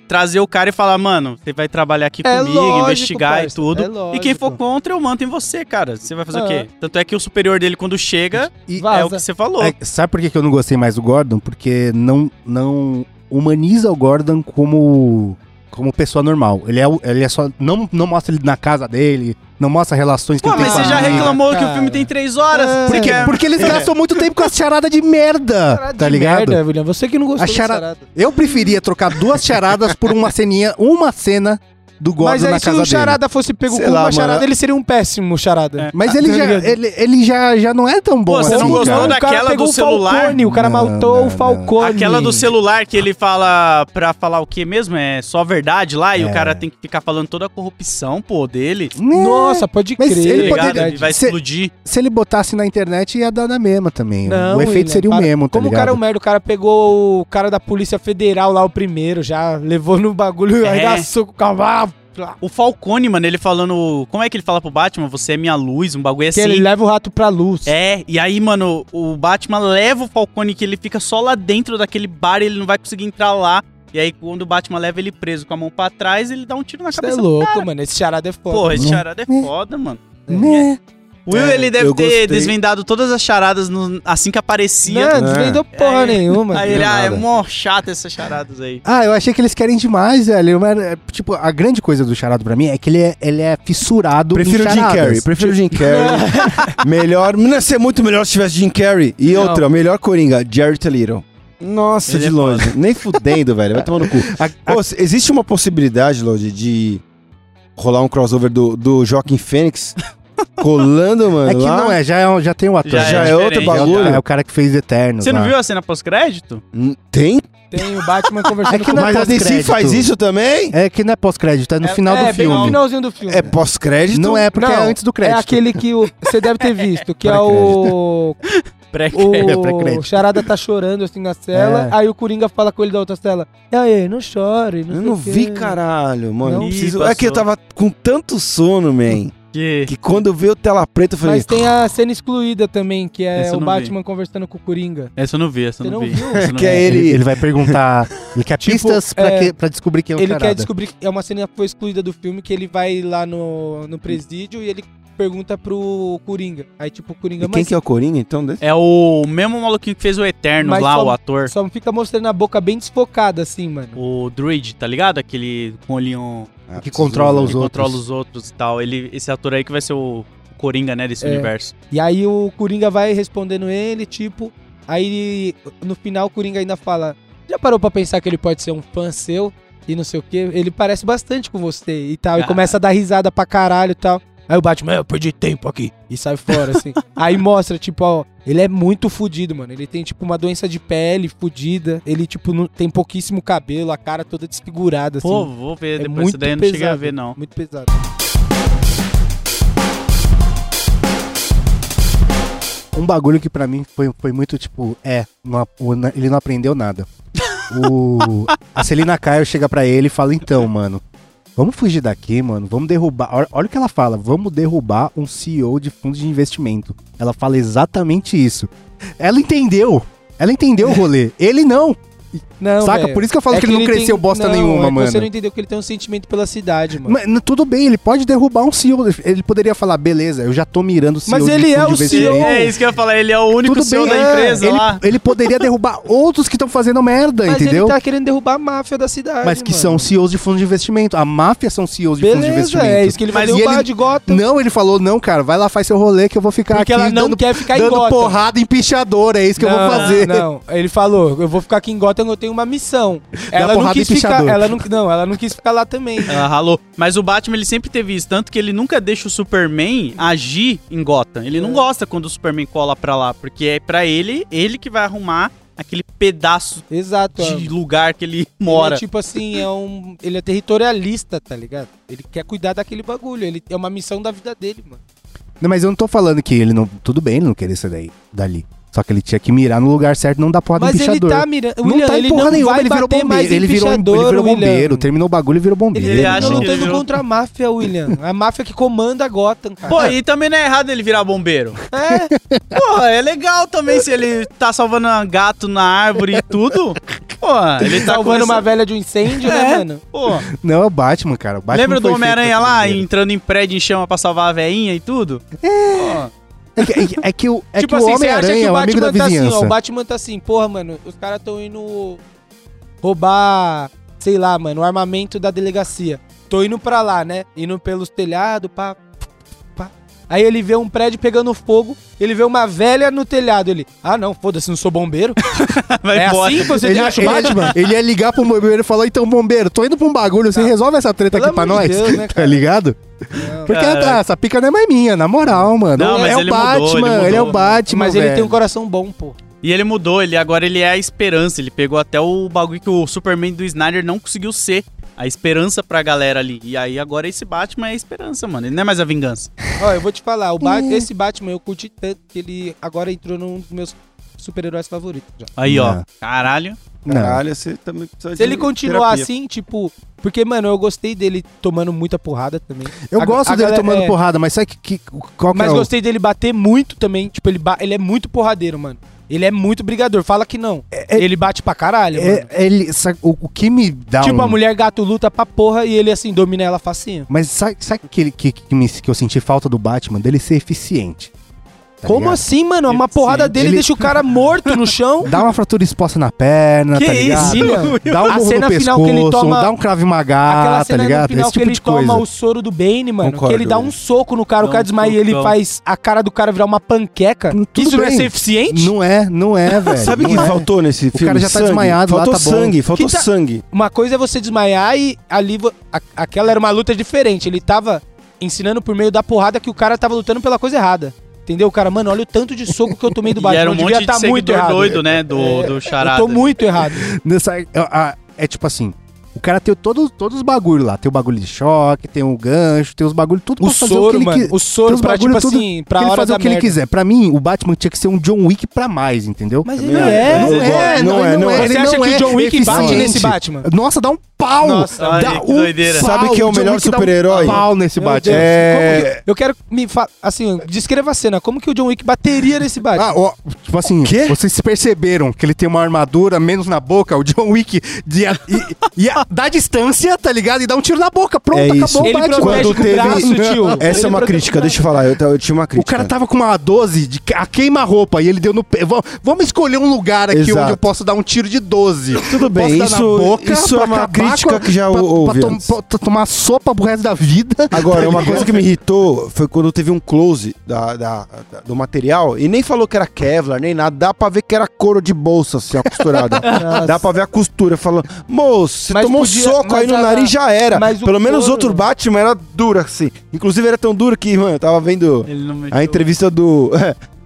[SPEAKER 2] trazer o cara e falar, mano, você vai trabalhar aqui
[SPEAKER 3] É
[SPEAKER 2] comigo,
[SPEAKER 3] lógico,
[SPEAKER 2] investigar
[SPEAKER 3] parça,
[SPEAKER 2] e tudo.
[SPEAKER 3] é lógico.
[SPEAKER 2] e quem for contra, eu manto em você, cara. Você vai fazer o
[SPEAKER 3] É.
[SPEAKER 2] quê? Tanto é que o superior dele, quando chega,
[SPEAKER 1] E-
[SPEAKER 3] Vaza.
[SPEAKER 2] é o que você falou.
[SPEAKER 1] é, sabe por que que eu não gostei mais do Gordon? Porque não, não humaniza o Gordon como, como pessoa normal. Ele é, o- ele é só. Não, não mostra ele na casa dele, não mostra relações que
[SPEAKER 2] Pô,
[SPEAKER 1] ele tem
[SPEAKER 2] Ah, mas
[SPEAKER 1] com a
[SPEAKER 2] você já
[SPEAKER 1] mina.
[SPEAKER 2] reclamou que
[SPEAKER 3] né, cara.
[SPEAKER 2] o filme tem três horas.
[SPEAKER 3] É.
[SPEAKER 2] Você
[SPEAKER 1] Porque,
[SPEAKER 2] quer-
[SPEAKER 1] porque eles gastam muito tempo com as charadas de merda,
[SPEAKER 3] Cara de
[SPEAKER 1] tá ligado?
[SPEAKER 3] Merda, William, você que não gostou
[SPEAKER 1] A chara-
[SPEAKER 3] do charada.
[SPEAKER 1] Eu preferia trocar duas charadas por uma ceninha, uma cena do Gordon
[SPEAKER 3] Mas aí
[SPEAKER 1] na
[SPEAKER 3] se
[SPEAKER 1] casa
[SPEAKER 3] o charada fosse pego
[SPEAKER 4] Sei
[SPEAKER 3] com
[SPEAKER 4] lá,
[SPEAKER 3] uma
[SPEAKER 4] mano.
[SPEAKER 3] charada, ele seria um péssimo charada.
[SPEAKER 2] É.
[SPEAKER 1] dele. Mas ele,
[SPEAKER 3] Tá
[SPEAKER 1] já,
[SPEAKER 3] ligado?
[SPEAKER 1] ele, ele já, já não é tão bom
[SPEAKER 2] Pô,
[SPEAKER 1] assim,
[SPEAKER 2] você não gostou
[SPEAKER 1] cara.
[SPEAKER 2] da- daquela
[SPEAKER 3] pegou
[SPEAKER 2] do
[SPEAKER 3] o
[SPEAKER 2] celular?
[SPEAKER 3] Falcone, o cara
[SPEAKER 1] Não,
[SPEAKER 3] matou
[SPEAKER 1] não,
[SPEAKER 3] o
[SPEAKER 1] não.
[SPEAKER 3] Falcone.
[SPEAKER 2] Aquela do celular que ele fala pra falar o que mesmo? É só verdade lá
[SPEAKER 3] É.
[SPEAKER 2] e o cara tem que ficar falando toda a corrupção, pô, dele.
[SPEAKER 1] Né?
[SPEAKER 3] Nossa, pode
[SPEAKER 1] Mas
[SPEAKER 3] crer.
[SPEAKER 1] ele
[SPEAKER 2] Tá ligado?
[SPEAKER 1] poderia-
[SPEAKER 2] Ele vai
[SPEAKER 1] Cê-
[SPEAKER 2] explodir.
[SPEAKER 1] Se ele botasse na internet, ia dar na mesma também.
[SPEAKER 3] Não,
[SPEAKER 1] o efeito
[SPEAKER 3] William,
[SPEAKER 1] seria o
[SPEAKER 3] para.
[SPEAKER 1] mesmo, tá
[SPEAKER 3] Como o
[SPEAKER 1] ligado?
[SPEAKER 3] cara é um merda, o cara pegou o cara da Polícia Federal lá, o primeiro, já levou no bagulho,
[SPEAKER 2] É.
[SPEAKER 3] arregaçou com o cavalo. lá.
[SPEAKER 2] O Falcone, mano, ele falando. Como é que ele fala pro Batman? Você é minha luz, um bagulho
[SPEAKER 3] Que
[SPEAKER 2] assim.
[SPEAKER 3] ele leva o rato pra luz.
[SPEAKER 2] É, e aí, mano, o Batman leva o Falcone que ele fica só lá dentro daquele bar, ele não vai conseguir entrar lá. E aí, quando o Batman leva ele preso com a mão pra trás, ele dá um tiro na
[SPEAKER 3] Você é
[SPEAKER 2] cabeça.
[SPEAKER 3] louco, mano. Esse charada é foda.
[SPEAKER 2] Porra, esse
[SPEAKER 1] Hum.
[SPEAKER 2] charada é foda, mano.
[SPEAKER 3] um-
[SPEAKER 1] Né?
[SPEAKER 2] Will,
[SPEAKER 4] É,
[SPEAKER 2] ele deve ter
[SPEAKER 4] eu gostei.
[SPEAKER 2] desvendado todas as charadas no- assim que aparecia.
[SPEAKER 3] Não, desvendou porra
[SPEAKER 2] Aí-
[SPEAKER 3] nenhuma.
[SPEAKER 2] É. Aí ele, ah, é
[SPEAKER 4] nada.
[SPEAKER 2] mó chato essas charadas aí.
[SPEAKER 1] Ah, eu achei que eles querem demais, velho. Mas, é, tipo, a grande coisa do charado pra mim é que ele é, ele é fissurado
[SPEAKER 4] Prefiro
[SPEAKER 1] em
[SPEAKER 4] o Jim
[SPEAKER 1] charadas.
[SPEAKER 4] Carrey, prefiro o Jim Carrey. melhor, não ia ser muito melhor se tivesse Jim Carrey. E
[SPEAKER 3] Não.
[SPEAKER 4] outra, melhor Coringa, Jared Leto. Nossa,
[SPEAKER 2] Ele
[SPEAKER 4] de
[SPEAKER 2] é
[SPEAKER 4] longe. Nem fudendo, velho. Vai tomar no cu. Pô, se- existe uma possibilidade, Lodi, de rolar um crossover do, do Joaquim Fênix colando, mano.
[SPEAKER 1] É que
[SPEAKER 4] lá.
[SPEAKER 1] não é, já é, um- já tem um ator.
[SPEAKER 2] Já
[SPEAKER 4] Já
[SPEAKER 2] é
[SPEAKER 4] é, outro
[SPEAKER 2] diferente,
[SPEAKER 4] bagulho.
[SPEAKER 1] É o cara que fez Eterno.
[SPEAKER 2] Você não viu a cena pós-crédito?
[SPEAKER 4] Tem?
[SPEAKER 3] Tem o Batman conversando
[SPEAKER 1] É que
[SPEAKER 3] com o
[SPEAKER 1] não
[SPEAKER 4] Mas a DC
[SPEAKER 1] pós-crédito.
[SPEAKER 4] faz isso também?
[SPEAKER 1] É que não é pós-crédito, é no final
[SPEAKER 3] é,
[SPEAKER 1] do
[SPEAKER 3] bem no
[SPEAKER 1] filme.
[SPEAKER 3] finalzinho do filme.
[SPEAKER 4] É pós-crédito?
[SPEAKER 1] Não é, porque
[SPEAKER 3] Não,
[SPEAKER 1] é antes do
[SPEAKER 3] É
[SPEAKER 1] crédito.
[SPEAKER 3] aquele que o- você deve ter visto, que é o.
[SPEAKER 2] É, Pré-crédito.
[SPEAKER 1] pré-crédito.
[SPEAKER 3] O Charada tá chorando assim na cela,
[SPEAKER 1] É.
[SPEAKER 3] aí o Coringa fala com ele da outra cela. E aí, não chore, não
[SPEAKER 4] Eu
[SPEAKER 3] sei
[SPEAKER 4] não
[SPEAKER 3] o quê."
[SPEAKER 4] vi, caralho, mano.
[SPEAKER 3] Não?
[SPEAKER 4] Eu
[SPEAKER 2] Ih,
[SPEAKER 4] preciso- É
[SPEAKER 2] passou.
[SPEAKER 4] que eu tava com tanto sono, man.
[SPEAKER 2] Que-
[SPEAKER 4] Que quando eu vi o tela preta, eu falei.
[SPEAKER 3] Mas tem a cena excluída também, que é
[SPEAKER 2] Essa eu
[SPEAKER 3] o
[SPEAKER 2] não
[SPEAKER 3] Batman conversando com o Coringa.
[SPEAKER 2] Essa eu não vi, essa eu
[SPEAKER 3] Você
[SPEAKER 2] não
[SPEAKER 3] não
[SPEAKER 2] vi.
[SPEAKER 3] viu?
[SPEAKER 2] Essa eu não
[SPEAKER 4] Que
[SPEAKER 2] vi.
[SPEAKER 4] é
[SPEAKER 1] Ele,
[SPEAKER 4] ele.
[SPEAKER 1] ele vai perguntar. Ele quer
[SPEAKER 3] Tipo,
[SPEAKER 1] pistas pra,
[SPEAKER 3] é,
[SPEAKER 1] que- pra descobrir quem é o
[SPEAKER 3] ele
[SPEAKER 1] charada.
[SPEAKER 3] quer descobrir. É uma cena que foi excluída do filme que ele vai lá no, no presídio e ele pergunta pro Coringa. Aí, tipo, o Coringa,
[SPEAKER 4] E quem que é o Coringa, então? Desse?
[SPEAKER 2] É o mesmo maluquinho que fez o Eterno
[SPEAKER 3] Mas
[SPEAKER 2] lá,
[SPEAKER 3] só-
[SPEAKER 2] o ator.
[SPEAKER 3] só fica mostrando a boca bem desfocada, assim, mano.
[SPEAKER 2] O Druid, tá ligado? Aquele com olhinho
[SPEAKER 4] Ah,
[SPEAKER 1] que
[SPEAKER 4] preciso-
[SPEAKER 1] controla os
[SPEAKER 2] que
[SPEAKER 1] outros.
[SPEAKER 2] controla os outros e tal. Ele, esse ator aí que vai ser o Coringa, né, desse
[SPEAKER 3] É.
[SPEAKER 2] universo.
[SPEAKER 3] E aí o Coringa vai respondendo ele, tipo. Aí no final o Coringa ainda fala: Já parou pra pensar que ele pode ser um fã seu? E não sei o quê? Ele parece bastante com você e tal. E
[SPEAKER 2] Ah.
[SPEAKER 3] começa a dar risada pra caralho e tal. Aí o Batman, eu perdi tempo aqui. E sai fora, assim. aí mostra, tipo, ó, ele é muito fudido, mano. Ele tem, tipo, uma doença de pele fudida. Ele, tipo, não, tem pouquíssimo cabelo, a cara toda desfigurada, assim.
[SPEAKER 2] Pô, vou ver
[SPEAKER 3] é
[SPEAKER 2] depois.
[SPEAKER 3] muito
[SPEAKER 2] Isso daí eu não
[SPEAKER 3] pesado.
[SPEAKER 2] cheguei a ver, não.
[SPEAKER 3] Muito pesado.
[SPEAKER 1] Um bagulho que pra mim foi, foi muito tipo, é, não a- o- na- ele não aprendeu nada. O, a Celina Caio chega pra ele e fala: então, mano, vamos fugir daqui, mano, vamos derrubar. Olha, olha o que ela fala: vamos derrubar um CEO de fundo de investimento. Ela fala exatamente isso. Ela entendeu. Ela entendeu o rolê. Ele não.
[SPEAKER 3] Não,
[SPEAKER 1] saca?
[SPEAKER 3] velho.
[SPEAKER 1] Por isso que eu falo
[SPEAKER 3] É
[SPEAKER 1] que, ele não
[SPEAKER 3] tem-
[SPEAKER 1] cresceu bosta
[SPEAKER 3] não, é
[SPEAKER 1] nenhuma,
[SPEAKER 3] que
[SPEAKER 1] mano.
[SPEAKER 3] Você não entendeu que ele tem um sentimento pela cidade, mano.
[SPEAKER 1] Mas, n- tudo bem, ele pode derrubar um CEO. Ele poderia falar, beleza, eu já tô mirando o CEO.
[SPEAKER 3] Mas
[SPEAKER 1] de
[SPEAKER 3] ele
[SPEAKER 1] fundo
[SPEAKER 3] é
[SPEAKER 1] de
[SPEAKER 3] o
[SPEAKER 1] investimento."
[SPEAKER 3] CEO.
[SPEAKER 2] É isso que eu ia falar, ele é o único
[SPEAKER 1] Tudo
[SPEAKER 2] CEO
[SPEAKER 1] bem,
[SPEAKER 2] da
[SPEAKER 1] é,
[SPEAKER 2] empresa
[SPEAKER 1] ele,
[SPEAKER 2] lá.
[SPEAKER 1] ele poderia derrubar outros que estão fazendo merda,
[SPEAKER 3] Mas
[SPEAKER 1] entendeu?
[SPEAKER 3] ele tá querendo derrubar a máfia da cidade.
[SPEAKER 1] Mas que
[SPEAKER 3] mano.
[SPEAKER 1] são CEOs de fundo de investimento. A máfia são CEOs de fundo de
[SPEAKER 3] Beleza,
[SPEAKER 1] investimento.
[SPEAKER 3] é isso que ele vai
[SPEAKER 1] Mas e
[SPEAKER 3] derrubar
[SPEAKER 1] ele-
[SPEAKER 3] de Gotham.
[SPEAKER 1] Não, ele falou, não, cara, vai lá, faz seu rolê que eu vou ficar
[SPEAKER 3] porque
[SPEAKER 1] aqui
[SPEAKER 3] ela não
[SPEAKER 1] dando,
[SPEAKER 3] quer ficar em
[SPEAKER 1] dando
[SPEAKER 3] Gotham.
[SPEAKER 1] porrada em pichador, é isso que eu vou fazer.
[SPEAKER 3] Não, ele falou, eu vou ficar aqui em Gotham, eu tenho uma missão. Ela não
[SPEAKER 1] porrada
[SPEAKER 3] quis
[SPEAKER 1] em
[SPEAKER 3] ficar,
[SPEAKER 1] pichador.
[SPEAKER 3] ela não, não, ela não quis ficar lá também.
[SPEAKER 2] Ela Ah, ralou. Mas o Batman, ele sempre teve isso. Tanto que ele nunca deixa o Superman agir em Gotham. Ele
[SPEAKER 3] É.
[SPEAKER 2] não gosta quando o Superman cola pra lá. Porque é pra ele, ele que vai arrumar aquele pedaço
[SPEAKER 3] Exato. ó.
[SPEAKER 2] de lugar que ele
[SPEAKER 3] Ele
[SPEAKER 2] mora.
[SPEAKER 3] é, tipo assim, é um, ele é territorialista, tá ligado? Ele quer cuidar daquele bagulho, ele é uma missão da vida dele, mano.
[SPEAKER 1] Não, mas eu não tô falando que ele não. Tudo bem, ele não querer ser daí, dali. Só que ele tinha que mirar no lugar certo, não dar porrada
[SPEAKER 3] Mas
[SPEAKER 1] em
[SPEAKER 3] ele
[SPEAKER 1] pichador.
[SPEAKER 3] tá mirando,
[SPEAKER 1] não
[SPEAKER 3] William,
[SPEAKER 1] tá em
[SPEAKER 3] ele
[SPEAKER 1] porra
[SPEAKER 3] não
[SPEAKER 1] nenhuma,
[SPEAKER 3] vai
[SPEAKER 1] ele virou
[SPEAKER 3] bater mais
[SPEAKER 1] bombeiro.
[SPEAKER 3] em
[SPEAKER 1] Ele virou, um, ele
[SPEAKER 3] pichador,
[SPEAKER 1] virou
[SPEAKER 3] William.
[SPEAKER 1] bombeiro, terminou o bagulho e virou bombeiro.
[SPEAKER 2] Ele
[SPEAKER 3] Ele
[SPEAKER 2] acha
[SPEAKER 1] não.
[SPEAKER 3] tá
[SPEAKER 2] que-
[SPEAKER 3] lutando
[SPEAKER 2] ele-
[SPEAKER 3] contra a máfia, William. A máfia que comanda a Gotham, cara.
[SPEAKER 2] Pô, tá e também não é errado ele virar bombeiro.
[SPEAKER 3] É,
[SPEAKER 2] Porra, é legal também se ele tá salvando um gato na árvore e tudo. Pô, ele tá
[SPEAKER 3] salvando uma
[SPEAKER 2] começando-
[SPEAKER 3] velha de um incêndio,
[SPEAKER 2] É.
[SPEAKER 3] né, mano?
[SPEAKER 2] Pô,
[SPEAKER 1] Não, é o Batman, cara. O Batman
[SPEAKER 2] lembra do
[SPEAKER 1] foi feito
[SPEAKER 2] Homem-Aranha
[SPEAKER 1] pra ser
[SPEAKER 2] lá
[SPEAKER 1] bombeiro.
[SPEAKER 2] entrando em prédio em chama pra salvar a veinha e tudo? É.
[SPEAKER 1] É que, é que- é que o, é
[SPEAKER 3] tipo
[SPEAKER 1] que
[SPEAKER 3] assim,
[SPEAKER 1] o
[SPEAKER 3] você acha
[SPEAKER 1] Homem-Aranha
[SPEAKER 3] que
[SPEAKER 1] é
[SPEAKER 3] o
[SPEAKER 1] um amigo da
[SPEAKER 3] Batman tá assim, ó.
[SPEAKER 1] vizinhança.
[SPEAKER 3] O Batman tá assim, porra, mano, os caras tão indo roubar, sei lá, mano, o armamento da delegacia. Tô indo pra lá, né? Indo pelos telhados, pá, pá. Aí ele vê um prédio pegando fogo, ele vê uma velha no telhado. Ele, ah não, foda-se, não sou bombeiro.
[SPEAKER 2] Vai
[SPEAKER 3] é
[SPEAKER 2] embora.
[SPEAKER 3] assim que você
[SPEAKER 1] Ele,
[SPEAKER 3] acha o
[SPEAKER 1] ele-
[SPEAKER 3] Batman?
[SPEAKER 1] ele ia ligar pro bombeiro e falar, então, bombeiro, tô indo pra um bagulho, você resolve essa treta
[SPEAKER 3] Pelo
[SPEAKER 1] aqui pra
[SPEAKER 3] amor
[SPEAKER 1] nós,
[SPEAKER 3] de Deus, né,
[SPEAKER 1] tá
[SPEAKER 3] cara?
[SPEAKER 1] ligado? Porque
[SPEAKER 2] Caraca.
[SPEAKER 1] ah, essa pica não é mais minha, na moral, mano.
[SPEAKER 2] Não, mas
[SPEAKER 1] é
[SPEAKER 2] ele
[SPEAKER 1] o
[SPEAKER 2] mudou,
[SPEAKER 1] Batman,
[SPEAKER 2] ele mudou.
[SPEAKER 1] é o Batman,
[SPEAKER 3] Mas ele tem um
[SPEAKER 1] velho.
[SPEAKER 3] coração bom, pô.
[SPEAKER 2] E ele mudou, ele agora ele é a esperança. Ele pegou até o bagulho que o Superman do Snyder não conseguiu ser. A esperança pra galera ali. E aí agora esse Batman é a esperança, mano. Ele não é mais a vingança.
[SPEAKER 3] Ó, eu vou te falar, o Bat- esse Batman eu curti tanto que ele agora entrou num dos meus super-heróis favoritos já.
[SPEAKER 2] Aí, ó.
[SPEAKER 1] Não.
[SPEAKER 2] Caralho.
[SPEAKER 1] Não.
[SPEAKER 4] Caralho, você também precisa
[SPEAKER 3] Se ele continuar assim, tipo. Porque, mano, eu gostei dele tomando muita porrada também.
[SPEAKER 1] Eu
[SPEAKER 3] A-
[SPEAKER 1] gosto
[SPEAKER 3] a
[SPEAKER 1] dele
[SPEAKER 3] galera-
[SPEAKER 1] tomando
[SPEAKER 3] é,
[SPEAKER 1] porrada, mas sabe que, que- qual que
[SPEAKER 3] Mas
[SPEAKER 1] é o...
[SPEAKER 3] gostei dele bater muito também. Tipo, ele, ba- ele é muito porradeiro, mano. Ele é muito brigador. Fala que não. ele bate pra caralho, mano.
[SPEAKER 1] É, ele, sa- o, o que me dá
[SPEAKER 3] Tipo,
[SPEAKER 1] um...
[SPEAKER 3] a mulher gato luta pra porra e ele, assim, domina ela facinho.
[SPEAKER 1] Mas sabe, sabe aquele que, que, me- que eu senti falta do Batman? Dele ser eficiente. tá
[SPEAKER 3] Como
[SPEAKER 1] ligado?
[SPEAKER 3] assim, mano? Uma porrada dele
[SPEAKER 1] Ele-
[SPEAKER 3] deixa o cara morto no chão.
[SPEAKER 1] Dá uma fratura exposta na perna,
[SPEAKER 2] Que
[SPEAKER 1] tá ligado?
[SPEAKER 2] isso,
[SPEAKER 3] mano?
[SPEAKER 1] Dá um
[SPEAKER 3] A
[SPEAKER 1] morro no
[SPEAKER 3] cena final que ele
[SPEAKER 1] pescoço,
[SPEAKER 3] toma-
[SPEAKER 1] dá um crave
[SPEAKER 3] Aquela
[SPEAKER 1] magá, tá
[SPEAKER 3] cena no
[SPEAKER 1] ligado?
[SPEAKER 3] final
[SPEAKER 1] Esse tipo
[SPEAKER 3] que ele
[SPEAKER 1] de coisa.
[SPEAKER 3] toma o soro do Bane, mano.
[SPEAKER 4] Concordo,
[SPEAKER 3] que ele dá um
[SPEAKER 4] velho.
[SPEAKER 3] soco no cara,
[SPEAKER 2] Dá
[SPEAKER 3] o cara
[SPEAKER 2] um
[SPEAKER 3] desmaia e ele
[SPEAKER 2] socão.
[SPEAKER 3] faz a cara do cara virar uma panqueca.
[SPEAKER 1] Tudo
[SPEAKER 3] Isso não é
[SPEAKER 1] bem.
[SPEAKER 3] ser eficiente?
[SPEAKER 1] Não é, não é, velho.
[SPEAKER 4] Sabe o
[SPEAKER 1] não
[SPEAKER 4] que
[SPEAKER 1] é.
[SPEAKER 4] faltou nesse filme?
[SPEAKER 1] cara já tá
[SPEAKER 4] Sangue.
[SPEAKER 1] desmaiado lá,
[SPEAKER 4] faltou
[SPEAKER 1] tá bom.
[SPEAKER 4] sangue, faltou
[SPEAKER 3] Que tá-
[SPEAKER 4] sangue.
[SPEAKER 3] Uma coisa é você desmaiar e ali. vo- a- Aquela era uma luta diferente. Ele tava ensinando por meio da porrada que o cara tava lutando pela coisa errada. Entendeu? O cara, mano, olha o tanto de soco que eu tomei do
[SPEAKER 2] E
[SPEAKER 3] Batman.
[SPEAKER 2] era um
[SPEAKER 3] eu devia
[SPEAKER 2] monte de
[SPEAKER 3] tá muito
[SPEAKER 2] seguidor
[SPEAKER 3] errado. É.
[SPEAKER 2] doido, né? Do, do charada.
[SPEAKER 3] Eu tô muito errado.
[SPEAKER 1] Nessa- a- a- é tipo assim. O cara tem todo- todos os bagulhos lá. Tem o bagulho de choque, tem o gancho, tem os bagulhos, tudo
[SPEAKER 3] O
[SPEAKER 1] pra fazer o que
[SPEAKER 3] soro,
[SPEAKER 1] ele
[SPEAKER 3] mano.
[SPEAKER 1] qui-
[SPEAKER 3] O
[SPEAKER 1] tem
[SPEAKER 3] soro
[SPEAKER 1] os
[SPEAKER 3] pra, tipo
[SPEAKER 1] bagulho tudo-
[SPEAKER 3] assim, pra
[SPEAKER 1] que ele
[SPEAKER 3] hora
[SPEAKER 1] fazer
[SPEAKER 3] da
[SPEAKER 1] o que ele
[SPEAKER 3] merda.
[SPEAKER 1] quiser. Pra mim, o Batman tinha que ser um John Wick pra mais, entendeu?
[SPEAKER 3] Mas
[SPEAKER 4] Também
[SPEAKER 3] ele
[SPEAKER 4] acho.
[SPEAKER 3] é.
[SPEAKER 4] Não
[SPEAKER 3] ele
[SPEAKER 4] é, não é, não é.
[SPEAKER 1] ele
[SPEAKER 3] Você acha
[SPEAKER 1] não
[SPEAKER 3] que o
[SPEAKER 1] é
[SPEAKER 3] John Wick bate
[SPEAKER 1] eficiente.
[SPEAKER 3] nesse Batman?
[SPEAKER 1] Nossa, dá um pau!
[SPEAKER 3] Nossa,
[SPEAKER 2] olha
[SPEAKER 1] dá
[SPEAKER 2] que
[SPEAKER 1] um
[SPEAKER 2] doideira.
[SPEAKER 1] pau.
[SPEAKER 4] Sabe quem é o
[SPEAKER 1] John
[SPEAKER 4] melhor
[SPEAKER 1] Wick dá
[SPEAKER 4] super-herói?
[SPEAKER 1] Um pau nesse
[SPEAKER 3] Meu
[SPEAKER 1] Batman.
[SPEAKER 3] Deus,
[SPEAKER 4] É.
[SPEAKER 3] como que- Eu quero que me fa... assim, descreva a cena. Como que o John Wick bateria nesse Batman?
[SPEAKER 1] Ah, ó, tipo assim,
[SPEAKER 4] quê?
[SPEAKER 1] vocês perceberam que ele tem uma armadura menos na boca, o John Wick de- e, e a- dá distância, tá ligado? E dá um tiro na boca, pronto,
[SPEAKER 4] É isso.
[SPEAKER 1] acabou
[SPEAKER 3] ele
[SPEAKER 1] o Batman.
[SPEAKER 3] protege
[SPEAKER 4] Quando
[SPEAKER 3] com
[SPEAKER 4] teve-
[SPEAKER 3] o braço, tio.
[SPEAKER 4] Essa
[SPEAKER 3] Ele
[SPEAKER 4] é uma
[SPEAKER 3] protege-
[SPEAKER 4] crítica, deixa eu falar. Eu, eu tinha uma
[SPEAKER 1] O
[SPEAKER 4] crítica.
[SPEAKER 1] cara tava com uma 12 de que- a queima-roupa e ele deu no pé. Vamos, vamos escolher um lugar aqui
[SPEAKER 4] Exato.
[SPEAKER 1] onde eu posso dar um tiro de 12.
[SPEAKER 4] Tudo
[SPEAKER 1] Posso
[SPEAKER 4] bem,
[SPEAKER 1] dar na
[SPEAKER 4] isso-
[SPEAKER 1] boca
[SPEAKER 4] isso é
[SPEAKER 1] pra
[SPEAKER 4] uma
[SPEAKER 1] acabar
[SPEAKER 4] crítica
[SPEAKER 1] com a-
[SPEAKER 4] que já
[SPEAKER 1] pra,
[SPEAKER 4] houve
[SPEAKER 1] pra, tom-
[SPEAKER 4] antes.
[SPEAKER 1] pra, pra tomar sopa pro resto da vida.
[SPEAKER 4] Agora,
[SPEAKER 1] tá
[SPEAKER 4] uma
[SPEAKER 1] ligado?
[SPEAKER 4] coisa que me irritou foi quando teve um close da, da- da- do material e nem falou que era Kevlar, nem nada. Dá pra ver que era couro de bolsa, assim, ó, costurada. Dá pra ver a costura. Falando, moço, você
[SPEAKER 3] Mas
[SPEAKER 4] tomou um
[SPEAKER 3] podia-
[SPEAKER 4] soco
[SPEAKER 3] mas
[SPEAKER 4] aí no
[SPEAKER 3] a-
[SPEAKER 4] nariz já era.
[SPEAKER 3] mas o
[SPEAKER 4] Pelo menos
[SPEAKER 3] couro-
[SPEAKER 4] outro Batman era duro, assim. Inclusive, era tão duro que, mano, eu tava vendo
[SPEAKER 2] Ele não
[SPEAKER 3] é
[SPEAKER 2] meteu-
[SPEAKER 4] a entrevista do...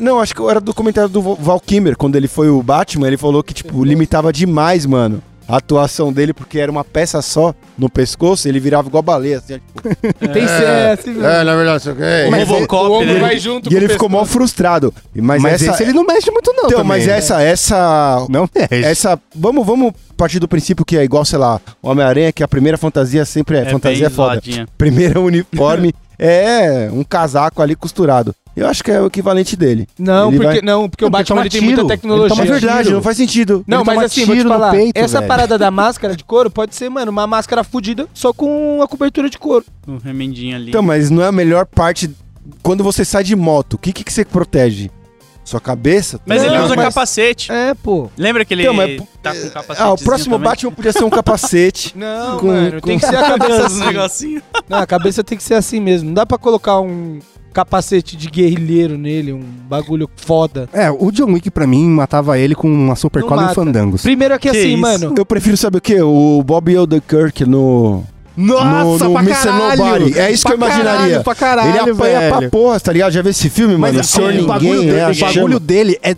[SPEAKER 4] Não, acho que era do comentário do Val- Val Kimmer, quando ele foi o Batman, ele falou que, tipo, limitava demais, mano, a atuação dele, porque era uma peça só no pescoço, ele virava igual a baleia, assim, ó, tipo,
[SPEAKER 3] Tem CS, velho.
[SPEAKER 4] na verdade, isso aqui é.
[SPEAKER 2] O
[SPEAKER 4] Mas
[SPEAKER 2] Robocop, né?
[SPEAKER 3] junto
[SPEAKER 4] e ele ficou mó frustrado. Mas,
[SPEAKER 1] Mas
[SPEAKER 4] essa.
[SPEAKER 1] esse ele não mexe muito, não.
[SPEAKER 4] então,
[SPEAKER 1] também,
[SPEAKER 4] mas
[SPEAKER 1] né?
[SPEAKER 4] essa, essa.
[SPEAKER 1] Não mexe.
[SPEAKER 4] Essa. Vamos, vamos partir do princípio que é igual, sei lá, Homem-Aranha, que a primeira fantasia sempre é.
[SPEAKER 2] É,
[SPEAKER 4] fantasia é
[SPEAKER 2] bem
[SPEAKER 4] foda.
[SPEAKER 2] zoadinha.
[SPEAKER 4] Primeira uniforme é um casaco ali costurado. Eu acho que é o equivalente dele.
[SPEAKER 3] Não,
[SPEAKER 4] Ele
[SPEAKER 3] porque,
[SPEAKER 4] vai-
[SPEAKER 3] não, porque
[SPEAKER 1] Não,
[SPEAKER 3] o Batman ele tem
[SPEAKER 1] tiro.
[SPEAKER 3] muita
[SPEAKER 1] Ele
[SPEAKER 3] tecnologia.
[SPEAKER 1] toma
[SPEAKER 4] É verdade,
[SPEAKER 1] tiro.
[SPEAKER 4] não faz sentido.
[SPEAKER 3] Não,
[SPEAKER 1] Ele
[SPEAKER 3] mas
[SPEAKER 1] toma
[SPEAKER 3] assim, vou te
[SPEAKER 1] tiro no
[SPEAKER 3] falar.
[SPEAKER 1] peito,
[SPEAKER 3] essa
[SPEAKER 1] velho.
[SPEAKER 3] parada da máscara de couro pode ser, mano, uma máscara fudida só com a cobertura de couro.
[SPEAKER 2] Um remendinho ali.
[SPEAKER 4] Então, mas não é a melhor parte. Quando você sai de moto, o que, que, que você protege? Sua cabeça?
[SPEAKER 2] mas
[SPEAKER 3] Não,
[SPEAKER 2] ele usa
[SPEAKER 3] mas-
[SPEAKER 2] capacete.
[SPEAKER 3] É, pô.
[SPEAKER 2] Lembra que ele
[SPEAKER 4] Então, mas-
[SPEAKER 2] tá com capacete?
[SPEAKER 4] Ah, o próximo Batman podia ser um capacete.
[SPEAKER 3] Não,
[SPEAKER 4] Com-
[SPEAKER 3] mano,
[SPEAKER 4] com-
[SPEAKER 3] tem que ser a cabeça
[SPEAKER 2] Esses
[SPEAKER 3] assim.
[SPEAKER 2] negocinhos.
[SPEAKER 3] Não, a cabeça tem que ser assim mesmo. Não dá pra colocar um capacete de guerrilheiro nele, um bagulho foda.
[SPEAKER 1] É, o John Wick, pra mim, matava ele com uma super
[SPEAKER 3] Não
[SPEAKER 1] cola e um
[SPEAKER 3] mata.
[SPEAKER 1] fandangos.
[SPEAKER 3] Primeiro é que,
[SPEAKER 2] Que
[SPEAKER 3] assim,
[SPEAKER 2] isso?
[SPEAKER 3] mano,
[SPEAKER 4] Eu prefiro saber o quê? O Bob Odenkirk no.
[SPEAKER 1] Nossa,
[SPEAKER 4] no
[SPEAKER 1] pra
[SPEAKER 4] Mr.
[SPEAKER 1] caralho!
[SPEAKER 4] Nobody. É isso que eu imaginaria.
[SPEAKER 1] Pra caralho,
[SPEAKER 4] ele apanha
[SPEAKER 1] velho.
[SPEAKER 4] pra porra, tá ligado? Já vê esse filme, mano?
[SPEAKER 1] Mas
[SPEAKER 4] o
[SPEAKER 1] assim,
[SPEAKER 4] senhor
[SPEAKER 1] o bagulho,
[SPEAKER 4] ninguém,
[SPEAKER 1] dele,
[SPEAKER 4] né?
[SPEAKER 1] o
[SPEAKER 4] Chama.
[SPEAKER 1] bagulho dele é, é-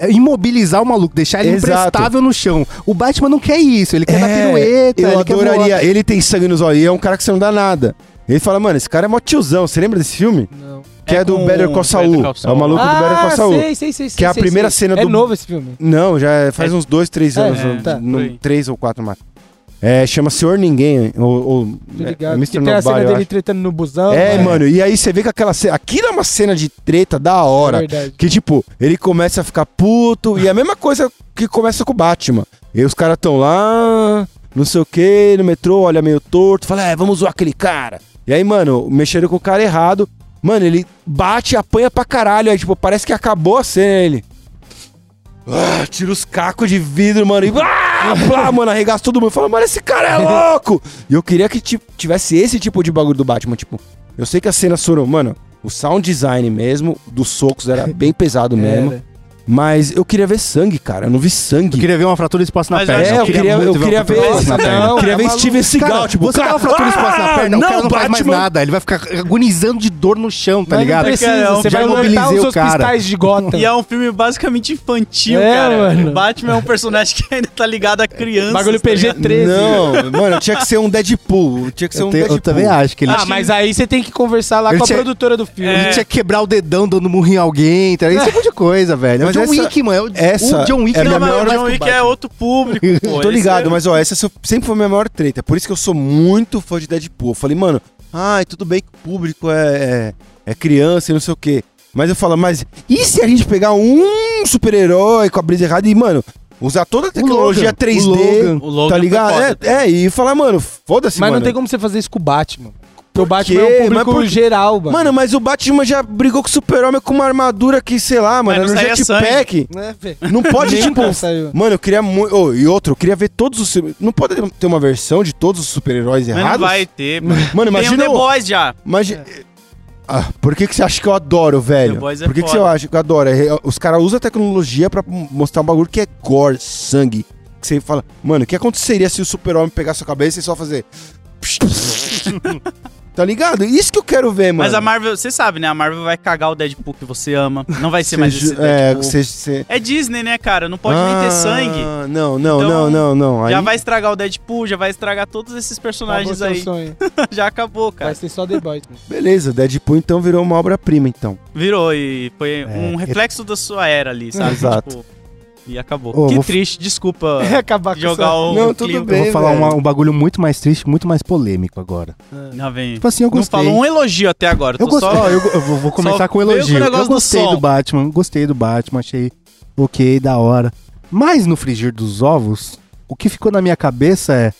[SPEAKER 1] é imobilizar o maluco, deixar ele
[SPEAKER 4] Exato.
[SPEAKER 1] imprestável no chão. O Batman não quer isso, ele quer dar
[SPEAKER 4] É,
[SPEAKER 1] pirueta,
[SPEAKER 4] Eu
[SPEAKER 1] ele quer voar.
[SPEAKER 4] adoraria. Ele tem sangue nos olhos. E é um cara que você não dá nada. Ele fala, mano, esse cara é mó tiozão. Você lembra desse filme?
[SPEAKER 3] Não.
[SPEAKER 4] Que é,
[SPEAKER 2] É
[SPEAKER 4] do
[SPEAKER 2] com
[SPEAKER 4] Better Call Saul.
[SPEAKER 2] Better Call
[SPEAKER 4] É
[SPEAKER 2] Saul.
[SPEAKER 4] o maluco do Better Call Saul.
[SPEAKER 3] Ah, sei, sei, sei, sei,
[SPEAKER 4] Que é a
[SPEAKER 3] sei,
[SPEAKER 4] primeira
[SPEAKER 3] sei.
[SPEAKER 4] cena
[SPEAKER 3] É
[SPEAKER 4] do-
[SPEAKER 3] novo esse filme.
[SPEAKER 4] Não, já é- faz uns dois, três
[SPEAKER 3] É,
[SPEAKER 4] anos.
[SPEAKER 2] é,
[SPEAKER 4] um-
[SPEAKER 3] tá.
[SPEAKER 4] um-
[SPEAKER 2] Foi.
[SPEAKER 4] três ou quatro, mano. É, chama Senhor Ninguém. Ou, ou
[SPEAKER 3] Tô
[SPEAKER 4] é,
[SPEAKER 3] ligado.
[SPEAKER 4] Mr.
[SPEAKER 3] Que tem a cena
[SPEAKER 4] Nobody, eu
[SPEAKER 3] dele
[SPEAKER 4] acho.
[SPEAKER 3] tretando no busão. né?
[SPEAKER 4] É, mano, e aí você vê que aquela cena. Aquilo é uma cena de treta da
[SPEAKER 3] É
[SPEAKER 4] hora.
[SPEAKER 3] verdade.
[SPEAKER 4] que, tipo, ele começa a ficar puto. E é a mesma coisa que começa com o Batman. E os caras tão lá, não sei o que, no metrô, olha meio torto, fala, é, vamos zoar aquele cara. E aí, mano, mexeram com o cara errado. Mano, ele bate, apanha pra caralho. Aí, tipo, parece que acabou a cena. aí Ele. Ah, tira os cacos de vidro, mano. E. Ah, blá, mano, arregaça todo mundo. Fala, mano, esse cara é louco! E eu queria que ti- tivesse esse tipo de bagulho do Batman. Tipo, eu sei que a cena sorou, mano. O sound design mesmo, dos socos, era bem pesado mesmo.
[SPEAKER 3] Era.
[SPEAKER 4] Mas eu queria ver sangue, cara. né? Eu não vi
[SPEAKER 1] Eu
[SPEAKER 4] sangue.
[SPEAKER 1] queria ver uma fratura exposta na
[SPEAKER 2] Mas
[SPEAKER 1] perna.
[SPEAKER 2] eu
[SPEAKER 4] É, eu queria,
[SPEAKER 1] muito
[SPEAKER 4] eu queria
[SPEAKER 1] uma
[SPEAKER 4] ver. né?
[SPEAKER 1] fratura exposta na perna.
[SPEAKER 4] eu queria
[SPEAKER 3] é
[SPEAKER 4] ver
[SPEAKER 3] maluco.
[SPEAKER 4] Steven Seagal,
[SPEAKER 1] Cara,
[SPEAKER 4] tipo,
[SPEAKER 1] você dá uma fratura exposta na perna, o cara Ah, não faz mais
[SPEAKER 4] Batman.
[SPEAKER 1] nada. Ele vai ficar agonizando de dor no chão, tá
[SPEAKER 3] Mas
[SPEAKER 1] ligado?
[SPEAKER 3] Não precisa,
[SPEAKER 2] Já
[SPEAKER 3] você vai levantar
[SPEAKER 1] mobilizei
[SPEAKER 3] os
[SPEAKER 1] o
[SPEAKER 3] seus
[SPEAKER 1] cara.
[SPEAKER 3] cristais de gota.
[SPEAKER 2] E é um filme basicamente infantil,
[SPEAKER 3] É,
[SPEAKER 2] cara.
[SPEAKER 3] mano.
[SPEAKER 2] Batman é um personagem que ainda tá ligado a criança.
[SPEAKER 3] Bagulho
[SPEAKER 4] é
[SPEAKER 3] PG-13.
[SPEAKER 4] Não, mano, tinha que ser um Deadpool. Tinha que ser
[SPEAKER 1] Eu,
[SPEAKER 4] um
[SPEAKER 1] te- eu
[SPEAKER 4] Deadpool.
[SPEAKER 1] também acho que ele,
[SPEAKER 3] Ah, mas aí você tem que conversar lá
[SPEAKER 1] Ele
[SPEAKER 3] com a
[SPEAKER 1] tinha-
[SPEAKER 3] produtora do filme.
[SPEAKER 1] ele tinha que quebrar o dedão dando murro em alguém, tá ligado? Esse tipo de coisa, velho. é. É o
[SPEAKER 4] Mas
[SPEAKER 1] John
[SPEAKER 4] essa-
[SPEAKER 1] Wick, mano. É o-
[SPEAKER 4] essa
[SPEAKER 1] o John Wick
[SPEAKER 4] é a
[SPEAKER 1] não
[SPEAKER 2] Não, mas
[SPEAKER 4] minha maior
[SPEAKER 2] o
[SPEAKER 1] mais
[SPEAKER 2] John
[SPEAKER 1] que o
[SPEAKER 2] Wick
[SPEAKER 1] Batman.
[SPEAKER 2] é outro público, pô.
[SPEAKER 4] Tô
[SPEAKER 2] Esse
[SPEAKER 4] ligado,
[SPEAKER 2] é-
[SPEAKER 4] mas ó, essa so- sempre foi a minha maior treta. Por isso que eu sou muito fã de Deadpool. Eu falei, mano, ai, tudo bem que o público é, é, é criança e não sei o quê. Mas eu falo, mas e se a gente pegar um super-herói com a brisa errada e, mano, usar toda a tecnologia
[SPEAKER 1] Logan, o
[SPEAKER 4] 3D,
[SPEAKER 1] Logan.
[SPEAKER 2] O Logan
[SPEAKER 4] tá
[SPEAKER 2] foi foda.
[SPEAKER 4] ligado? É, é, e falar, mano, foda-se,
[SPEAKER 3] Mas
[SPEAKER 4] mano.
[SPEAKER 3] não tem como você fazer isso com o Batman. Porque o
[SPEAKER 4] quê?
[SPEAKER 3] Batman é um
[SPEAKER 4] Mas
[SPEAKER 3] público
[SPEAKER 4] por quê?
[SPEAKER 3] geral, mano.
[SPEAKER 4] Mano, mas o Batman já brigou com o super-homem com uma armadura que, sei lá, mano,
[SPEAKER 2] não
[SPEAKER 4] era
[SPEAKER 2] saía
[SPEAKER 4] um jetpack.
[SPEAKER 3] Né, velho?
[SPEAKER 4] Não pode, tipo...
[SPEAKER 3] Nunca saiu.
[SPEAKER 4] Mano, eu queria muito... Oh, e outro, eu queria ver todos os... Não pode ter uma versão de todos os super-heróis
[SPEAKER 2] Mas não
[SPEAKER 4] errados?
[SPEAKER 2] vai ter, mano.
[SPEAKER 4] Mano,
[SPEAKER 2] Tem um
[SPEAKER 4] imagina...
[SPEAKER 2] The
[SPEAKER 4] o-
[SPEAKER 2] Boys já.
[SPEAKER 4] Imagi- Ah, por que, que você acha que eu adoro,
[SPEAKER 2] The
[SPEAKER 4] velho?
[SPEAKER 2] Boys é
[SPEAKER 4] por que, que você
[SPEAKER 2] foda.
[SPEAKER 4] acha que eu adoro? É, Os caras usam a tecnologia pra mostrar um bagulho que é gore, sangue. Que você fala, mano, o que aconteceria se o super-homem pegar sua cabeça e só fazer. tá ligado? Isso que eu quero ver, mano.
[SPEAKER 2] Mas a Marvel, você sabe, né? A Marvel vai cagar o Deadpool que você ama. Não vai ser mais esse
[SPEAKER 4] Cê- É,
[SPEAKER 2] Deadpool.
[SPEAKER 4] você. você-
[SPEAKER 2] É Disney, né, cara? Não pode nem
[SPEAKER 4] Ah,
[SPEAKER 2] ter sangue.
[SPEAKER 4] Não, não,
[SPEAKER 2] Então,
[SPEAKER 4] não, não, não. Aí,
[SPEAKER 2] Já vai estragar o Deadpool, já vai estragar todos esses
[SPEAKER 3] Acabou
[SPEAKER 2] personagens
[SPEAKER 3] seu
[SPEAKER 2] aí.
[SPEAKER 3] sonho.
[SPEAKER 2] já acabou,
[SPEAKER 3] Vai
[SPEAKER 2] cara.
[SPEAKER 3] ser só The Boys. mano.
[SPEAKER 4] Beleza, Deadpool então virou uma obra-prima, então.
[SPEAKER 2] Virou e foi um
[SPEAKER 4] É,
[SPEAKER 2] reflexo da sua era ali, sabe?
[SPEAKER 4] Exato.
[SPEAKER 2] Tipo, e acabou.
[SPEAKER 1] Ô,
[SPEAKER 2] que
[SPEAKER 1] vou-
[SPEAKER 2] triste, desculpa
[SPEAKER 3] Acabar com
[SPEAKER 2] É, jogar um-
[SPEAKER 3] essa-
[SPEAKER 2] o.
[SPEAKER 4] Não, tudo
[SPEAKER 2] clima.
[SPEAKER 4] bem.
[SPEAKER 1] Eu vou falar
[SPEAKER 4] velho.
[SPEAKER 1] uma- um bagulho muito mais triste, muito mais polêmico agora.
[SPEAKER 2] Não, vem.
[SPEAKER 1] Tipo assim, eu
[SPEAKER 2] Não
[SPEAKER 1] gostei.
[SPEAKER 2] falou um elogio até agora.
[SPEAKER 1] Eu
[SPEAKER 2] tô
[SPEAKER 1] gostei.
[SPEAKER 2] só-
[SPEAKER 1] Ó, eu, go- eu vou- vou começar
[SPEAKER 2] só
[SPEAKER 1] com o
[SPEAKER 2] veio com o
[SPEAKER 1] elogio.
[SPEAKER 2] negócio
[SPEAKER 1] Eu
[SPEAKER 2] do
[SPEAKER 1] gostei
[SPEAKER 2] som.
[SPEAKER 1] do, Batman, gostei do Batman, achei ok, da hora. Mas no frigir dos ovos, o que ficou na minha cabeça é.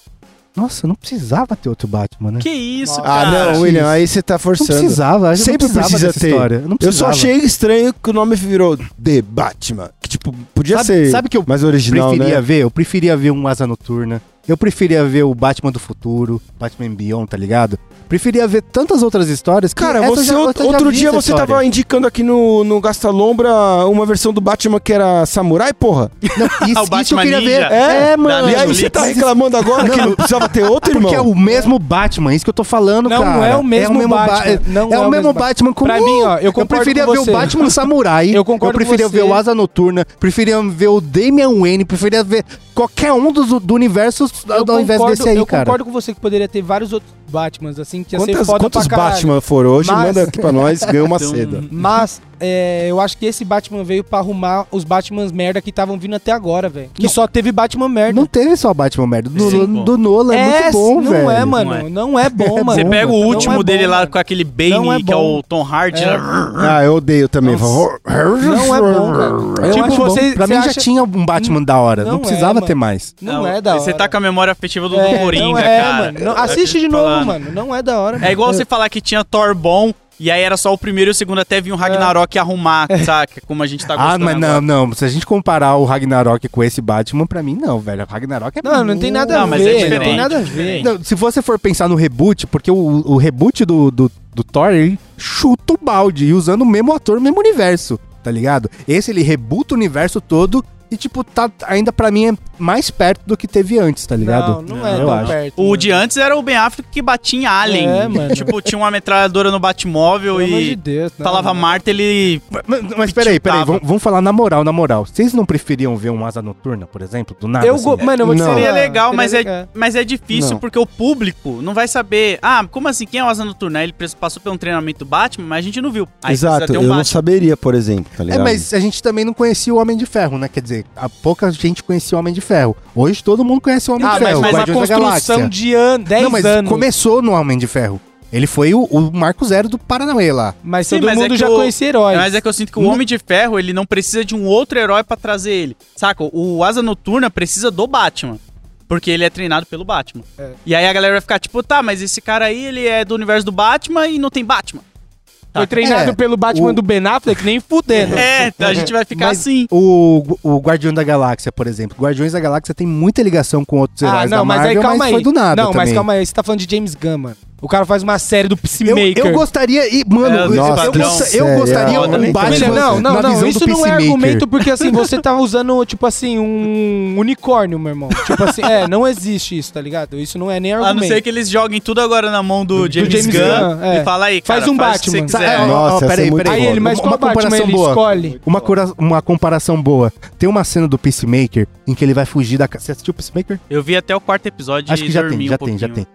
[SPEAKER 1] Nossa, não precisava ter outro Batman, né?
[SPEAKER 2] Que isso,
[SPEAKER 3] Ah,
[SPEAKER 4] Ah,
[SPEAKER 2] cara.
[SPEAKER 4] não, William, aí você tá
[SPEAKER 1] Não
[SPEAKER 4] forçando.
[SPEAKER 1] precisava, eu
[SPEAKER 4] Sempre
[SPEAKER 1] não precisava
[SPEAKER 4] precisa
[SPEAKER 1] dessa
[SPEAKER 4] ter.
[SPEAKER 1] história. Eu, não
[SPEAKER 4] Eu só
[SPEAKER 1] precisava.
[SPEAKER 4] achei estranho que o nome virou The Batman. Que, tipo, podia
[SPEAKER 1] Sabe-
[SPEAKER 4] ser
[SPEAKER 1] sabe que eu
[SPEAKER 4] mais original,
[SPEAKER 1] preferia
[SPEAKER 4] né?
[SPEAKER 1] ver, eu preferia ver um Asa Noturna. Eu preferia ver o Batman do Futuro, Batman Beyond, tá ligado? Preferia ver tantas outras histórias que
[SPEAKER 4] Cara,
[SPEAKER 1] essa
[SPEAKER 4] você,
[SPEAKER 1] já- eu já
[SPEAKER 4] outro
[SPEAKER 1] vi
[SPEAKER 4] dia
[SPEAKER 1] essa
[SPEAKER 4] você
[SPEAKER 1] história.
[SPEAKER 4] tava indicando aqui no, no Gasta Lombra uma versão do Batman que era samurai, porra.
[SPEAKER 1] Não, isso,
[SPEAKER 2] Ah, o
[SPEAKER 1] isso eu
[SPEAKER 2] Batman
[SPEAKER 1] queria
[SPEAKER 2] Ninja.
[SPEAKER 1] ver.
[SPEAKER 4] É,
[SPEAKER 1] É,
[SPEAKER 2] mano.
[SPEAKER 1] mano.
[SPEAKER 4] e aí você tá reclamando agora que não precisava ter outro, irmão?
[SPEAKER 1] Porque é o mesmo Batman, isso que eu tô falando,
[SPEAKER 3] Não
[SPEAKER 1] cara.
[SPEAKER 3] é o mesmo
[SPEAKER 1] Ba-
[SPEAKER 3] Batman, não
[SPEAKER 1] é, o mesmo Batman com
[SPEAKER 3] Pra mim, ó, eu concordo
[SPEAKER 1] preferia
[SPEAKER 3] com
[SPEAKER 1] ver
[SPEAKER 3] você.
[SPEAKER 1] o Batman Samurai.
[SPEAKER 3] Eu concordo com
[SPEAKER 1] preferia
[SPEAKER 3] você.
[SPEAKER 1] ver o Asa Noturna. Preferia ver o Damian Wayne. Preferia ver qualquer um dos, do universo
[SPEAKER 3] Eu
[SPEAKER 1] ao invés
[SPEAKER 3] concordo-
[SPEAKER 1] desse aí,
[SPEAKER 3] eu
[SPEAKER 1] cara.
[SPEAKER 3] concordo com você que poderia ter vários outros Batmans, assim, que ia ser
[SPEAKER 4] Quantas-
[SPEAKER 3] foda
[SPEAKER 4] quantos
[SPEAKER 3] pra caralho.
[SPEAKER 4] Batman foram hoje?
[SPEAKER 3] Mas-
[SPEAKER 4] Manda aqui pra nós, ganha uma
[SPEAKER 2] Então-
[SPEAKER 4] seda.
[SPEAKER 3] hum. Mas é, eu acho que esse Batman veio pra arrumar os Batmans merda que estavam vindo até agora, velho. Que só teve Batman merda.
[SPEAKER 1] Não teve só Batman merda. Do,
[SPEAKER 2] Sim,
[SPEAKER 1] do Nolan é, muito bom,
[SPEAKER 3] não
[SPEAKER 1] velho.
[SPEAKER 3] é,
[SPEAKER 2] Não
[SPEAKER 3] mano. Não
[SPEAKER 2] é.
[SPEAKER 3] é, bom, mano.
[SPEAKER 2] Você
[SPEAKER 1] bom,
[SPEAKER 2] pega o
[SPEAKER 3] Não é
[SPEAKER 2] último
[SPEAKER 3] bom,
[SPEAKER 2] dele lá
[SPEAKER 3] mano.
[SPEAKER 2] com aquele
[SPEAKER 3] Não é
[SPEAKER 2] Bane, que é
[SPEAKER 3] bom. É.
[SPEAKER 2] o Tom Hardy. né?
[SPEAKER 4] Ah, eu odeio também.
[SPEAKER 3] Não é bom, cara. Eu
[SPEAKER 1] tipo,
[SPEAKER 3] acho
[SPEAKER 1] bom,
[SPEAKER 3] você-
[SPEAKER 1] pra
[SPEAKER 3] você
[SPEAKER 1] mim já
[SPEAKER 3] acha-
[SPEAKER 1] tinha um Batman da hora. Não,
[SPEAKER 3] não é,
[SPEAKER 1] precisava
[SPEAKER 3] mano.
[SPEAKER 1] ter mais.
[SPEAKER 3] Não, é da hora.
[SPEAKER 2] Você tá com a memória afetiva do, do
[SPEAKER 3] É,
[SPEAKER 2] Coringa,
[SPEAKER 3] não é,
[SPEAKER 2] cara.
[SPEAKER 3] Mano. Não-
[SPEAKER 2] É o que eu
[SPEAKER 3] assiste
[SPEAKER 2] tô
[SPEAKER 3] de novo,
[SPEAKER 2] falando.
[SPEAKER 3] mano. Não é da hora.
[SPEAKER 2] É igual
[SPEAKER 3] mano.
[SPEAKER 2] você falar que tinha Thor bom e aí era só o primeiro e o segundo até vir um Ragnarok
[SPEAKER 3] É.
[SPEAKER 2] arrumar, saca? Como a gente tá gostando
[SPEAKER 1] Ah, mas
[SPEAKER 2] agora.
[SPEAKER 1] não, não. Se a gente comparar o Ragnarok com esse Batman, pra mim não, velho. O Ragnarok é
[SPEAKER 3] Não, não tem nada
[SPEAKER 2] Não,
[SPEAKER 3] a
[SPEAKER 2] mas é
[SPEAKER 3] ver. não
[SPEAKER 2] diferente,
[SPEAKER 3] tem nada a
[SPEAKER 2] diferente.
[SPEAKER 3] ver.
[SPEAKER 1] Não, se você for pensar no reboot, porque o, o reboot do, do, do Thor, ele chuta o balde e usando o mesmo ator, o mesmo universo, tá ligado? Esse ele rebuta o universo todo e, tipo, tá ainda pra mim é mais perto do que teve antes, tá ligado?
[SPEAKER 3] Não, não é
[SPEAKER 1] Eu
[SPEAKER 3] tão
[SPEAKER 1] acho.
[SPEAKER 3] perto.
[SPEAKER 2] O
[SPEAKER 3] mano.
[SPEAKER 2] de antes era o Ben Affleck que batia em Alien.
[SPEAKER 3] É, mano.
[SPEAKER 2] Tipo, tinha uma metralhadora no Batmóvel
[SPEAKER 3] Pelo amor de
[SPEAKER 2] e
[SPEAKER 3] Deus. não,
[SPEAKER 2] falava
[SPEAKER 3] não.
[SPEAKER 2] Marta, ele.
[SPEAKER 1] Mas, mas peraí, peraí,
[SPEAKER 2] Chutava.
[SPEAKER 1] vamos, vamos falar na moral, na moral. Vocês não preferiam ver um Asa Noturna, por exemplo, do nada?
[SPEAKER 3] Eu
[SPEAKER 1] assim?
[SPEAKER 3] go- Mano, eu vou te
[SPEAKER 4] Não.
[SPEAKER 3] falar,
[SPEAKER 2] Seria legal,
[SPEAKER 3] Ah, seria
[SPEAKER 2] mas
[SPEAKER 3] legal.
[SPEAKER 2] é, mas é difícil
[SPEAKER 4] Não.
[SPEAKER 2] porque o público não vai saber. Ah, como assim? Quem é o Asa Noturna? Aí Ele passou por um treinamento do Batman, mas a gente não viu. Aí precisa ter
[SPEAKER 4] Exato,
[SPEAKER 2] um
[SPEAKER 4] eu não
[SPEAKER 2] Batman.
[SPEAKER 4] saberia, por exemplo, tá
[SPEAKER 1] É,
[SPEAKER 4] ligado?
[SPEAKER 1] mas a gente também não conhecia o Homem de Ferro, né? Quer dizer, há pouca gente conhecia o Homem de Ferro. Hoje todo mundo conhece o Homem
[SPEAKER 3] Ah,
[SPEAKER 1] de Ferro.
[SPEAKER 3] mas, mas a
[SPEAKER 1] Guardiões da Galáxia.
[SPEAKER 3] construção de an 10
[SPEAKER 1] não, mas
[SPEAKER 3] anos.
[SPEAKER 1] começou no Homem de Ferro. Ele foi o, o Marco Zero do Paranauê lá.
[SPEAKER 3] Mas
[SPEAKER 2] Sim,
[SPEAKER 3] todo
[SPEAKER 2] mas é
[SPEAKER 3] mundo
[SPEAKER 2] que
[SPEAKER 3] já
[SPEAKER 2] o-
[SPEAKER 3] conhecia heróis.
[SPEAKER 2] Mas é que eu sinto que o
[SPEAKER 1] Não-
[SPEAKER 2] Homem de Ferro, ele não precisa de um outro herói pra trazer ele. Saca? O Asa Noturna precisa do Batman. Porque ele é treinado pelo Batman.
[SPEAKER 3] É.
[SPEAKER 2] E aí a galera vai ficar tipo, tá, mas esse cara aí, ele é do universo do Batman e não tem Batman.
[SPEAKER 3] Foi treinado
[SPEAKER 1] É,
[SPEAKER 3] pelo Batman
[SPEAKER 1] o-
[SPEAKER 3] do Ben Affleck, nem fudendo.
[SPEAKER 2] Tá. É, a gente vai ficar
[SPEAKER 1] Mas
[SPEAKER 2] assim.
[SPEAKER 1] O, Gu- o Guardião da Galáxia, por exemplo. Guardiões da Galáxia tem muita ligação com
[SPEAKER 3] Ah,
[SPEAKER 1] outros heróis é da Marvel, mas, foi do nada
[SPEAKER 3] Não,
[SPEAKER 1] também.
[SPEAKER 3] mas calma aí, você tá falando de James Gunn, mano. O cara faz uma série do
[SPEAKER 1] Eu,
[SPEAKER 3] Peacemaker.
[SPEAKER 1] eu gostaria... E, mano,
[SPEAKER 2] É,
[SPEAKER 1] eu,
[SPEAKER 4] nossa,
[SPEAKER 1] eu
[SPEAKER 2] do
[SPEAKER 1] gosta- eu
[SPEAKER 4] sério,
[SPEAKER 1] gostaria
[SPEAKER 4] eu
[SPEAKER 1] um
[SPEAKER 4] também
[SPEAKER 1] Batman
[SPEAKER 4] quero.
[SPEAKER 3] é, não, não,
[SPEAKER 1] na
[SPEAKER 3] não,
[SPEAKER 1] visão
[SPEAKER 3] isso
[SPEAKER 1] do
[SPEAKER 3] não é
[SPEAKER 1] Peacemaker.
[SPEAKER 3] argumento porque assim, você tá usando, tipo assim, um unicórnio, meu irmão. Tipo assim, é, não existe isso, tá ligado? Isso não é nem
[SPEAKER 2] A não
[SPEAKER 3] argumento.
[SPEAKER 2] ser que eles joguem tudo agora na mão do, James,
[SPEAKER 3] James
[SPEAKER 2] Gunn,
[SPEAKER 3] Gunn, é.
[SPEAKER 2] e fala aí, cara,
[SPEAKER 3] Faz um
[SPEAKER 2] faz o que você
[SPEAKER 3] Batman.
[SPEAKER 1] Tá, é,
[SPEAKER 2] quiser.
[SPEAKER 1] ó, ó,
[SPEAKER 4] Nossa, essa é
[SPEAKER 1] peraí,
[SPEAKER 4] muito
[SPEAKER 1] peraí.
[SPEAKER 3] Aí ele, mas
[SPEAKER 1] uma
[SPEAKER 3] qual Batman
[SPEAKER 1] comparação
[SPEAKER 3] ele
[SPEAKER 1] boa.
[SPEAKER 3] escolhe?
[SPEAKER 1] Uma, cura- uma comparação boa. Tem uma cena do Peacemaker em que ele vai fugir da... ca- Você assistiu o Peacemaker?
[SPEAKER 2] Eu vi até o quarto episódio
[SPEAKER 1] Acho
[SPEAKER 2] e
[SPEAKER 1] que já
[SPEAKER 2] dormi
[SPEAKER 1] tem,
[SPEAKER 2] um
[SPEAKER 1] já tem,
[SPEAKER 2] pouquinho.
[SPEAKER 1] já tem.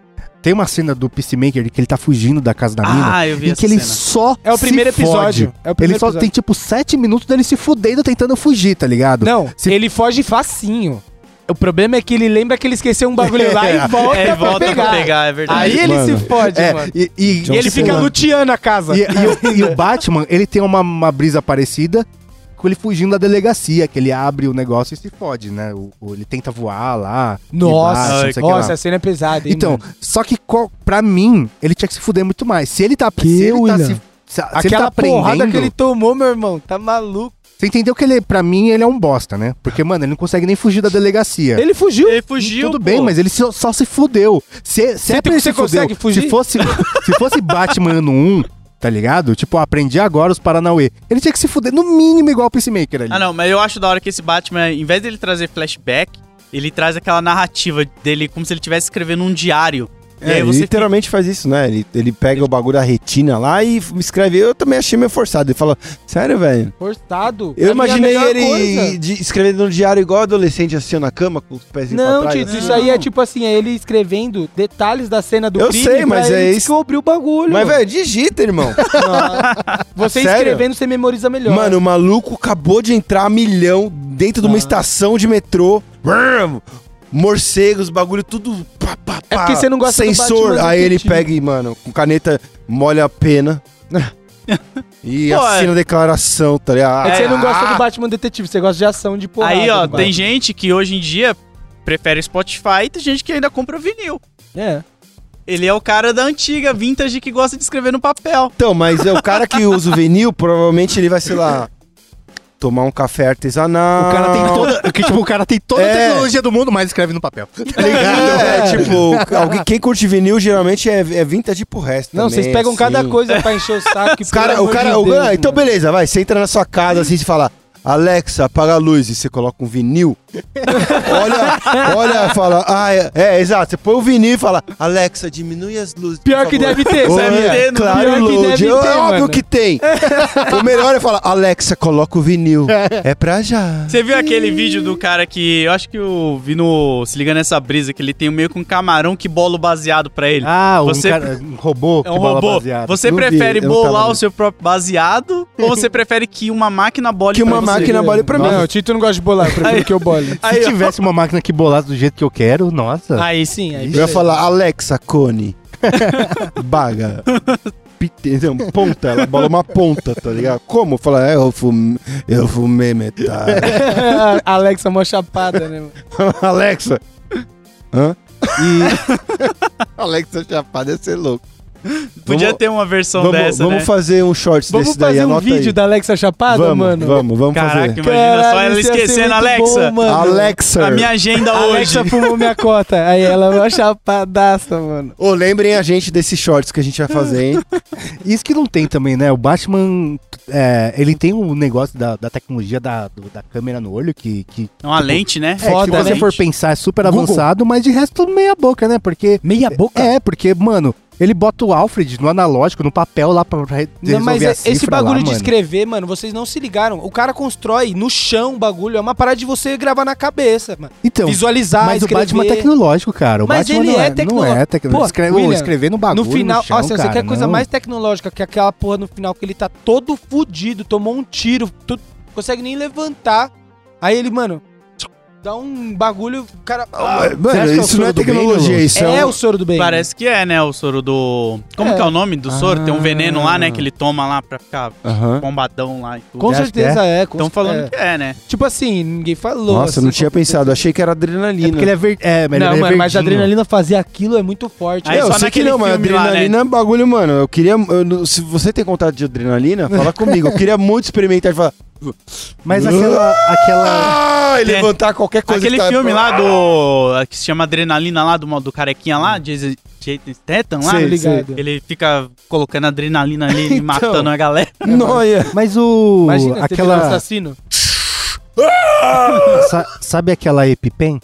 [SPEAKER 1] Tem uma cena do Peacemaker que ele tá fugindo da casa da mina.
[SPEAKER 2] Ah, eu vi
[SPEAKER 1] E
[SPEAKER 2] essa
[SPEAKER 1] que ele
[SPEAKER 2] cena.
[SPEAKER 1] só.
[SPEAKER 3] É o primeiro
[SPEAKER 1] se
[SPEAKER 3] episódio.
[SPEAKER 1] fode.
[SPEAKER 3] É o primeiro
[SPEAKER 1] ele só
[SPEAKER 3] episódio.
[SPEAKER 1] tem tipo sete minutos dele se fudendo tentando fugir, tá ligado?
[SPEAKER 3] Não,
[SPEAKER 1] Se-
[SPEAKER 3] ele foge facinho. O problema é que ele lembra que ele esqueceu um bagulho lá e volta,
[SPEAKER 2] É,
[SPEAKER 3] pra,
[SPEAKER 2] volta
[SPEAKER 3] pegar.
[SPEAKER 2] pra pegar, é verdade.
[SPEAKER 3] Aí ele
[SPEAKER 1] Mano,
[SPEAKER 3] se fode,
[SPEAKER 1] É,
[SPEAKER 3] mano.
[SPEAKER 1] e, e-
[SPEAKER 3] E ele fica
[SPEAKER 1] Fulano.
[SPEAKER 3] luteando a casa.
[SPEAKER 1] E, e o- e o Batman, ele tem uma, uma brisa parecida com ele fugindo da delegacia, que ele abre o negócio e se fode, né? O, o- ele tenta voar lá. e bate,
[SPEAKER 3] Nossa,
[SPEAKER 1] não sei o que lá.
[SPEAKER 3] nossa, a cena é pesada, hein,
[SPEAKER 1] Então,
[SPEAKER 3] mano?
[SPEAKER 1] só que qual- pra mim, ele tinha que se fuder muito mais. Se ele tá,
[SPEAKER 3] Que,
[SPEAKER 1] se ele tá
[SPEAKER 3] William?
[SPEAKER 1] se, se, se ele tá
[SPEAKER 3] Aquela porrada
[SPEAKER 1] aprendendo,
[SPEAKER 3] que ele tomou, meu irmão, tá maluco.
[SPEAKER 1] você entendeu que ele, pra mim, ele é um bosta, né? Porque, mano, ele não consegue nem fugir da
[SPEAKER 4] É.
[SPEAKER 1] delegacia.
[SPEAKER 3] Ele fugiu.
[SPEAKER 2] Ele fugiu.
[SPEAKER 1] Tudo bem,
[SPEAKER 2] pô.
[SPEAKER 1] mas ele só, só se fudeu. Se, se é pra ele
[SPEAKER 3] você
[SPEAKER 1] se fudeu,
[SPEAKER 3] consegue fugir?
[SPEAKER 1] Se fosse, se fosse Batman ano 1, tá ligado? Tipo, aprendi agora os Paranauê. Ele tinha que se fuder, no mínimo, igual o Peacemaker ali.
[SPEAKER 2] Ah, não, mas eu acho da hora que esse Batman, em vez dele trazer flashback, ele traz aquela narrativa dele como se ele estivesse escrevendo um diário. e
[SPEAKER 4] É,
[SPEAKER 2] aí
[SPEAKER 4] ele
[SPEAKER 2] você
[SPEAKER 4] literalmente faz isso, né? Ele, ele pega o bagulho da retina lá e f- escreve. Eu também achei meio forçado. Ele fala, sério, velho?
[SPEAKER 3] Forçado.
[SPEAKER 4] Eu
[SPEAKER 3] Pra mim, é a
[SPEAKER 4] imaginei
[SPEAKER 3] melhor
[SPEAKER 4] ele
[SPEAKER 3] coisa.
[SPEAKER 4] de, escrevendo no diário igual adolescente, assim, ó, na cama, com os pezinhos
[SPEAKER 3] Não,
[SPEAKER 4] pra trás.
[SPEAKER 3] Tito,
[SPEAKER 4] assim.
[SPEAKER 3] isso aí é tipo assim, é ele escrevendo detalhes da cena do
[SPEAKER 4] Eu
[SPEAKER 3] crime
[SPEAKER 4] sei,
[SPEAKER 3] pra
[SPEAKER 4] mas
[SPEAKER 3] ele
[SPEAKER 4] é isso.
[SPEAKER 3] descobrir o bagulho.
[SPEAKER 4] Mas, velho, digita, irmão.
[SPEAKER 3] Você
[SPEAKER 4] sério?
[SPEAKER 3] escrevendo, você memoriza melhor.
[SPEAKER 4] Mano, o maluco acabou de entrar a milhão dentro de uma
[SPEAKER 3] Ah.
[SPEAKER 4] estação de metrô. Brrr, Morcegos, bagulho, tudo. Pá, pá,
[SPEAKER 3] É
[SPEAKER 4] pá.
[SPEAKER 3] porque você não gosta do
[SPEAKER 4] Sensor.
[SPEAKER 3] Batman do
[SPEAKER 4] aí ele
[SPEAKER 3] Keatinho.
[SPEAKER 4] pega e, mano, com caneta, molha a pena. e
[SPEAKER 2] Pô,
[SPEAKER 4] assina a declaração, tá ligado?
[SPEAKER 3] é que você não gosta
[SPEAKER 4] Ah,
[SPEAKER 3] do Batman detetive, você gosta de ação de porrada.
[SPEAKER 2] Aí, ó,
[SPEAKER 3] do
[SPEAKER 2] tem gente que hoje em dia prefere Spotify e tem gente que ainda compra vinil.
[SPEAKER 3] Batman. É.
[SPEAKER 2] Ele é o cara da antiga, vintage, que gosta de escrever no papel.
[SPEAKER 4] Então, mas é o cara que usa o vinil, provavelmente ele vai, sei lá, tomar um café artesanal. Tá
[SPEAKER 1] O cara tem toda. que, tipo, o cara tem toda
[SPEAKER 4] É.
[SPEAKER 1] a tecnologia do mundo, mas escreve no papel. Tá ligado?
[SPEAKER 4] É, tipo, alguém, quem curte vinil geralmente é, é vintage pro resto.
[SPEAKER 3] Não,
[SPEAKER 4] também,
[SPEAKER 3] vocês pegam
[SPEAKER 4] assim.
[SPEAKER 3] cada coisa pra encher o saco.
[SPEAKER 4] Os cara, o cara, o- ah, então beleza, vai, você entra na sua casa assim e fala, Alexa, apaga a luz e você coloca um vinil. olha, olha, fala, ah, é, é, exato, você põe o vinil e fala, Alexa, diminui as luzes. por
[SPEAKER 3] Pior que
[SPEAKER 4] favor."
[SPEAKER 3] deve ter,
[SPEAKER 4] Ô,
[SPEAKER 2] deve
[SPEAKER 4] é,
[SPEAKER 2] ter, não?
[SPEAKER 4] claro,
[SPEAKER 3] Pior que
[SPEAKER 4] Lud,
[SPEAKER 3] deve
[SPEAKER 4] é
[SPEAKER 3] ter,
[SPEAKER 4] óbvio
[SPEAKER 3] mano.
[SPEAKER 4] que tem. o melhor é falar, Alexa, coloca o vinil. É pra já.
[SPEAKER 2] Você viu aquele vídeo do cara que. Eu acho que eu vi no. Se liga nessa brisa, que ele tem meio que um camarão que bola o baseado pra ele.
[SPEAKER 1] Ah, um,
[SPEAKER 2] Você-
[SPEAKER 1] cara, um robô que
[SPEAKER 2] É um
[SPEAKER 1] bola
[SPEAKER 2] robô.
[SPEAKER 1] baseado.
[SPEAKER 2] Você
[SPEAKER 4] Não vi,
[SPEAKER 2] prefere
[SPEAKER 4] eu não
[SPEAKER 2] bolar
[SPEAKER 4] tava
[SPEAKER 2] o seu próprio baseado ou você prefere que uma máquina bole
[SPEAKER 4] Que
[SPEAKER 2] pra
[SPEAKER 4] uma
[SPEAKER 2] você?
[SPEAKER 4] máquina bole pra mim.
[SPEAKER 3] Não, o Tito não gosta de bolar, eu prefiro que eu bole.
[SPEAKER 2] Aí,
[SPEAKER 1] Se
[SPEAKER 2] ó.
[SPEAKER 1] tivesse uma máquina que bolasse do jeito que eu quero, nossa.
[SPEAKER 3] Aí sim, aí.
[SPEAKER 4] Eu ia falar, Alexa, cone. Baga. Pite- não, ponta, ela bola uma ponta, tá ligado? Como? Fala, é, eu fumei, eu fumei metade.
[SPEAKER 3] Alexa, mó chapada, né? mano?
[SPEAKER 4] Alexa. Hã? Alexa Chapada ia ser louco.
[SPEAKER 2] Podia
[SPEAKER 4] Vamos-
[SPEAKER 2] ter uma versão
[SPEAKER 4] Vamos,
[SPEAKER 2] dessa,
[SPEAKER 4] vamos
[SPEAKER 2] né?
[SPEAKER 4] fazer um shorts
[SPEAKER 3] Vamos
[SPEAKER 4] desse daí,
[SPEAKER 3] fazer um
[SPEAKER 4] anota
[SPEAKER 3] vídeo
[SPEAKER 4] aí.
[SPEAKER 3] da Alexa chapada,
[SPEAKER 4] vamos,
[SPEAKER 3] mano?
[SPEAKER 4] vamos, vamos
[SPEAKER 2] Caraca,
[SPEAKER 4] fazer.
[SPEAKER 2] imagina só ela
[SPEAKER 3] isso ia ser
[SPEAKER 2] esquecendo,
[SPEAKER 3] muito
[SPEAKER 2] Alexa.
[SPEAKER 3] bom, mano.
[SPEAKER 4] Alexa.
[SPEAKER 2] a minha agenda hoje.
[SPEAKER 3] Alexa fumou minha cota. Aí ela é uma chapadaça, mano.
[SPEAKER 4] Ô, lembrem a gente desses shorts que a gente vai fazer, hein?
[SPEAKER 1] Isso que não tem também, né? O Batman, é, ele tem um negócio da, da tecnologia da, do- da câmera no olho que, que
[SPEAKER 2] É uma lente, né?
[SPEAKER 1] É,
[SPEAKER 3] Foda,
[SPEAKER 1] se você
[SPEAKER 2] né?
[SPEAKER 1] for pensar, é super
[SPEAKER 4] Google.
[SPEAKER 1] avançado, mas de resto, meia boca, né? Porque.
[SPEAKER 3] Meia boca?
[SPEAKER 1] É, porque, mano, ele bota o Alfred no analógico, no papel lá pra re- resolver
[SPEAKER 3] Não, mas
[SPEAKER 1] a
[SPEAKER 3] é- esse
[SPEAKER 1] cifra lá,
[SPEAKER 3] bagulho de
[SPEAKER 1] mano.
[SPEAKER 3] escrever, mano, vocês não se ligaram. O cara constrói no chão o bagulho. É uma parada de você gravar na cabeça, mano.
[SPEAKER 1] Então,
[SPEAKER 3] Visualizar,
[SPEAKER 1] mas
[SPEAKER 3] escrever.
[SPEAKER 1] o Batman é tecnológico, cara. O
[SPEAKER 3] Mas
[SPEAKER 1] Batman
[SPEAKER 3] ele
[SPEAKER 1] não
[SPEAKER 3] é
[SPEAKER 1] é, não é
[SPEAKER 3] tecno-
[SPEAKER 1] tecnológico.
[SPEAKER 3] Pô,
[SPEAKER 1] Escreve,
[SPEAKER 3] William,
[SPEAKER 1] escrever no bagulho,
[SPEAKER 3] No final,
[SPEAKER 1] chão,
[SPEAKER 3] ó, se você
[SPEAKER 1] cara,
[SPEAKER 3] quer coisa
[SPEAKER 1] não.
[SPEAKER 3] mais tecnológica que aquela porra no final, que ele tá todo fudido, tomou um tiro, tu consegue nem levantar. Aí ele, mano, dá um bagulho, o cara.
[SPEAKER 1] Você acha
[SPEAKER 4] Mano,
[SPEAKER 1] que é o
[SPEAKER 4] isso não
[SPEAKER 1] soro
[SPEAKER 4] é
[SPEAKER 1] do bem,
[SPEAKER 4] tecnologia,
[SPEAKER 1] Lulu?
[SPEAKER 4] isso é,
[SPEAKER 3] é,
[SPEAKER 4] um-
[SPEAKER 3] o soro do bem.
[SPEAKER 2] Parece que é, né? O soro do. Como
[SPEAKER 3] É.
[SPEAKER 2] que é o nome do soro? Tem um veneno lá, né? Que ele toma lá pra ficar
[SPEAKER 4] Aham.
[SPEAKER 2] bombadão lá e tudo.
[SPEAKER 3] Com
[SPEAKER 1] Você acha que
[SPEAKER 3] certeza é. com
[SPEAKER 2] Estão
[SPEAKER 3] cer-
[SPEAKER 2] falando
[SPEAKER 3] é.
[SPEAKER 2] que é, né?
[SPEAKER 3] Tipo assim, ninguém falou.
[SPEAKER 4] Nossa, não
[SPEAKER 3] assim,
[SPEAKER 4] tinha pensado. Achei que era adrenalina.
[SPEAKER 1] É porque ele é verde. É, mas
[SPEAKER 3] Não,
[SPEAKER 1] ele é
[SPEAKER 3] mano, mas a
[SPEAKER 1] verdinho.
[SPEAKER 3] adrenalina fazer aquilo é muito forte.
[SPEAKER 2] Aí
[SPEAKER 4] eu
[SPEAKER 2] só
[SPEAKER 4] sei que
[SPEAKER 2] naquele
[SPEAKER 4] não, mas
[SPEAKER 2] filme lá,
[SPEAKER 4] adrenalina é um bagulho, mano. Eu queria. eu não- se você tem contato de adrenalina, fala comigo. Eu queria muito experimentar e falar.
[SPEAKER 1] Mas aquela. aquela...
[SPEAKER 4] Ah, e
[SPEAKER 2] Tem-
[SPEAKER 4] levantar qualquer coisa.
[SPEAKER 2] Aquele
[SPEAKER 4] que tá-
[SPEAKER 2] filme lá do. que se chama Adrenalina lá, do, do carequinha lá, Jason Jason Statham lá. né?
[SPEAKER 3] Tá
[SPEAKER 4] Sei,
[SPEAKER 3] ligado?
[SPEAKER 2] Ele fica colocando adrenalina ali e matando a galera.
[SPEAKER 4] É, Noia.
[SPEAKER 1] Mas o.
[SPEAKER 3] Imagina, você
[SPEAKER 1] aquela.
[SPEAKER 3] vira um assassino.
[SPEAKER 1] sa- sabe aquela EpiPen?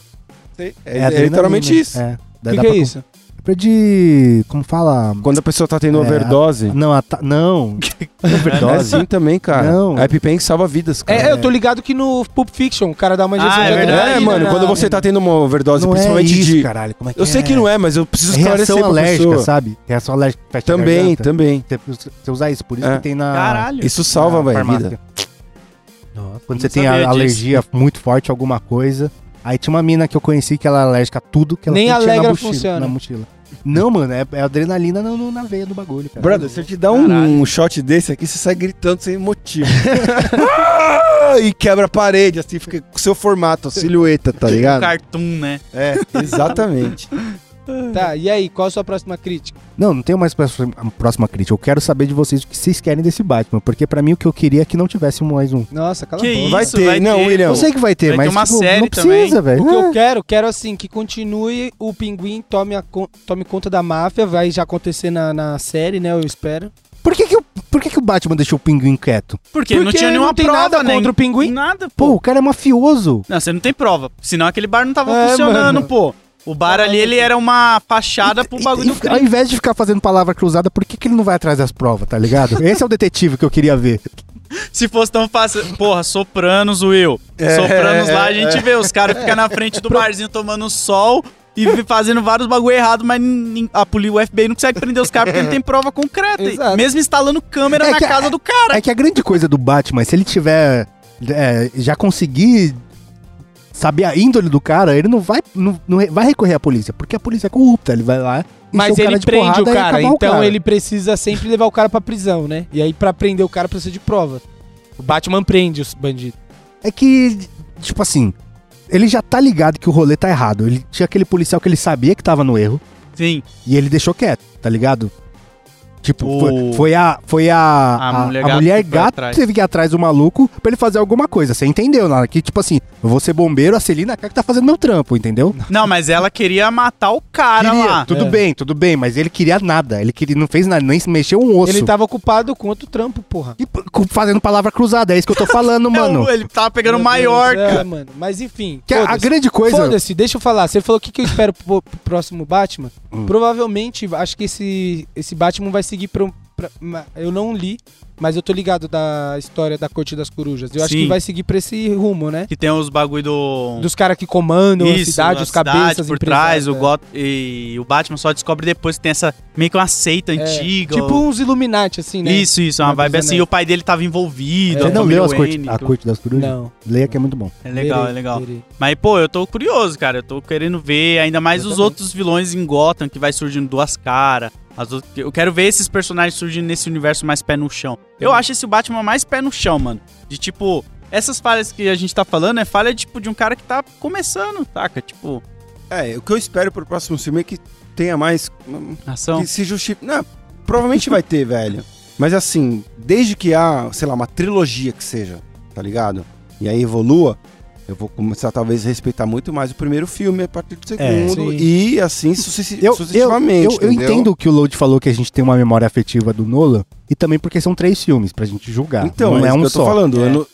[SPEAKER 4] É, é literalmente
[SPEAKER 1] adrenalina.
[SPEAKER 4] isso.
[SPEAKER 1] É.
[SPEAKER 3] O
[SPEAKER 1] Dá-
[SPEAKER 3] que,
[SPEAKER 1] dá
[SPEAKER 3] que é
[SPEAKER 1] pra-
[SPEAKER 3] isso?
[SPEAKER 1] pra De. Como fala?
[SPEAKER 4] Quando a pessoa tá tendo
[SPEAKER 1] É,
[SPEAKER 4] overdose.
[SPEAKER 1] Não, a ta- não.
[SPEAKER 2] né?
[SPEAKER 4] É
[SPEAKER 1] Overdose.
[SPEAKER 4] assim também, cara.
[SPEAKER 1] Não.
[SPEAKER 4] A EpiPen salva vidas, cara.
[SPEAKER 3] É, eu tô ligado que no Pulp Fiction o cara dá uma injeção
[SPEAKER 2] Ah, é
[SPEAKER 3] de
[SPEAKER 2] verdade,
[SPEAKER 3] adrenalina,
[SPEAKER 4] É, mano, quando você tá tendo uma overdose,
[SPEAKER 1] Não é
[SPEAKER 4] principalmente
[SPEAKER 1] isso,
[SPEAKER 4] de.
[SPEAKER 1] caralho. Como é que
[SPEAKER 4] Eu sei que não é, mas eu preciso esclarecer
[SPEAKER 1] Reação
[SPEAKER 4] pra
[SPEAKER 1] alérgica,
[SPEAKER 4] pessoa.
[SPEAKER 1] sabe? Reação alérgica que fecha a
[SPEAKER 4] Também,
[SPEAKER 1] garganta.
[SPEAKER 4] também.
[SPEAKER 1] Você- Você usar isso, por isso
[SPEAKER 4] É.
[SPEAKER 1] que tem na.
[SPEAKER 2] Caralho.
[SPEAKER 4] Isso salva,
[SPEAKER 1] na
[SPEAKER 4] velho,
[SPEAKER 1] farmácia.
[SPEAKER 4] vida.
[SPEAKER 1] Quando você
[SPEAKER 2] não
[SPEAKER 1] tem
[SPEAKER 2] sabia
[SPEAKER 1] a-
[SPEAKER 2] disso.
[SPEAKER 1] alergia muito forte a alguma coisa, Aí tinha uma mina que eu conheci que ela é alérgica a tudo que ela
[SPEAKER 3] Nem
[SPEAKER 1] tinha na
[SPEAKER 3] Allegra
[SPEAKER 1] mochila.
[SPEAKER 3] funciona.
[SPEAKER 1] Na mochila. Não, mano, é, é adrenalina no- no- na veia do bagulho, cara.
[SPEAKER 4] Brother, se eu te dar um,
[SPEAKER 2] Caralho.
[SPEAKER 4] shot desse aqui, você sai gritando sem motivo. Ah, e quebra a parede, assim, fica com o seu formato, a silhueta, tá
[SPEAKER 2] Um
[SPEAKER 4] ligado?
[SPEAKER 2] cartoon, né?
[SPEAKER 4] É, exatamente.
[SPEAKER 3] Tá, e aí, qual a sua próxima crítica?
[SPEAKER 1] Não, não tenho mais próxima, a próxima crítica. Eu quero saber de vocês o que vocês querem desse Batman. Porque pra mim o que eu queria é que não tivesse mais um.
[SPEAKER 3] Nossa, cala
[SPEAKER 2] Que
[SPEAKER 3] a boca.
[SPEAKER 2] isso,
[SPEAKER 4] Vai ter, não, William.
[SPEAKER 1] Eu sei que vai ter,
[SPEAKER 2] Vai ter
[SPEAKER 1] mas
[SPEAKER 2] uma
[SPEAKER 1] tipo,
[SPEAKER 2] série
[SPEAKER 1] não precisa, velho.
[SPEAKER 3] O que eu
[SPEAKER 1] É.
[SPEAKER 3] quero, quero assim, que continue o pinguim tome, a con- tome conta da máfia, vai já acontecer na, na série, né? Eu espero.
[SPEAKER 1] Por, que, que, o- por que, que o Batman deixou o pinguim quieto?
[SPEAKER 2] Porque, não tinha nenhuma
[SPEAKER 3] tem
[SPEAKER 2] prova,
[SPEAKER 3] nada
[SPEAKER 2] né?
[SPEAKER 3] contra o pinguim.
[SPEAKER 2] Nada,
[SPEAKER 1] Pô, o cara é mafioso.
[SPEAKER 2] Não, você não tem prova. Senão aquele bar não tava
[SPEAKER 3] É,
[SPEAKER 2] funcionando,
[SPEAKER 3] mano.
[SPEAKER 2] pô. O bar ali, ele era uma fachada
[SPEAKER 3] um
[SPEAKER 2] pro bagulho
[SPEAKER 1] E-
[SPEAKER 2] do
[SPEAKER 1] e- ao
[SPEAKER 2] crime.
[SPEAKER 1] invés de ficar fazendo palavra cruzada, por que, que ele não vai atrás das provas, tá ligado? Esse é o detetive que eu queria ver.
[SPEAKER 2] Se fosse tão fácil. Porra, Sopranos, Will.
[SPEAKER 3] É,
[SPEAKER 2] sopranos lá, a gente vê. Os caras ficam na frente do barzinho tomando sol e vi- fazendo vários bagulho errado, mas nin- a poli, o FBI não consegue prender os caras porque não tem prova concreta. E
[SPEAKER 3] Exato.
[SPEAKER 2] Mesmo instalando câmera
[SPEAKER 1] É
[SPEAKER 2] na
[SPEAKER 1] que a-
[SPEAKER 2] casa do cara.
[SPEAKER 1] É que a grande coisa do Batman, se ele tiver. é, já conseguir saber a índole do cara, ele não vai, não, não vai recorrer à polícia, porque a polícia é corrupta. Ele vai lá. encher
[SPEAKER 3] Mas
[SPEAKER 1] o cara
[SPEAKER 3] ele
[SPEAKER 1] de
[SPEAKER 3] prende o
[SPEAKER 1] porrada e
[SPEAKER 3] cara,
[SPEAKER 1] acabar
[SPEAKER 3] então
[SPEAKER 1] o cara.
[SPEAKER 3] ele precisa sempre levar o cara pra prisão, né? E aí, pra prender o cara, precisa de prova. O Batman prende os bandidos.
[SPEAKER 1] É que, tipo assim, ele já tá ligado que o rolê tá errado. Ele tinha aquele policial que ele sabia que tava no erro
[SPEAKER 2] Sim.
[SPEAKER 1] e ele deixou quieto, tá ligado? Tipo,
[SPEAKER 2] O-
[SPEAKER 1] foi, foi a foi a, a, a mulher,
[SPEAKER 2] mulher gato que foi
[SPEAKER 1] gato
[SPEAKER 2] atrás.
[SPEAKER 1] que teve que ir atrás do maluco pra ele fazer alguma coisa. Você entendeu, Nara? Que, tipo assim, eu vou ser bombeiro, a Celina quer que tá fazendo meu trampo, entendeu?
[SPEAKER 2] Não, mas ela queria matar o cara
[SPEAKER 1] Queria,
[SPEAKER 2] lá.
[SPEAKER 1] Tudo
[SPEAKER 3] É.
[SPEAKER 1] bem, tudo bem, mas ele queria nada. Ele queria, não fez nada, nem mexeu um osso.
[SPEAKER 3] Ele tá tava ocupado com outro trampo, porra.
[SPEAKER 1] E p- fazendo palavra cruzada, é isso que eu tô falando,
[SPEAKER 2] É,
[SPEAKER 1] mano.
[SPEAKER 2] o- ele tava pegando
[SPEAKER 3] Meu
[SPEAKER 2] maior.
[SPEAKER 3] Deus,
[SPEAKER 2] cara.
[SPEAKER 3] É, mano. Mas enfim.
[SPEAKER 1] Que a, a
[SPEAKER 3] foda-se.
[SPEAKER 1] grande
[SPEAKER 2] é.
[SPEAKER 1] coisa.
[SPEAKER 3] Foda-se, deixa eu falar. Você falou o que, que eu espero pro, pro próximo Batman.
[SPEAKER 2] Hum.
[SPEAKER 3] Provavelmente, acho que esse, esse Batman vai seguir pra, um- pra- ma- Eu não li, mas eu tô ligado da história da Corte das Corujas. Eu acho
[SPEAKER 2] Sim.
[SPEAKER 3] que vai seguir pra esse rumo, né?
[SPEAKER 2] Que tem os bagulho do.
[SPEAKER 3] Dos caras que comandam
[SPEAKER 2] Isso,
[SPEAKER 3] a cidade,
[SPEAKER 2] a
[SPEAKER 3] os cabeças,
[SPEAKER 2] cidade por
[SPEAKER 3] empresários,
[SPEAKER 2] trás, o
[SPEAKER 3] é.
[SPEAKER 2] Got e o Batman só descobre depois que tem essa meio que uma seita
[SPEAKER 3] É,
[SPEAKER 2] antiga.
[SPEAKER 3] Tipo uns Illuminati, assim, né?
[SPEAKER 2] Isso, isso, é uma
[SPEAKER 3] Uma
[SPEAKER 2] vibe
[SPEAKER 3] coisa É,
[SPEAKER 2] assim.
[SPEAKER 3] nessa.
[SPEAKER 2] E o pai dele tava envolvido,
[SPEAKER 1] Você
[SPEAKER 2] a
[SPEAKER 1] não
[SPEAKER 2] família
[SPEAKER 1] leu as
[SPEAKER 2] Wayne,
[SPEAKER 1] corte, a
[SPEAKER 2] tudo.
[SPEAKER 1] corte das corujas?
[SPEAKER 3] Não.
[SPEAKER 1] Leia que é muito bom.
[SPEAKER 2] É legal,
[SPEAKER 3] Verei,
[SPEAKER 2] é legal.
[SPEAKER 3] verei.
[SPEAKER 2] Mas, pô, eu tô curioso, cara. Eu tô querendo ver ainda mais
[SPEAKER 3] Eu
[SPEAKER 2] os
[SPEAKER 3] também.
[SPEAKER 2] outros vilões em Gotham que vai surgindo duas caras. As outras- Eu quero ver esses personagens surgindo nesse universo mais pé no chão. Eu acho esse Batman mais pé no chão, mano. De tipo, essas falhas que a gente tá falando é falha tipo de um cara que tá começando, taca? Tipo,
[SPEAKER 4] É, o que eu espero pro próximo filme é que tenha mais.
[SPEAKER 2] ação.
[SPEAKER 1] Então.
[SPEAKER 4] Que se justifique. Não, provavelmente vai ter, velho. Mas assim, desde que há, sei lá, uma trilogia que seja, tá ligado? E aí evolua, eu vou começar talvez a respeitar muito mais o primeiro filme a partir do segundo.
[SPEAKER 3] sim.
[SPEAKER 4] e assim sucessi-
[SPEAKER 1] É, Eu, eu,
[SPEAKER 4] sucessivamente.
[SPEAKER 1] eu, eu
[SPEAKER 4] entendeu?
[SPEAKER 1] entendo o que o Load falou que a gente tem uma memória afetiva do Nolan, e também porque são três filmes pra gente julgar.
[SPEAKER 4] Então,
[SPEAKER 1] não
[SPEAKER 4] é,
[SPEAKER 1] é
[SPEAKER 4] isso
[SPEAKER 1] um
[SPEAKER 4] que eu tô
[SPEAKER 1] só.
[SPEAKER 4] falando. eu
[SPEAKER 1] É.
[SPEAKER 4] não-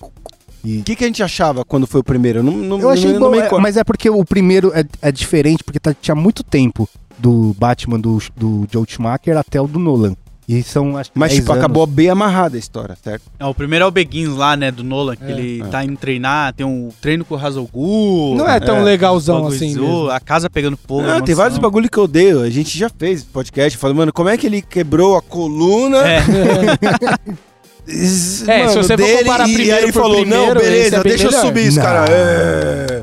[SPEAKER 1] E-
[SPEAKER 4] O que, que a gente achava quando foi o primeiro? Eu não, não,
[SPEAKER 1] Eu achei
[SPEAKER 4] não,
[SPEAKER 1] bom,
[SPEAKER 4] me
[SPEAKER 1] é,
[SPEAKER 4] recordo.
[SPEAKER 1] mas é porque o primeiro é, é diferente, porque tá- tinha muito tempo do Batman do, do Joe Schumacher até o do Nolan. E são, acho que,
[SPEAKER 4] Mas
[SPEAKER 1] 10
[SPEAKER 4] tipo,
[SPEAKER 1] anos.
[SPEAKER 4] acabou bem amarrada a história, certo?
[SPEAKER 2] É, o primeiro é o Beguins lá, né, do Nolan, que
[SPEAKER 3] É.
[SPEAKER 2] ele tá indo treinar, tem um treino com o Hazogul.
[SPEAKER 3] Não é tão
[SPEAKER 4] É.
[SPEAKER 3] legalzão assim. mesmo.
[SPEAKER 2] A casa pegando fogo.
[SPEAKER 4] Não,
[SPEAKER 2] a
[SPEAKER 4] tem
[SPEAKER 2] mansão.
[SPEAKER 4] vários bagulho que eu odeio. A gente já fez podcast falando, mano, como é que ele quebrou a coluna
[SPEAKER 2] É,
[SPEAKER 4] z-
[SPEAKER 3] É, se você for
[SPEAKER 4] dele
[SPEAKER 3] comparar
[SPEAKER 4] e,
[SPEAKER 3] primeiro
[SPEAKER 4] aí ele
[SPEAKER 3] por
[SPEAKER 4] falou, não,
[SPEAKER 3] primeiro, esse
[SPEAKER 4] beleza,
[SPEAKER 3] é bem
[SPEAKER 4] deixa eu
[SPEAKER 3] melhor.
[SPEAKER 4] subir isso,
[SPEAKER 1] Não.
[SPEAKER 4] cara. É.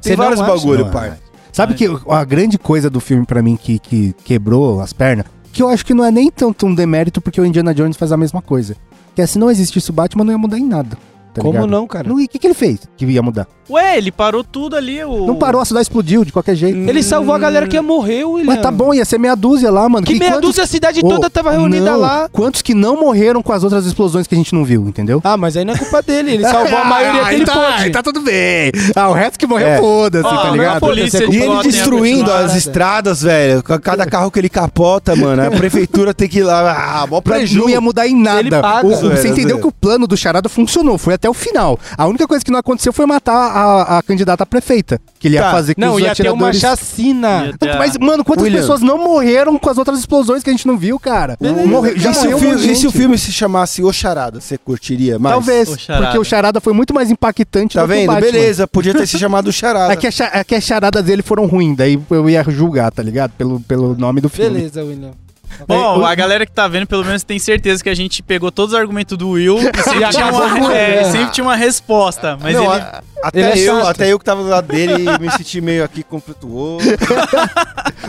[SPEAKER 3] Você
[SPEAKER 4] Tem
[SPEAKER 3] não
[SPEAKER 4] vários
[SPEAKER 3] acha?
[SPEAKER 4] bagulho,
[SPEAKER 1] Não,
[SPEAKER 4] pai.
[SPEAKER 1] Sabe que a grande coisa do filme pra mim que, que quebrou as pernas, que eu acho que não é nem tanto um demérito, porque o Indiana Jones faz a mesma coisa. Que é, se não existisse o Batman, não ia mudar em nada. tá
[SPEAKER 3] Como
[SPEAKER 1] ligado?
[SPEAKER 3] não, cara?
[SPEAKER 1] Não, e o que, que ele fez que ia mudar?
[SPEAKER 2] Ué, ele parou tudo ali. O...
[SPEAKER 1] Não parou, a cidade explodiu de qualquer jeito.
[SPEAKER 3] Ele salvou a galera que ia morrer, William.
[SPEAKER 1] Mas tá bom, ia ser meia dúzia lá, mano.
[SPEAKER 3] Que
[SPEAKER 1] E
[SPEAKER 3] meia
[SPEAKER 1] quantos-
[SPEAKER 3] dúzia a cidade
[SPEAKER 1] Ô,
[SPEAKER 3] toda tava reunida
[SPEAKER 1] não,
[SPEAKER 3] lá.
[SPEAKER 1] Quantos que não morreram com as outras explosões que a gente não viu, entendeu?
[SPEAKER 3] Ah, mas aí não é culpa dele. Ele salvou
[SPEAKER 1] Ah,
[SPEAKER 3] a maioria que ele pôde. Ah,
[SPEAKER 1] tá tudo bem. Ah, o resto que morreu,
[SPEAKER 4] É.
[SPEAKER 1] foda-se,
[SPEAKER 2] Ó,
[SPEAKER 1] tá
[SPEAKER 2] a
[SPEAKER 1] ligado?
[SPEAKER 2] polícia
[SPEAKER 1] Você
[SPEAKER 2] de
[SPEAKER 4] E
[SPEAKER 1] culpa-
[SPEAKER 2] Gotham
[SPEAKER 4] ele
[SPEAKER 2] é
[SPEAKER 4] destruindo
[SPEAKER 2] abençoada.
[SPEAKER 4] as estradas, velho. com Cada carro que ele capota, mano. A prefeitura tem que ir lá. Ah, mó
[SPEAKER 1] pra-
[SPEAKER 4] prejuízo.
[SPEAKER 1] Não ia mudar em
[SPEAKER 3] um Ele
[SPEAKER 1] nada.
[SPEAKER 3] paga.
[SPEAKER 1] O- o-
[SPEAKER 4] Zoeira,
[SPEAKER 1] você entendeu
[SPEAKER 4] zoeira.
[SPEAKER 1] que o plano do Charada funcionou, foi até o final. A única coisa que não aconteceu foi matar a, a candidata a prefeita, que ele ia
[SPEAKER 4] Tá.
[SPEAKER 1] fazer com
[SPEAKER 3] Não,
[SPEAKER 1] os
[SPEAKER 3] ia ter uma É.
[SPEAKER 1] atiradores...
[SPEAKER 3] chacina.
[SPEAKER 2] Ia ter a-
[SPEAKER 1] Mas, mano, quantas
[SPEAKER 4] William.
[SPEAKER 1] pessoas não morreram com as outras explosões que a gente não viu, cara?
[SPEAKER 3] Beleza.
[SPEAKER 1] Morre-
[SPEAKER 4] E
[SPEAKER 1] Já
[SPEAKER 4] se,
[SPEAKER 1] morreu
[SPEAKER 4] o
[SPEAKER 1] um monte
[SPEAKER 4] filme,
[SPEAKER 1] de
[SPEAKER 4] e se o
[SPEAKER 1] gente.
[SPEAKER 4] filme se chamasse O Charada, você curtiria mais?
[SPEAKER 1] Talvez,
[SPEAKER 2] O Charada.
[SPEAKER 1] porque o Charada foi muito mais impactante
[SPEAKER 4] Tá
[SPEAKER 1] do que o
[SPEAKER 4] vendo?
[SPEAKER 1] Batman.
[SPEAKER 4] Beleza, podia ter se chamado O Charada.
[SPEAKER 1] É que, a, cha- é que as charadas dele foram ruins, daí eu ia julgar, tá ligado? Pelo, pelo nome do filme.
[SPEAKER 3] Beleza, William.
[SPEAKER 1] É,
[SPEAKER 2] Bom, a galera que tá vendo, pelo menos tem certeza que a gente pegou todos os argumentos do Will e sempre, tinha,
[SPEAKER 3] acabou com
[SPEAKER 2] uma, é,
[SPEAKER 3] ele, é.
[SPEAKER 2] sempre tinha uma resposta. Mas
[SPEAKER 4] Não,
[SPEAKER 2] ele.
[SPEAKER 4] a- até,
[SPEAKER 3] ele é
[SPEAKER 4] eu,
[SPEAKER 3] chato.
[SPEAKER 4] até eu que tava do lado dele me senti meio aqui conflituoso.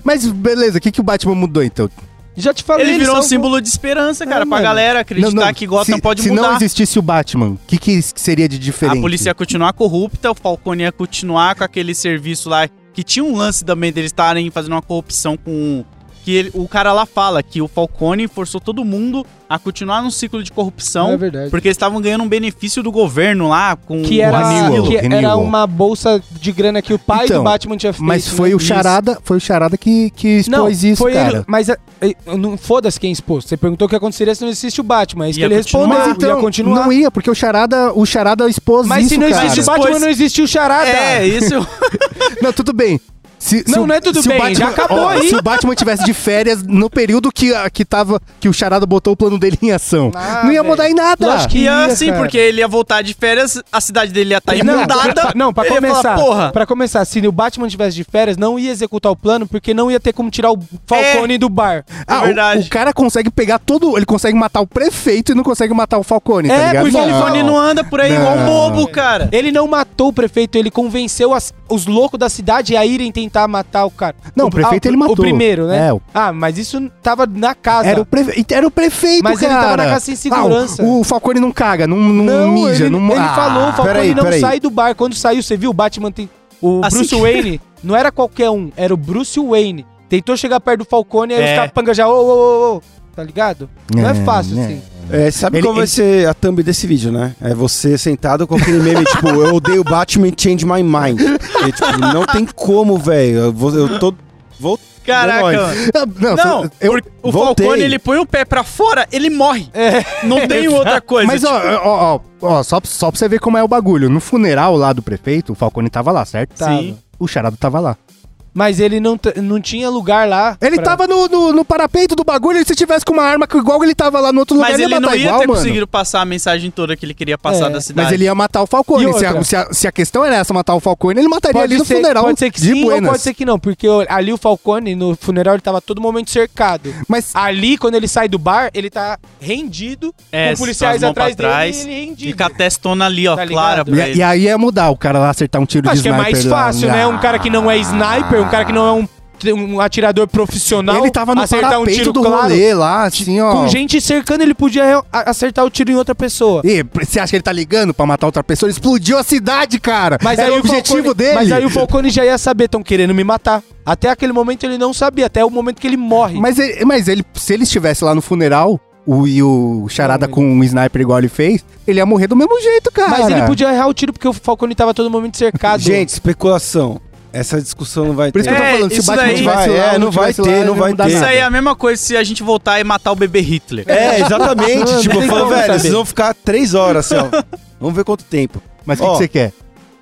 [SPEAKER 1] Mas beleza, o que, que o Batman mudou então?
[SPEAKER 3] Já te falei.
[SPEAKER 2] Ele virou um
[SPEAKER 3] são-
[SPEAKER 2] símbolo de esperança, cara,
[SPEAKER 1] É,
[SPEAKER 2] pra
[SPEAKER 1] mano.
[SPEAKER 2] galera acreditar que Gotham
[SPEAKER 1] se,
[SPEAKER 2] pode
[SPEAKER 1] se
[SPEAKER 2] mudar.
[SPEAKER 1] não existisse o Batman, o que, que seria de diferente?
[SPEAKER 2] A polícia ia continuar corrupta, o Falcone ia continuar com aquele serviço lá, que tinha um lance também deles estarem fazendo uma corrupção com... um, Que ele- o cara lá fala que o Falcone forçou todo mundo a continuar num ciclo de corrupção,
[SPEAKER 3] É verdade.
[SPEAKER 2] porque eles estavam ganhando um benefício do governo lá com
[SPEAKER 3] Que era,
[SPEAKER 1] Renewal,
[SPEAKER 3] que era
[SPEAKER 1] renewal.
[SPEAKER 3] uma bolsa de grana que o pai
[SPEAKER 1] Então,
[SPEAKER 3] do Batman tinha feito.
[SPEAKER 1] Mas foi
[SPEAKER 3] né?
[SPEAKER 1] o charada, foi o charada que, que
[SPEAKER 3] Não,
[SPEAKER 1] expôs isso,
[SPEAKER 3] foi
[SPEAKER 1] cara.
[SPEAKER 3] ele. Mas é, é, não foda-se quem expôs. Você perguntou o que aconteceria se não existe o Batman. É isso
[SPEAKER 2] Ia
[SPEAKER 3] que ele
[SPEAKER 2] continuar.
[SPEAKER 3] respondeu.
[SPEAKER 1] Mas
[SPEAKER 3] ia
[SPEAKER 1] então,
[SPEAKER 3] continuar.
[SPEAKER 1] não ia, porque o charada, o charada expôs
[SPEAKER 3] mas
[SPEAKER 1] isso,
[SPEAKER 3] se não
[SPEAKER 1] cara.
[SPEAKER 3] existe o
[SPEAKER 2] Mas
[SPEAKER 3] Batman,
[SPEAKER 2] depois-
[SPEAKER 3] não existe o charada.
[SPEAKER 2] É, isso.
[SPEAKER 1] Não, tudo bem. Se- se
[SPEAKER 3] Não,
[SPEAKER 1] o-
[SPEAKER 3] não é tudo
[SPEAKER 1] se o
[SPEAKER 3] bem, já acabou
[SPEAKER 1] Ó,
[SPEAKER 3] aí.
[SPEAKER 1] Se o Batman tivesse de férias no período que, a- que, tava, que o charada botou o plano dele em ação,
[SPEAKER 3] Ah,
[SPEAKER 1] não ia
[SPEAKER 3] velho.
[SPEAKER 1] mudar em nada.
[SPEAKER 3] Lógico
[SPEAKER 2] Que ia
[SPEAKER 3] ia,
[SPEAKER 2] assim,
[SPEAKER 3] cara.
[SPEAKER 2] porque ele ia voltar de férias, a cidade dele ia estar inundada.
[SPEAKER 3] pra- não, pra
[SPEAKER 2] ele ia
[SPEAKER 3] começar.
[SPEAKER 2] Falar, Porra,
[SPEAKER 3] Pra começar, se o Batman tivesse de férias, não ia executar o plano, porque não ia ter como tirar o
[SPEAKER 2] É.
[SPEAKER 3] Falcone do bar.
[SPEAKER 1] Ah, o-
[SPEAKER 2] verdade.
[SPEAKER 1] O, cara consegue pegar todo. Ele consegue matar o prefeito e não consegue matar o Falcone,
[SPEAKER 3] É,
[SPEAKER 1] tá ligado?
[SPEAKER 2] porque
[SPEAKER 3] não.
[SPEAKER 2] o Falcone não anda por aí igual um
[SPEAKER 1] Não.
[SPEAKER 2] bobo, cara.
[SPEAKER 3] Ele não matou o prefeito, ele convenceu as- os loucos da cidade a irem tentar matar o cara.
[SPEAKER 1] Não, o prefeito
[SPEAKER 3] ah,
[SPEAKER 1] ele matou.
[SPEAKER 3] O primeiro, né?
[SPEAKER 1] É, o-
[SPEAKER 3] Ah, mas isso tava na casa.
[SPEAKER 1] Era o, prefe... era o prefeito,
[SPEAKER 3] Mas ele
[SPEAKER 1] cara.
[SPEAKER 3] tava na casa sem segurança.
[SPEAKER 1] Ah, o, o Falcone não caga, não, não,
[SPEAKER 3] Não,
[SPEAKER 1] mija,
[SPEAKER 3] ele,
[SPEAKER 1] não...
[SPEAKER 3] ele
[SPEAKER 1] Ah,
[SPEAKER 3] falou, o Falcone
[SPEAKER 4] peraí,
[SPEAKER 3] não
[SPEAKER 4] peraí.
[SPEAKER 3] sai do bar. Quando saiu, você viu o Batman tem... O
[SPEAKER 2] Assim
[SPEAKER 3] Bruce
[SPEAKER 2] que-
[SPEAKER 3] Wayne não era qualquer um, era o Bruce Wayne. Tentou chegar perto do Falcone, aí
[SPEAKER 2] É.
[SPEAKER 3] os capangas já, ô, ô, ô, ô, tá ligado? Não é,
[SPEAKER 1] É,
[SPEAKER 3] fácil,
[SPEAKER 1] né?
[SPEAKER 3] assim.
[SPEAKER 4] É, sabe
[SPEAKER 1] Ele-
[SPEAKER 4] qual vai
[SPEAKER 1] ele-
[SPEAKER 4] ser a thumb desse vídeo, né? É você sentado com aquele meme, tipo, eu odeio Batman, change my mind. E, tipo, não tem como, velho. Eu, vou- eu tô... Vou...
[SPEAKER 2] Caraca,
[SPEAKER 4] Nós.
[SPEAKER 2] mano.
[SPEAKER 1] Não,
[SPEAKER 2] Não,
[SPEAKER 1] eu...
[SPEAKER 2] porque o
[SPEAKER 4] voltei.
[SPEAKER 2] Falcone ele põe o pé pra fora, ele morre. Não tem outra coisa.
[SPEAKER 1] É.
[SPEAKER 2] Tipo,
[SPEAKER 1] Mas ó, ó, ó, ó, só, pra- só pra você ver como é o bagulho. No funeral lá do prefeito, o Falcone tava lá, certo?
[SPEAKER 3] Tava.
[SPEAKER 2] Sim.
[SPEAKER 1] O Charada tava lá.
[SPEAKER 3] Mas ele não, t- não tinha lugar lá.
[SPEAKER 1] Ele
[SPEAKER 3] pra-
[SPEAKER 1] tava no, no, no parapeito do bagulho, e se tivesse com uma arma que igual ele tava lá no outro lugar,
[SPEAKER 2] Mas ele
[SPEAKER 1] ia matar
[SPEAKER 2] não ia
[SPEAKER 1] igual,
[SPEAKER 2] ter
[SPEAKER 1] mano.
[SPEAKER 2] conseguido passar a mensagem toda que ele queria passar
[SPEAKER 3] É,
[SPEAKER 2] da cidade.
[SPEAKER 1] Mas ele ia matar o
[SPEAKER 3] E
[SPEAKER 1] Falcone. Se
[SPEAKER 3] outra?
[SPEAKER 1] a, se, a, se a questão era essa, matar o Falcone, ele mataria ali no
[SPEAKER 3] ser,
[SPEAKER 1] funeral.
[SPEAKER 3] pode ser que
[SPEAKER 1] de
[SPEAKER 3] sim
[SPEAKER 1] buenas.
[SPEAKER 3] ou pode ser que não, porque o- ali o Falcone, no funeral, ele tava todo momento cercado.
[SPEAKER 2] Ah,
[SPEAKER 1] Mas
[SPEAKER 3] Ali, quando ele sai do bar, ele tá rendido,
[SPEAKER 2] É,
[SPEAKER 3] com
[SPEAKER 2] se
[SPEAKER 3] policiais
[SPEAKER 2] faz mão pra
[SPEAKER 3] atrás
[SPEAKER 2] trás,
[SPEAKER 3] dele, e ele rendido.
[SPEAKER 2] Fica a testona ali, ó,
[SPEAKER 3] Tá
[SPEAKER 2] clara.
[SPEAKER 3] ligado?
[SPEAKER 2] pra
[SPEAKER 1] E,
[SPEAKER 2] ele.
[SPEAKER 1] e aí ia mudar o cara lá acertar um tiro
[SPEAKER 3] Acho
[SPEAKER 1] de
[SPEAKER 3] que é
[SPEAKER 1] sniper.
[SPEAKER 3] mais
[SPEAKER 1] lá. Ah.
[SPEAKER 3] fácil, né? Um cara que não é sniper, um cara que não é um, um atirador profissional.
[SPEAKER 1] Ele tava no
[SPEAKER 3] acertar um
[SPEAKER 1] parapeito
[SPEAKER 3] tiro
[SPEAKER 1] do
[SPEAKER 3] claro.
[SPEAKER 1] rolê lá, assim, ó.
[SPEAKER 3] Com gente cercando, ele podia a- acertar o tiro em outra pessoa.
[SPEAKER 1] E você acha que ele tá ligando pra matar outra pessoa? Ele explodiu a cidade, cara!
[SPEAKER 3] Mas
[SPEAKER 1] Era
[SPEAKER 3] aí
[SPEAKER 1] o objetivo
[SPEAKER 3] Falcone,
[SPEAKER 1] dele!
[SPEAKER 3] Mas aí o Falcone já ia saber, estão querendo me matar. Até aquele momento ele não sabia, até o momento que ele morre.
[SPEAKER 1] Mas ele, mas ele- se ele estivesse lá no funeral, o, e o Charada
[SPEAKER 3] Não,
[SPEAKER 1] com um sniper igual ele fez, ele ia morrer do mesmo jeito, cara.
[SPEAKER 3] Mas ele podia errar o tiro porque o Falcone tava todo momento cercado.
[SPEAKER 4] Gente, especulação. Essa discussão não vai
[SPEAKER 1] Por isso
[SPEAKER 4] ter.
[SPEAKER 1] que eu
[SPEAKER 2] É,
[SPEAKER 1] tô falando, se o
[SPEAKER 2] isso
[SPEAKER 1] Batman
[SPEAKER 2] daí-
[SPEAKER 1] tivesse
[SPEAKER 4] Vai,
[SPEAKER 1] lá,
[SPEAKER 4] é,
[SPEAKER 1] ou
[SPEAKER 4] não vai
[SPEAKER 1] tivesse lá,
[SPEAKER 4] ter, não
[SPEAKER 1] ia
[SPEAKER 4] vai
[SPEAKER 1] mudar
[SPEAKER 4] ter.
[SPEAKER 1] nada.
[SPEAKER 2] Isso aí é a mesma coisa se a gente voltar e matar o bebê Hitler.
[SPEAKER 4] É, exatamente.
[SPEAKER 3] Não
[SPEAKER 4] tipo, eu
[SPEAKER 3] tem
[SPEAKER 4] falo,
[SPEAKER 3] como
[SPEAKER 4] velho,
[SPEAKER 3] saber.
[SPEAKER 4] vocês vão ficar três horas, assim, ó. Vamos ver quanto tempo.
[SPEAKER 1] Mas o que
[SPEAKER 4] Ó,
[SPEAKER 1] que você quer?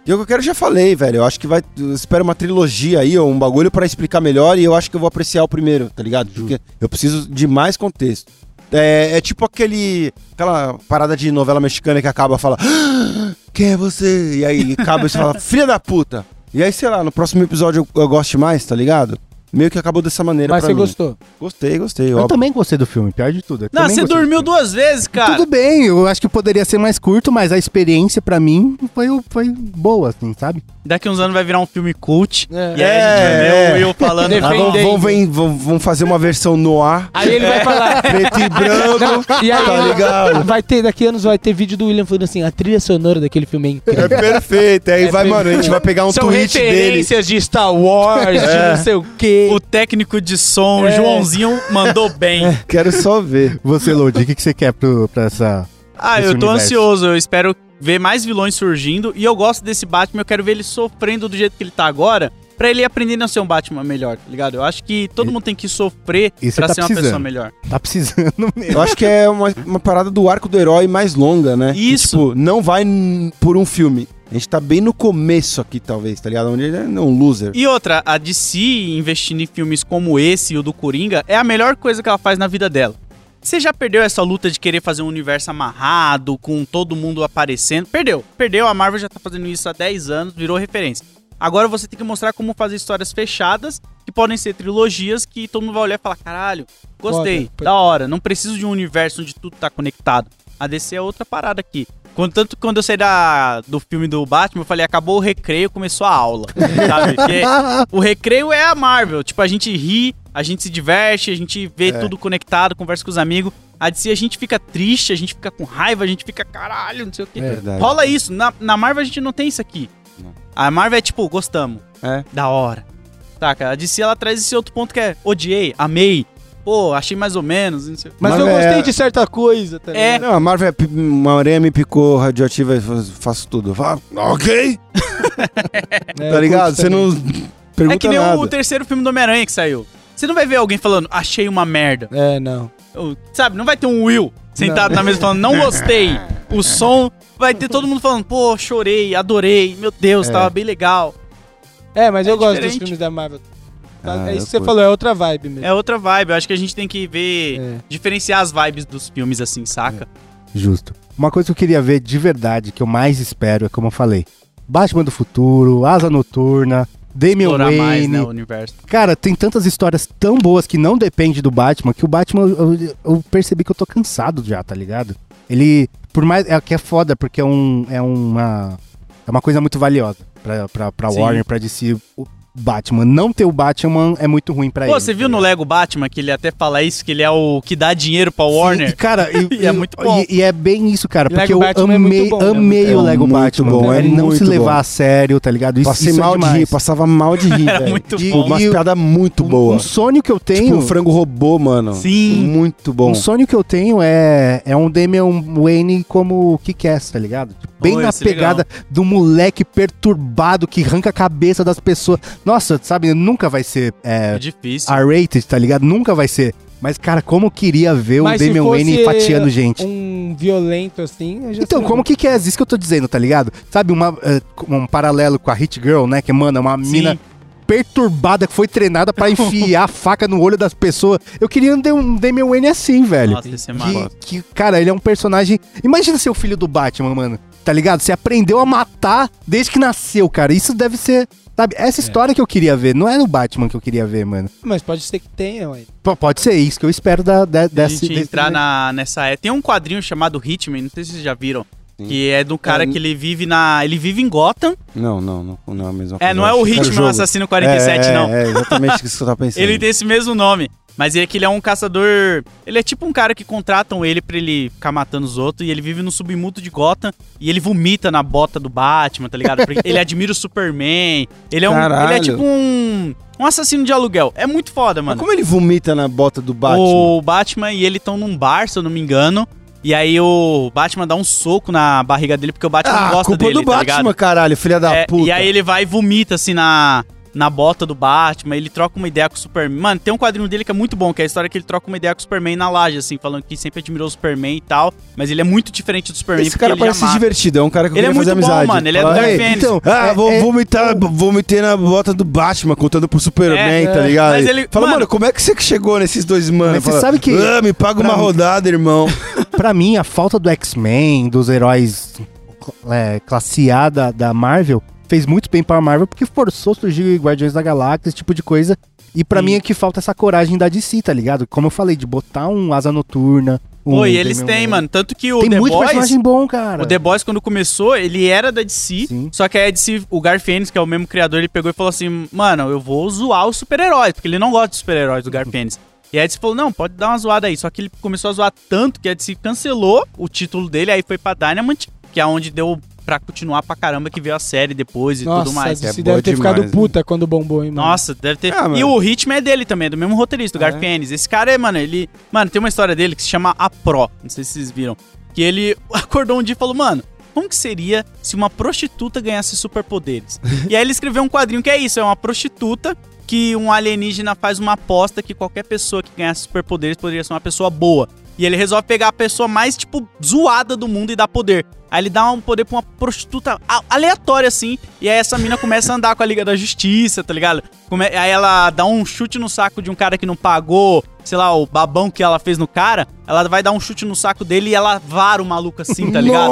[SPEAKER 4] E é o que eu quero, eu já falei, velho. Eu acho que vai. eu espero uma trilogia aí, ou um bagulho pra explicar melhor. E eu acho que eu vou apreciar o primeiro, tá ligado? Porque eu preciso de mais contexto. É, é tipo aquele. Aquela parada de novela mexicana que acaba e fala. "Ah, quem é você? E aí acaba e você fala, filha da puta! E aí, sei lá, no próximo episódio eu, eu goste mais, tá ligado? Meio que acabou dessa maneira.
[SPEAKER 3] Mas
[SPEAKER 4] pra
[SPEAKER 3] você
[SPEAKER 4] mim.
[SPEAKER 3] gostou.
[SPEAKER 4] Gostei, gostei.
[SPEAKER 1] Eu
[SPEAKER 4] óbvio.
[SPEAKER 1] também gostei do filme, pior de tudo. eu
[SPEAKER 2] Não,
[SPEAKER 1] também
[SPEAKER 2] você
[SPEAKER 1] gostei do
[SPEAKER 2] dormiu
[SPEAKER 1] filme.
[SPEAKER 2] duas vezes, cara.
[SPEAKER 1] Tudo bem, eu acho que poderia ser mais curto, mas a experiência pra mim foi, foi boa, assim, sabe?
[SPEAKER 2] Daqui uns anos vai virar um filme cult.
[SPEAKER 3] É.
[SPEAKER 2] E aí a gente vai ver
[SPEAKER 4] É,
[SPEAKER 2] o Will falando.
[SPEAKER 4] Ah, vão,
[SPEAKER 3] Defendendo.
[SPEAKER 4] vão, vem- vão- vão fazer uma versão noir,
[SPEAKER 3] Aí ele vai falar.
[SPEAKER 4] preto e branco.
[SPEAKER 3] e aí,
[SPEAKER 4] Tá ligado?
[SPEAKER 3] Vai ter, daqui anos vai ter vídeo do William falando assim, a trilha sonora daquele filme é incrível.
[SPEAKER 4] É perfeito. Aí vai, mano, a gente vai pegar um
[SPEAKER 3] É São
[SPEAKER 4] tweet dele.
[SPEAKER 3] referências de Star Wars, de não sei o quê.
[SPEAKER 2] O técnico de som,
[SPEAKER 3] É.
[SPEAKER 2] Joãozinho, mandou bem.
[SPEAKER 1] É.
[SPEAKER 4] Quero só ver.
[SPEAKER 1] Você, Lodi, o que, que você quer pro, pra essa.
[SPEAKER 2] Ah,
[SPEAKER 1] Esse
[SPEAKER 2] eu tô
[SPEAKER 1] universo.
[SPEAKER 2] ansioso. Eu espero ver mais vilões surgindo. E eu gosto desse Batman. Eu quero ver ele sofrendo do jeito que ele tá agora. Pra ele aprender a ser um Batman melhor, tá ligado? Eu acho que todo mundo tem que sofrer
[SPEAKER 1] Isso
[SPEAKER 2] pra
[SPEAKER 1] ele tá
[SPEAKER 2] ser uma pessoa
[SPEAKER 1] precisando.
[SPEAKER 2] melhor.
[SPEAKER 1] Tá precisando mesmo.
[SPEAKER 4] Eu acho que é uma, uma parada do arco do herói mais longa, né? Que,
[SPEAKER 2] Isso.
[SPEAKER 4] tipo, não vai n- por um filme. A gente tá bem no começo aqui, talvez, tá ligado? Onde ele é um loser.
[SPEAKER 2] E outra, a DC investindo em filmes como esse e o do Coringa é a melhor coisa que ela faz na vida dela. Você já perdeu essa luta de querer fazer um universo amarrado, com todo mundo aparecendo? Perdeu. Perdeu, a Marvel já tá fazendo isso há 10 anos, virou referência. Agora você tem que mostrar como fazer histórias fechadas, que podem ser trilogias que todo mundo vai olhar e falar: caralho, gostei,
[SPEAKER 3] Foda.
[SPEAKER 2] da hora. Não preciso de um universo onde tudo tá conectado. A DC é outra parada aqui. Contanto que quando eu saí da, do filme do Batman, eu falei, acabou o recreio, começou a aula. sabe? Porque o recreio é a Marvel. Tipo, a gente ri, a gente se diverte, a gente
[SPEAKER 4] É.
[SPEAKER 2] vê tudo conectado, conversa com os amigos. A DC a gente fica triste, a gente fica com raiva, a gente fica caralho, não sei o quê.
[SPEAKER 4] É Verdade.
[SPEAKER 2] Rola isso. Na, na Marvel a gente não tem isso aqui.
[SPEAKER 4] Não.
[SPEAKER 2] A Marvel é tipo, gostamos.
[SPEAKER 4] É.
[SPEAKER 2] Da hora. Saca? A DC ela traz esse outro ponto que é odiei, amei. Pô, achei mais ou menos, não sei o quê.
[SPEAKER 3] Mas,
[SPEAKER 4] Mas
[SPEAKER 3] eu
[SPEAKER 4] é-
[SPEAKER 3] gostei de certa coisa, tá
[SPEAKER 2] É.
[SPEAKER 3] ligado?
[SPEAKER 4] Não, a Marvel, é pi- uma areia me picou radioativa e faz- faço tudo. Eu falo, "Ah, ok,
[SPEAKER 3] É,
[SPEAKER 4] tá
[SPEAKER 3] eu
[SPEAKER 4] ligado?
[SPEAKER 3] curto
[SPEAKER 4] Você
[SPEAKER 3] também.
[SPEAKER 4] não pergunta
[SPEAKER 2] É que nem
[SPEAKER 4] nada.
[SPEAKER 2] o terceiro filme do Homem-Aranha que saiu. Você não vai ver alguém falando, achei uma merda.
[SPEAKER 3] É, não.
[SPEAKER 2] Eu- Sabe, não vai ter um Will sentado na mesa falando, não gostei. O som vai ter todo mundo falando, pô, chorei, adorei, meu Deus,
[SPEAKER 4] É.
[SPEAKER 2] tava bem legal.
[SPEAKER 3] É, mas eu
[SPEAKER 2] É
[SPEAKER 3] gosto
[SPEAKER 2] diferente.
[SPEAKER 3] dos filmes da Marvel. Tá-
[SPEAKER 4] Ah,
[SPEAKER 3] é
[SPEAKER 4] eu
[SPEAKER 3] isso que você
[SPEAKER 4] curto.
[SPEAKER 3] falou, é outra vibe mesmo.
[SPEAKER 2] É outra vibe, eu acho que a gente tem que ver,
[SPEAKER 3] É.
[SPEAKER 2] diferenciar as vibes dos filmes assim, saca?
[SPEAKER 1] Justo. Uma coisa que eu queria ver de verdade, que eu mais espero, é como eu falei: Batman do Futuro, Asa Noturna, Damian
[SPEAKER 2] Explorar mais, né,
[SPEAKER 1] Wayne.
[SPEAKER 2] o universo.
[SPEAKER 1] Cara, tem tantas histórias tão boas que não depende do Batman, que o Batman eu, eu- eu percebi que eu tô cansado já, tá ligado? Ele, por mais. É que é foda, porque é, um, é uma. É uma coisa muito valiosa pra, pra, pra
[SPEAKER 2] Sim.
[SPEAKER 1] Warner, pra DC. O Batman. Não ter o Batman é muito ruim pra ele.
[SPEAKER 2] Pô, você viu
[SPEAKER 1] tá
[SPEAKER 2] no
[SPEAKER 1] ligado?
[SPEAKER 2] Lego Batman que ele até fala isso, que ele é o que dá dinheiro pra
[SPEAKER 1] Sim, então.
[SPEAKER 2] Warner?
[SPEAKER 1] E, cara, e,
[SPEAKER 2] E é muito bom.
[SPEAKER 1] E, e é bem isso, cara.
[SPEAKER 3] Lego
[SPEAKER 1] Porque eu
[SPEAKER 3] Batman é
[SPEAKER 1] amei,
[SPEAKER 3] muito bom, né?
[SPEAKER 1] amei
[SPEAKER 4] É
[SPEAKER 1] o Lego
[SPEAKER 4] muito
[SPEAKER 1] Batman.
[SPEAKER 4] bom, é
[SPEAKER 1] ele não se
[SPEAKER 4] muito
[SPEAKER 1] levar
[SPEAKER 4] bom.
[SPEAKER 1] a sério, tá ligado? Isso,
[SPEAKER 4] Passei
[SPEAKER 1] isso é
[SPEAKER 4] mal de
[SPEAKER 1] demais.
[SPEAKER 4] rir, passava mal de rir, velho.
[SPEAKER 2] muito
[SPEAKER 1] de-
[SPEAKER 2] bom.
[SPEAKER 4] Uma
[SPEAKER 1] E o-
[SPEAKER 4] piada muito boa.
[SPEAKER 1] Um sonho que eu tenho.
[SPEAKER 4] Tipo um frango robô, mano.
[SPEAKER 2] Sim.
[SPEAKER 4] Muito bom.
[SPEAKER 1] Um sonho que eu tenho é, é um Damian Wayne como Kick-Ass, tá ligado? Tipo, Bem
[SPEAKER 2] Pô,
[SPEAKER 1] na
[SPEAKER 2] esse é
[SPEAKER 1] pegada do moleque perturbado que arranca a cabeça das pessoas. Nossa, sabe, nunca vai ser é,
[SPEAKER 2] É difícil.
[SPEAKER 1] R-rated, tá ligado? Nunca vai ser. Mas, cara, como eu queria ver
[SPEAKER 3] Mas
[SPEAKER 1] o
[SPEAKER 3] se
[SPEAKER 1] Damian Wayne
[SPEAKER 3] fosse
[SPEAKER 1] fatiando gente.
[SPEAKER 3] Um violento assim, eu já
[SPEAKER 1] É. Então,
[SPEAKER 3] sei.
[SPEAKER 1] como que que é isso que eu tô dizendo, tá ligado? Sabe, uma, eh, um paralelo com a Hit Girl, né? Que, mano, é uma
[SPEAKER 2] Sim.
[SPEAKER 1] mina perturbada que foi treinada pra enfiar a faca no olho das pessoas. Eu queria um, Dam- um Damian Wayne assim, velho.
[SPEAKER 2] Nossa, esse é massa.
[SPEAKER 1] que, que, cara, ele é um personagem... Imagina ser o filho do Batman, mano. Tá ligado? Você aprendeu a matar desde que nasceu, cara. Isso deve ser... Sabe,
[SPEAKER 2] É.
[SPEAKER 1] essa história que eu queria ver. Não era o Batman que eu queria ver, mano.
[SPEAKER 3] Mas pode ser que tenha, ué.
[SPEAKER 1] P- pode ser isso que eu espero da, da,
[SPEAKER 2] A
[SPEAKER 1] dessa...
[SPEAKER 2] gente
[SPEAKER 1] desse-
[SPEAKER 2] entrar na, nessa é Tem um quadrinho chamado Hitman, não sei se vocês já viram.
[SPEAKER 4] Sim.
[SPEAKER 2] Que é do cara
[SPEAKER 4] É,
[SPEAKER 2] que ele vive na. Ele vive em Gotham.
[SPEAKER 4] Não, não, não, não é a mesma
[SPEAKER 2] É,
[SPEAKER 4] coisa.
[SPEAKER 2] não é
[SPEAKER 4] Eu
[SPEAKER 2] o
[SPEAKER 4] achei que era
[SPEAKER 2] Hitman
[SPEAKER 4] jogo.
[SPEAKER 2] Assassino 47,
[SPEAKER 4] É, é,
[SPEAKER 2] não.
[SPEAKER 4] É, exatamente isso que eu tava pensando.
[SPEAKER 2] Ele tem esse mesmo nome. Mas é que ele é um caçador. Ele é tipo um cara que contratam ele pra ele ficar matando os outros. E ele vive no submundo de Gotham. E ele vomita na bota do Batman, tá ligado? Porque ele admira o Superman. Ele é, um, ele é
[SPEAKER 4] Caralho.
[SPEAKER 2] tipo um. Um assassino de aluguel. É muito foda,
[SPEAKER 4] Mas
[SPEAKER 2] mano.
[SPEAKER 4] como ele vomita na bota do Batman?
[SPEAKER 2] O Batman e ele estão num bar, se eu não me engano. E aí o Batman dá um soco na barriga dele, porque o Batman não
[SPEAKER 4] Ah,
[SPEAKER 2] gosta
[SPEAKER 4] culpa
[SPEAKER 2] dele,
[SPEAKER 4] do
[SPEAKER 2] tá
[SPEAKER 4] Batman,
[SPEAKER 2] ligado?
[SPEAKER 4] caralho, filha da
[SPEAKER 2] É,
[SPEAKER 4] puta.
[SPEAKER 2] E aí ele vai e vomita, assim, na, na bota do Batman. Ele troca uma ideia com o Superman. Mano, tem um quadrinho dele que é muito bom, que é a história que ele troca uma ideia com o Superman na laje, assim, falando que sempre admirou o Superman e tal. Mas ele é muito diferente do Superman,
[SPEAKER 4] Esse
[SPEAKER 2] porque
[SPEAKER 4] cara
[SPEAKER 2] ele já
[SPEAKER 4] parece
[SPEAKER 2] mata.
[SPEAKER 4] divertido, é um cara que eu
[SPEAKER 2] Ele é
[SPEAKER 4] queria fazer
[SPEAKER 2] muito bom,
[SPEAKER 4] amizade.
[SPEAKER 2] mano, ele é do
[SPEAKER 4] Fala,
[SPEAKER 2] Dark
[SPEAKER 4] "Ei,
[SPEAKER 2] Phoenix."
[SPEAKER 4] Então, ah,
[SPEAKER 1] É,
[SPEAKER 4] vou
[SPEAKER 1] é-
[SPEAKER 4] vomitar, vomitei na bota do Batman, contando pro Superman,
[SPEAKER 2] É,
[SPEAKER 4] tá
[SPEAKER 2] é.
[SPEAKER 4] ligado?
[SPEAKER 2] Mas ele-
[SPEAKER 4] Fala,
[SPEAKER 2] mano-
[SPEAKER 4] mano, como é que você que chegou nesses dois, mano?
[SPEAKER 1] Mas você
[SPEAKER 4] Fala,
[SPEAKER 1] sabe que-
[SPEAKER 4] "Ah, me paga
[SPEAKER 1] pra
[SPEAKER 4] uma
[SPEAKER 1] mim-
[SPEAKER 4] rodada, irmão.
[SPEAKER 1] Pra mim, a falta do X-Men, dos heróis é, classe A da, da Marvel, fez muito bem pra Marvel, porque forçou surgir Guardiões da Galáxia, esse tipo de coisa. E pra
[SPEAKER 2] Sim.
[SPEAKER 1] mim é que falta essa coragem da DC, tá ligado? Como eu falei, de botar um Asa Noturna. Um
[SPEAKER 4] Hum,
[SPEAKER 2] Pô, e eles
[SPEAKER 1] Damian
[SPEAKER 2] têm,
[SPEAKER 1] Wayne.
[SPEAKER 2] mano. Tanto que o
[SPEAKER 1] Tem
[SPEAKER 2] The
[SPEAKER 1] muito
[SPEAKER 2] Boys...
[SPEAKER 1] personagem bom, cara.
[SPEAKER 2] O The Boys, quando começou, ele era da DC,
[SPEAKER 1] Sim.
[SPEAKER 2] só que a DC, o Garfênis, que é o mesmo criador, ele pegou e falou assim, mano, eu vou zoar os super-heróis, porque ele não gosta de super-heróis, do Garfênis. E a DC falou, não, pode dar uma zoada aí. Só que ele começou a zoar tanto que a DC cancelou o título dele, aí foi pra Dynamite, que é onde deu pra continuar pra caramba, que veio a série depois e
[SPEAKER 3] Nossa,
[SPEAKER 2] tudo mais.
[SPEAKER 3] a DC
[SPEAKER 4] É boa
[SPEAKER 3] deve ter
[SPEAKER 4] demais,
[SPEAKER 3] ficado puta quando bombou, hein, mano.
[SPEAKER 2] Nossa, deve ter.
[SPEAKER 4] Ah,
[SPEAKER 2] e
[SPEAKER 4] mano.
[SPEAKER 2] o ritmo é dele também, é do mesmo roteirista, do
[SPEAKER 4] Ah, é?
[SPEAKER 2] Garfienes. Esse cara é, mano, ele. Mano, tem uma história dele que se chama A Pro. Não sei se vocês viram. Que ele acordou um dia e falou, mano. Como que seria se uma prostituta ganhasse superpoderes? e aí ele escreveu um quadrinho que é isso, é uma prostituta que um alienígena faz uma aposta que qualquer pessoa que ganhasse superpoderes poderia ser uma pessoa boa. E ele resolve pegar a pessoa mais, tipo, zoada do mundo e dar poder. Aí ele dá um poder pra uma prostituta a- aleatória, assim. E aí essa mina começa a andar com a Liga da Justiça, tá ligado? Come- Aí ela dá um chute no saco de um cara que não pagou, sei lá, o babão que ela fez no cara. Ela vai dar um chute no saco dele e ela vara o maluco assim, tá ligado?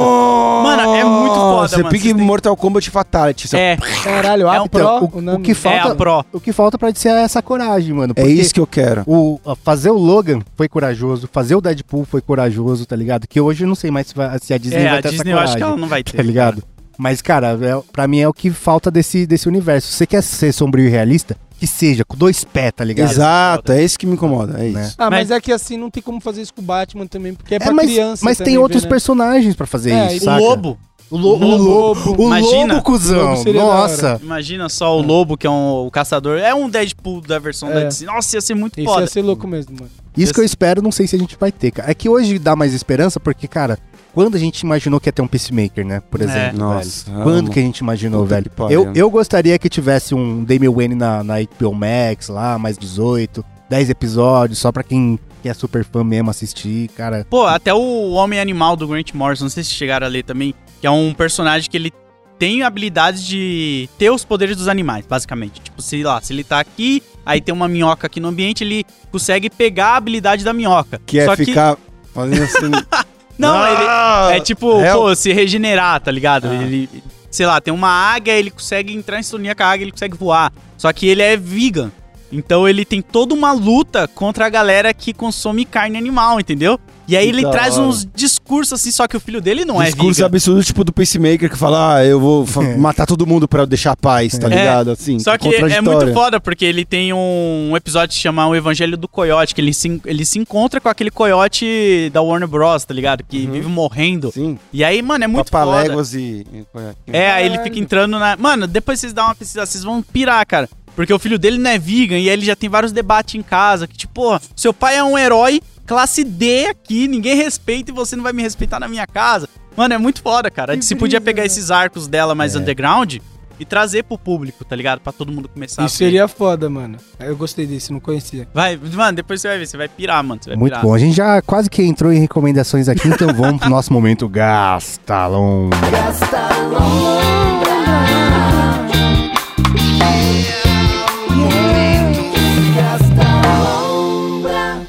[SPEAKER 2] Mano, é muito foda,
[SPEAKER 4] Você
[SPEAKER 2] mano.
[SPEAKER 4] pique
[SPEAKER 2] Vocês têm-
[SPEAKER 4] Mortal Kombat Fatality. Você-
[SPEAKER 2] É,
[SPEAKER 3] Caralho, a
[SPEAKER 2] É um-
[SPEAKER 1] Então,
[SPEAKER 3] Pro,
[SPEAKER 1] o-
[SPEAKER 3] o nome-
[SPEAKER 1] o que
[SPEAKER 2] é a
[SPEAKER 1] falta-
[SPEAKER 2] pro.
[SPEAKER 1] O que falta pra ser essa coragem, mano.
[SPEAKER 4] É
[SPEAKER 1] porque
[SPEAKER 4] isso que eu quero.
[SPEAKER 1] O, fazer o Logan foi corajoso, fazer o Deadpool foi corajoso, tá ligado? Que hoje eu não sei mais se, vai- se a Disney
[SPEAKER 2] É,
[SPEAKER 1] vai
[SPEAKER 2] a
[SPEAKER 1] ter
[SPEAKER 2] Disney eu
[SPEAKER 1] essa
[SPEAKER 2] acho
[SPEAKER 1] coragem,
[SPEAKER 2] que ela não vai ter.
[SPEAKER 1] tá ligado? Mas, cara, é, pra mim é o que falta desse, desse universo. Você quer ser sombrio e realista? Que seja, com dois pés, tá ligado?
[SPEAKER 4] Exato, é isso que me incomoda. É isso.
[SPEAKER 1] Né?
[SPEAKER 3] Ah, mas,
[SPEAKER 2] Mas-
[SPEAKER 3] é que assim não tem como fazer isso com o Batman também, porque é pra
[SPEAKER 1] mas,
[SPEAKER 3] criança.
[SPEAKER 1] mas tem
[SPEAKER 3] também
[SPEAKER 1] outros
[SPEAKER 3] ver, né?
[SPEAKER 1] personagens pra fazer
[SPEAKER 3] É,
[SPEAKER 1] isso,
[SPEAKER 2] O
[SPEAKER 1] saca?
[SPEAKER 2] lobo.
[SPEAKER 1] O, lo- o
[SPEAKER 2] Lobo.
[SPEAKER 1] lobo. O
[SPEAKER 2] Imagina.
[SPEAKER 1] lobo,
[SPEAKER 3] O
[SPEAKER 1] cuzão.
[SPEAKER 3] lobo seria da hora.
[SPEAKER 1] Nossa.
[SPEAKER 2] Imagina só o lobo, que é um, o caçador. É um Deadpool da versão da
[SPEAKER 3] É.
[SPEAKER 2] Disney. Nossa, ia ser muito
[SPEAKER 3] Isso
[SPEAKER 2] foda.
[SPEAKER 3] ia ser louco mesmo, mano.
[SPEAKER 1] Isso que eu espero, não sei se a gente vai ter, cara. É que hoje dá mais esperança, porque, cara, quando a gente imaginou que ia ter um Peacemaker, né? Por
[SPEAKER 2] É.
[SPEAKER 1] exemplo. velho?
[SPEAKER 4] Nossa.
[SPEAKER 1] Quando
[SPEAKER 4] amo.
[SPEAKER 1] que a gente imaginou,
[SPEAKER 4] Puta
[SPEAKER 1] velho?
[SPEAKER 4] que pariu.
[SPEAKER 1] Eu, eu gostaria que tivesse um Damian Wayne na, na HBO Max lá, mais 18, 10 episódios, só pra quem, quem é super fã mesmo assistir, cara.
[SPEAKER 2] Pô, até o Homem Animal do Grant Morrison, não sei se chegaram a ler também, que é um personagem que ele tem habilidades de ter os poderes dos animais, basicamente. Tipo, sei lá, se ele tá aqui, aí tem uma minhoca aqui no ambiente, ele consegue pegar a habilidade da minhoca.
[SPEAKER 4] Que é
[SPEAKER 2] Só
[SPEAKER 4] ficar fazendo assim.
[SPEAKER 2] Não,
[SPEAKER 4] Ah!
[SPEAKER 2] ele é tipo,
[SPEAKER 4] É o-
[SPEAKER 2] pô, se regenerar, tá ligado?
[SPEAKER 4] Ah.
[SPEAKER 2] Ele, sei lá, tem uma águia, ele consegue entrar em sintonia com a águia, ele consegue voar. Só que ele é vegan. Então ele tem toda uma luta contra a galera que consome carne animal, entendeu? E aí
[SPEAKER 4] Que
[SPEAKER 2] ele
[SPEAKER 4] da
[SPEAKER 2] traz
[SPEAKER 4] hora.
[SPEAKER 2] uns discursos assim, só que o filho dele não
[SPEAKER 4] discurso
[SPEAKER 2] é vegan.
[SPEAKER 4] absurdo, tipo do pacemaker que fala, ah, eu vou fa- matar todo mundo pra eu deixar a paz, tá
[SPEAKER 2] É.
[SPEAKER 4] ligado? Assim,
[SPEAKER 2] Só que é muito
[SPEAKER 4] contraditório.
[SPEAKER 2] foda, porque ele tem um episódio que se chama O Evangelho do Coiote, que ele se, ele se encontra com aquele coiote da Warner Bros, tá ligado? Que vive morrendo.
[SPEAKER 4] Uhum. Sim,
[SPEAKER 2] E aí, mano, é muito foda.
[SPEAKER 4] papaléguas e... e-
[SPEAKER 2] É, aí ele fica entrando na. Mano, depois vocês dão uma pesquisa, vocês vão pirar, cara. Porque o filho dele não é vegan e aí ele já tem vários debates em casa. Que tipo, porra, seu pai é um herói classe D aqui, ninguém respeita e você não vai me respeitar na minha casa. Mano, é muito foda, cara. A gente se podia pegar
[SPEAKER 4] né?
[SPEAKER 2] esses arcos dela mais
[SPEAKER 4] É.
[SPEAKER 2] underground e trazer pro público, tá ligado? Pra todo mundo começar
[SPEAKER 3] Isso
[SPEAKER 2] a ver.
[SPEAKER 3] seria foda, mano. Eu gostei desse, não conhecia.
[SPEAKER 2] Vai, mano, depois você vai ver, você vai pirar, mano. Você vai
[SPEAKER 1] Muito
[SPEAKER 2] pirar.
[SPEAKER 1] bom. A gente já quase que entrou em recomendações aqui, então vamos pro nosso momento Gastalon.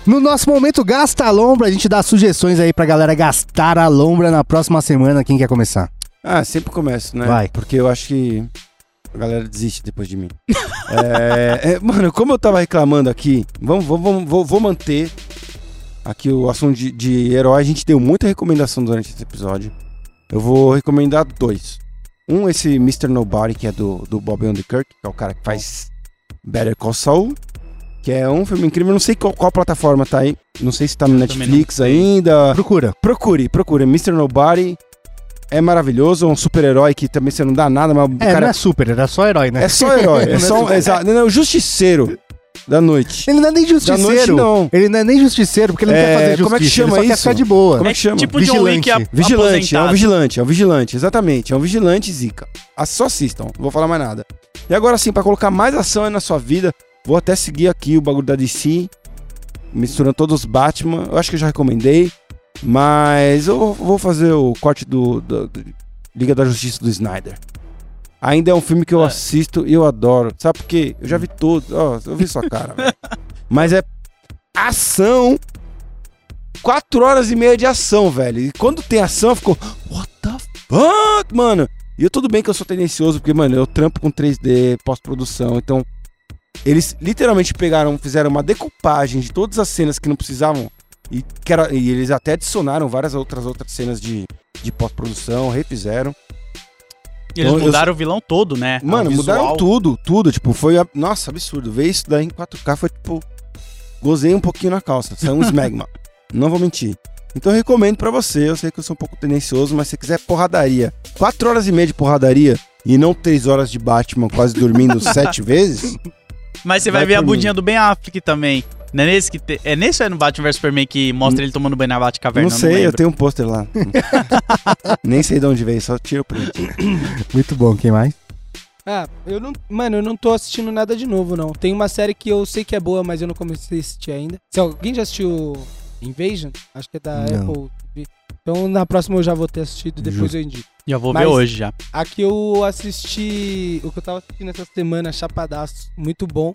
[SPEAKER 1] No nosso momento Gasta a Lombra, a gente dá sugestões aí pra galera gastar a lombra na próxima semana. Quem quer começar?
[SPEAKER 4] Ah, sempre começo, né?
[SPEAKER 1] Vai.
[SPEAKER 4] Porque eu acho que a galera desiste depois de mim. é, é, mano, como eu tava reclamando aqui, vamos, vamos, vamos- vou, vou manter aqui o assunto de, de herói. A gente deu muita recomendação durante esse episódio. Eu vou recomendar dois. Um, esse Mr. Nobody, que é do, do Bob Underkirk, que é o cara que faz Better Call Saul. Que é um filme incrível. Eu não sei qual, qual plataforma tá aí. Não sei se tá no
[SPEAKER 2] não
[SPEAKER 4] Netflix ainda.
[SPEAKER 1] Procura.
[SPEAKER 4] Procure, procure. Mr. Nobody é maravilhoso, é um super-herói que também você não dá nada, mas o
[SPEAKER 1] É, não
[SPEAKER 4] cara
[SPEAKER 1] é super, era só herói, né?
[SPEAKER 4] é só herói. É só um, exa- não, não, o justiceiro da noite.
[SPEAKER 1] Ele não é nem
[SPEAKER 4] Da noite,
[SPEAKER 1] justiceiro.
[SPEAKER 4] não.
[SPEAKER 1] Ele não é nem justiceiro, porque ele não
[SPEAKER 4] É,
[SPEAKER 1] quer fazer justiça.
[SPEAKER 4] como é que chama
[SPEAKER 1] ele só quer
[SPEAKER 4] isso?
[SPEAKER 1] ficar de boa.
[SPEAKER 4] Como é
[SPEAKER 2] é
[SPEAKER 4] que chama?
[SPEAKER 2] Tipo John Wick
[SPEAKER 1] Vigilante.
[SPEAKER 2] ap-
[SPEAKER 4] Vigilante, é um
[SPEAKER 2] aposentado.
[SPEAKER 4] vigilante, é um vigilante, exatamente. É um vigilante zica. Ah, Só assistam, não vou falar mais nada. E agora sim, pra colocar mais ação aí na sua vida, vou até seguir aqui o bagulho da DC, misturando todos os Batman. Eu acho que eu já recomendei, mas eu vou fazer o corte do, do- do Liga da Justiça do Snyder. Ainda é um filme que eu
[SPEAKER 2] É.
[SPEAKER 4] assisto e eu adoro. Sabe por quê? Eu já vi todos. Ó, eu vi sua cara, velho. Mas é ação quatro horas e meia de ação, velho. E quando tem ação, ficou, what the fuck, mano? E eu tudo bem que eu sou tendencioso, porque, mano, eu trampo com 3D, pós-produção, então. Eles literalmente pegaram, fizeram uma decupagem de todas as cenas que não precisavam. E, que era- e eles até adicionaram várias outras outras cenas de, de pós-produção, refizeram.
[SPEAKER 2] Eles
[SPEAKER 4] Então, eu-
[SPEAKER 2] mudaram o vilão todo, né?
[SPEAKER 4] Mano,
[SPEAKER 2] O
[SPEAKER 4] mudaram
[SPEAKER 2] visual.
[SPEAKER 4] tudo, tudo. Tipo, foi. a- Nossa, absurdo. Ver isso daí em 4K foi tipo. Gozei um pouquinho na calça. Saiu um smegma. Não vou mentir. Então eu recomendo pra você. Eu sei que eu sou um pouco tendencioso, mas se você quiser porradaria. 4 horas e meia de porradaria e não 3 horas de Batman quase dormindo 7 vezes.
[SPEAKER 2] Mas você vai,
[SPEAKER 4] Vai
[SPEAKER 2] ver a
[SPEAKER 4] por
[SPEAKER 2] budinha do Ben Affleck também. Não é nesse que te- É nesse ou é no Batman vs Superman que mostra ele tomando banho na Batcaverna?
[SPEAKER 4] Hum. não sei, eu
[SPEAKER 2] lembro.
[SPEAKER 4] tenho um pôster lá. Nem sei de onde veio, só tiro o print.
[SPEAKER 1] Muito bom, quem mais?
[SPEAKER 3] Ah, eu não. Mano, eu não tô assistindo nada de novo, não. Tem uma série que eu sei que é boa, mas eu não comecei a assistir ainda. Se alguém já assistiu Invasion? Acho que é da
[SPEAKER 1] Não.
[SPEAKER 3] Apple TV. Então na próxima eu já vou ter assistido, depois
[SPEAKER 1] Justo.
[SPEAKER 3] eu indico.
[SPEAKER 2] Já vou
[SPEAKER 3] Mas-
[SPEAKER 2] ver hoje
[SPEAKER 4] é
[SPEAKER 2] já.
[SPEAKER 3] Aqui eu assisti o que eu tava assistindo essa semana, Chapadaço, muito bom.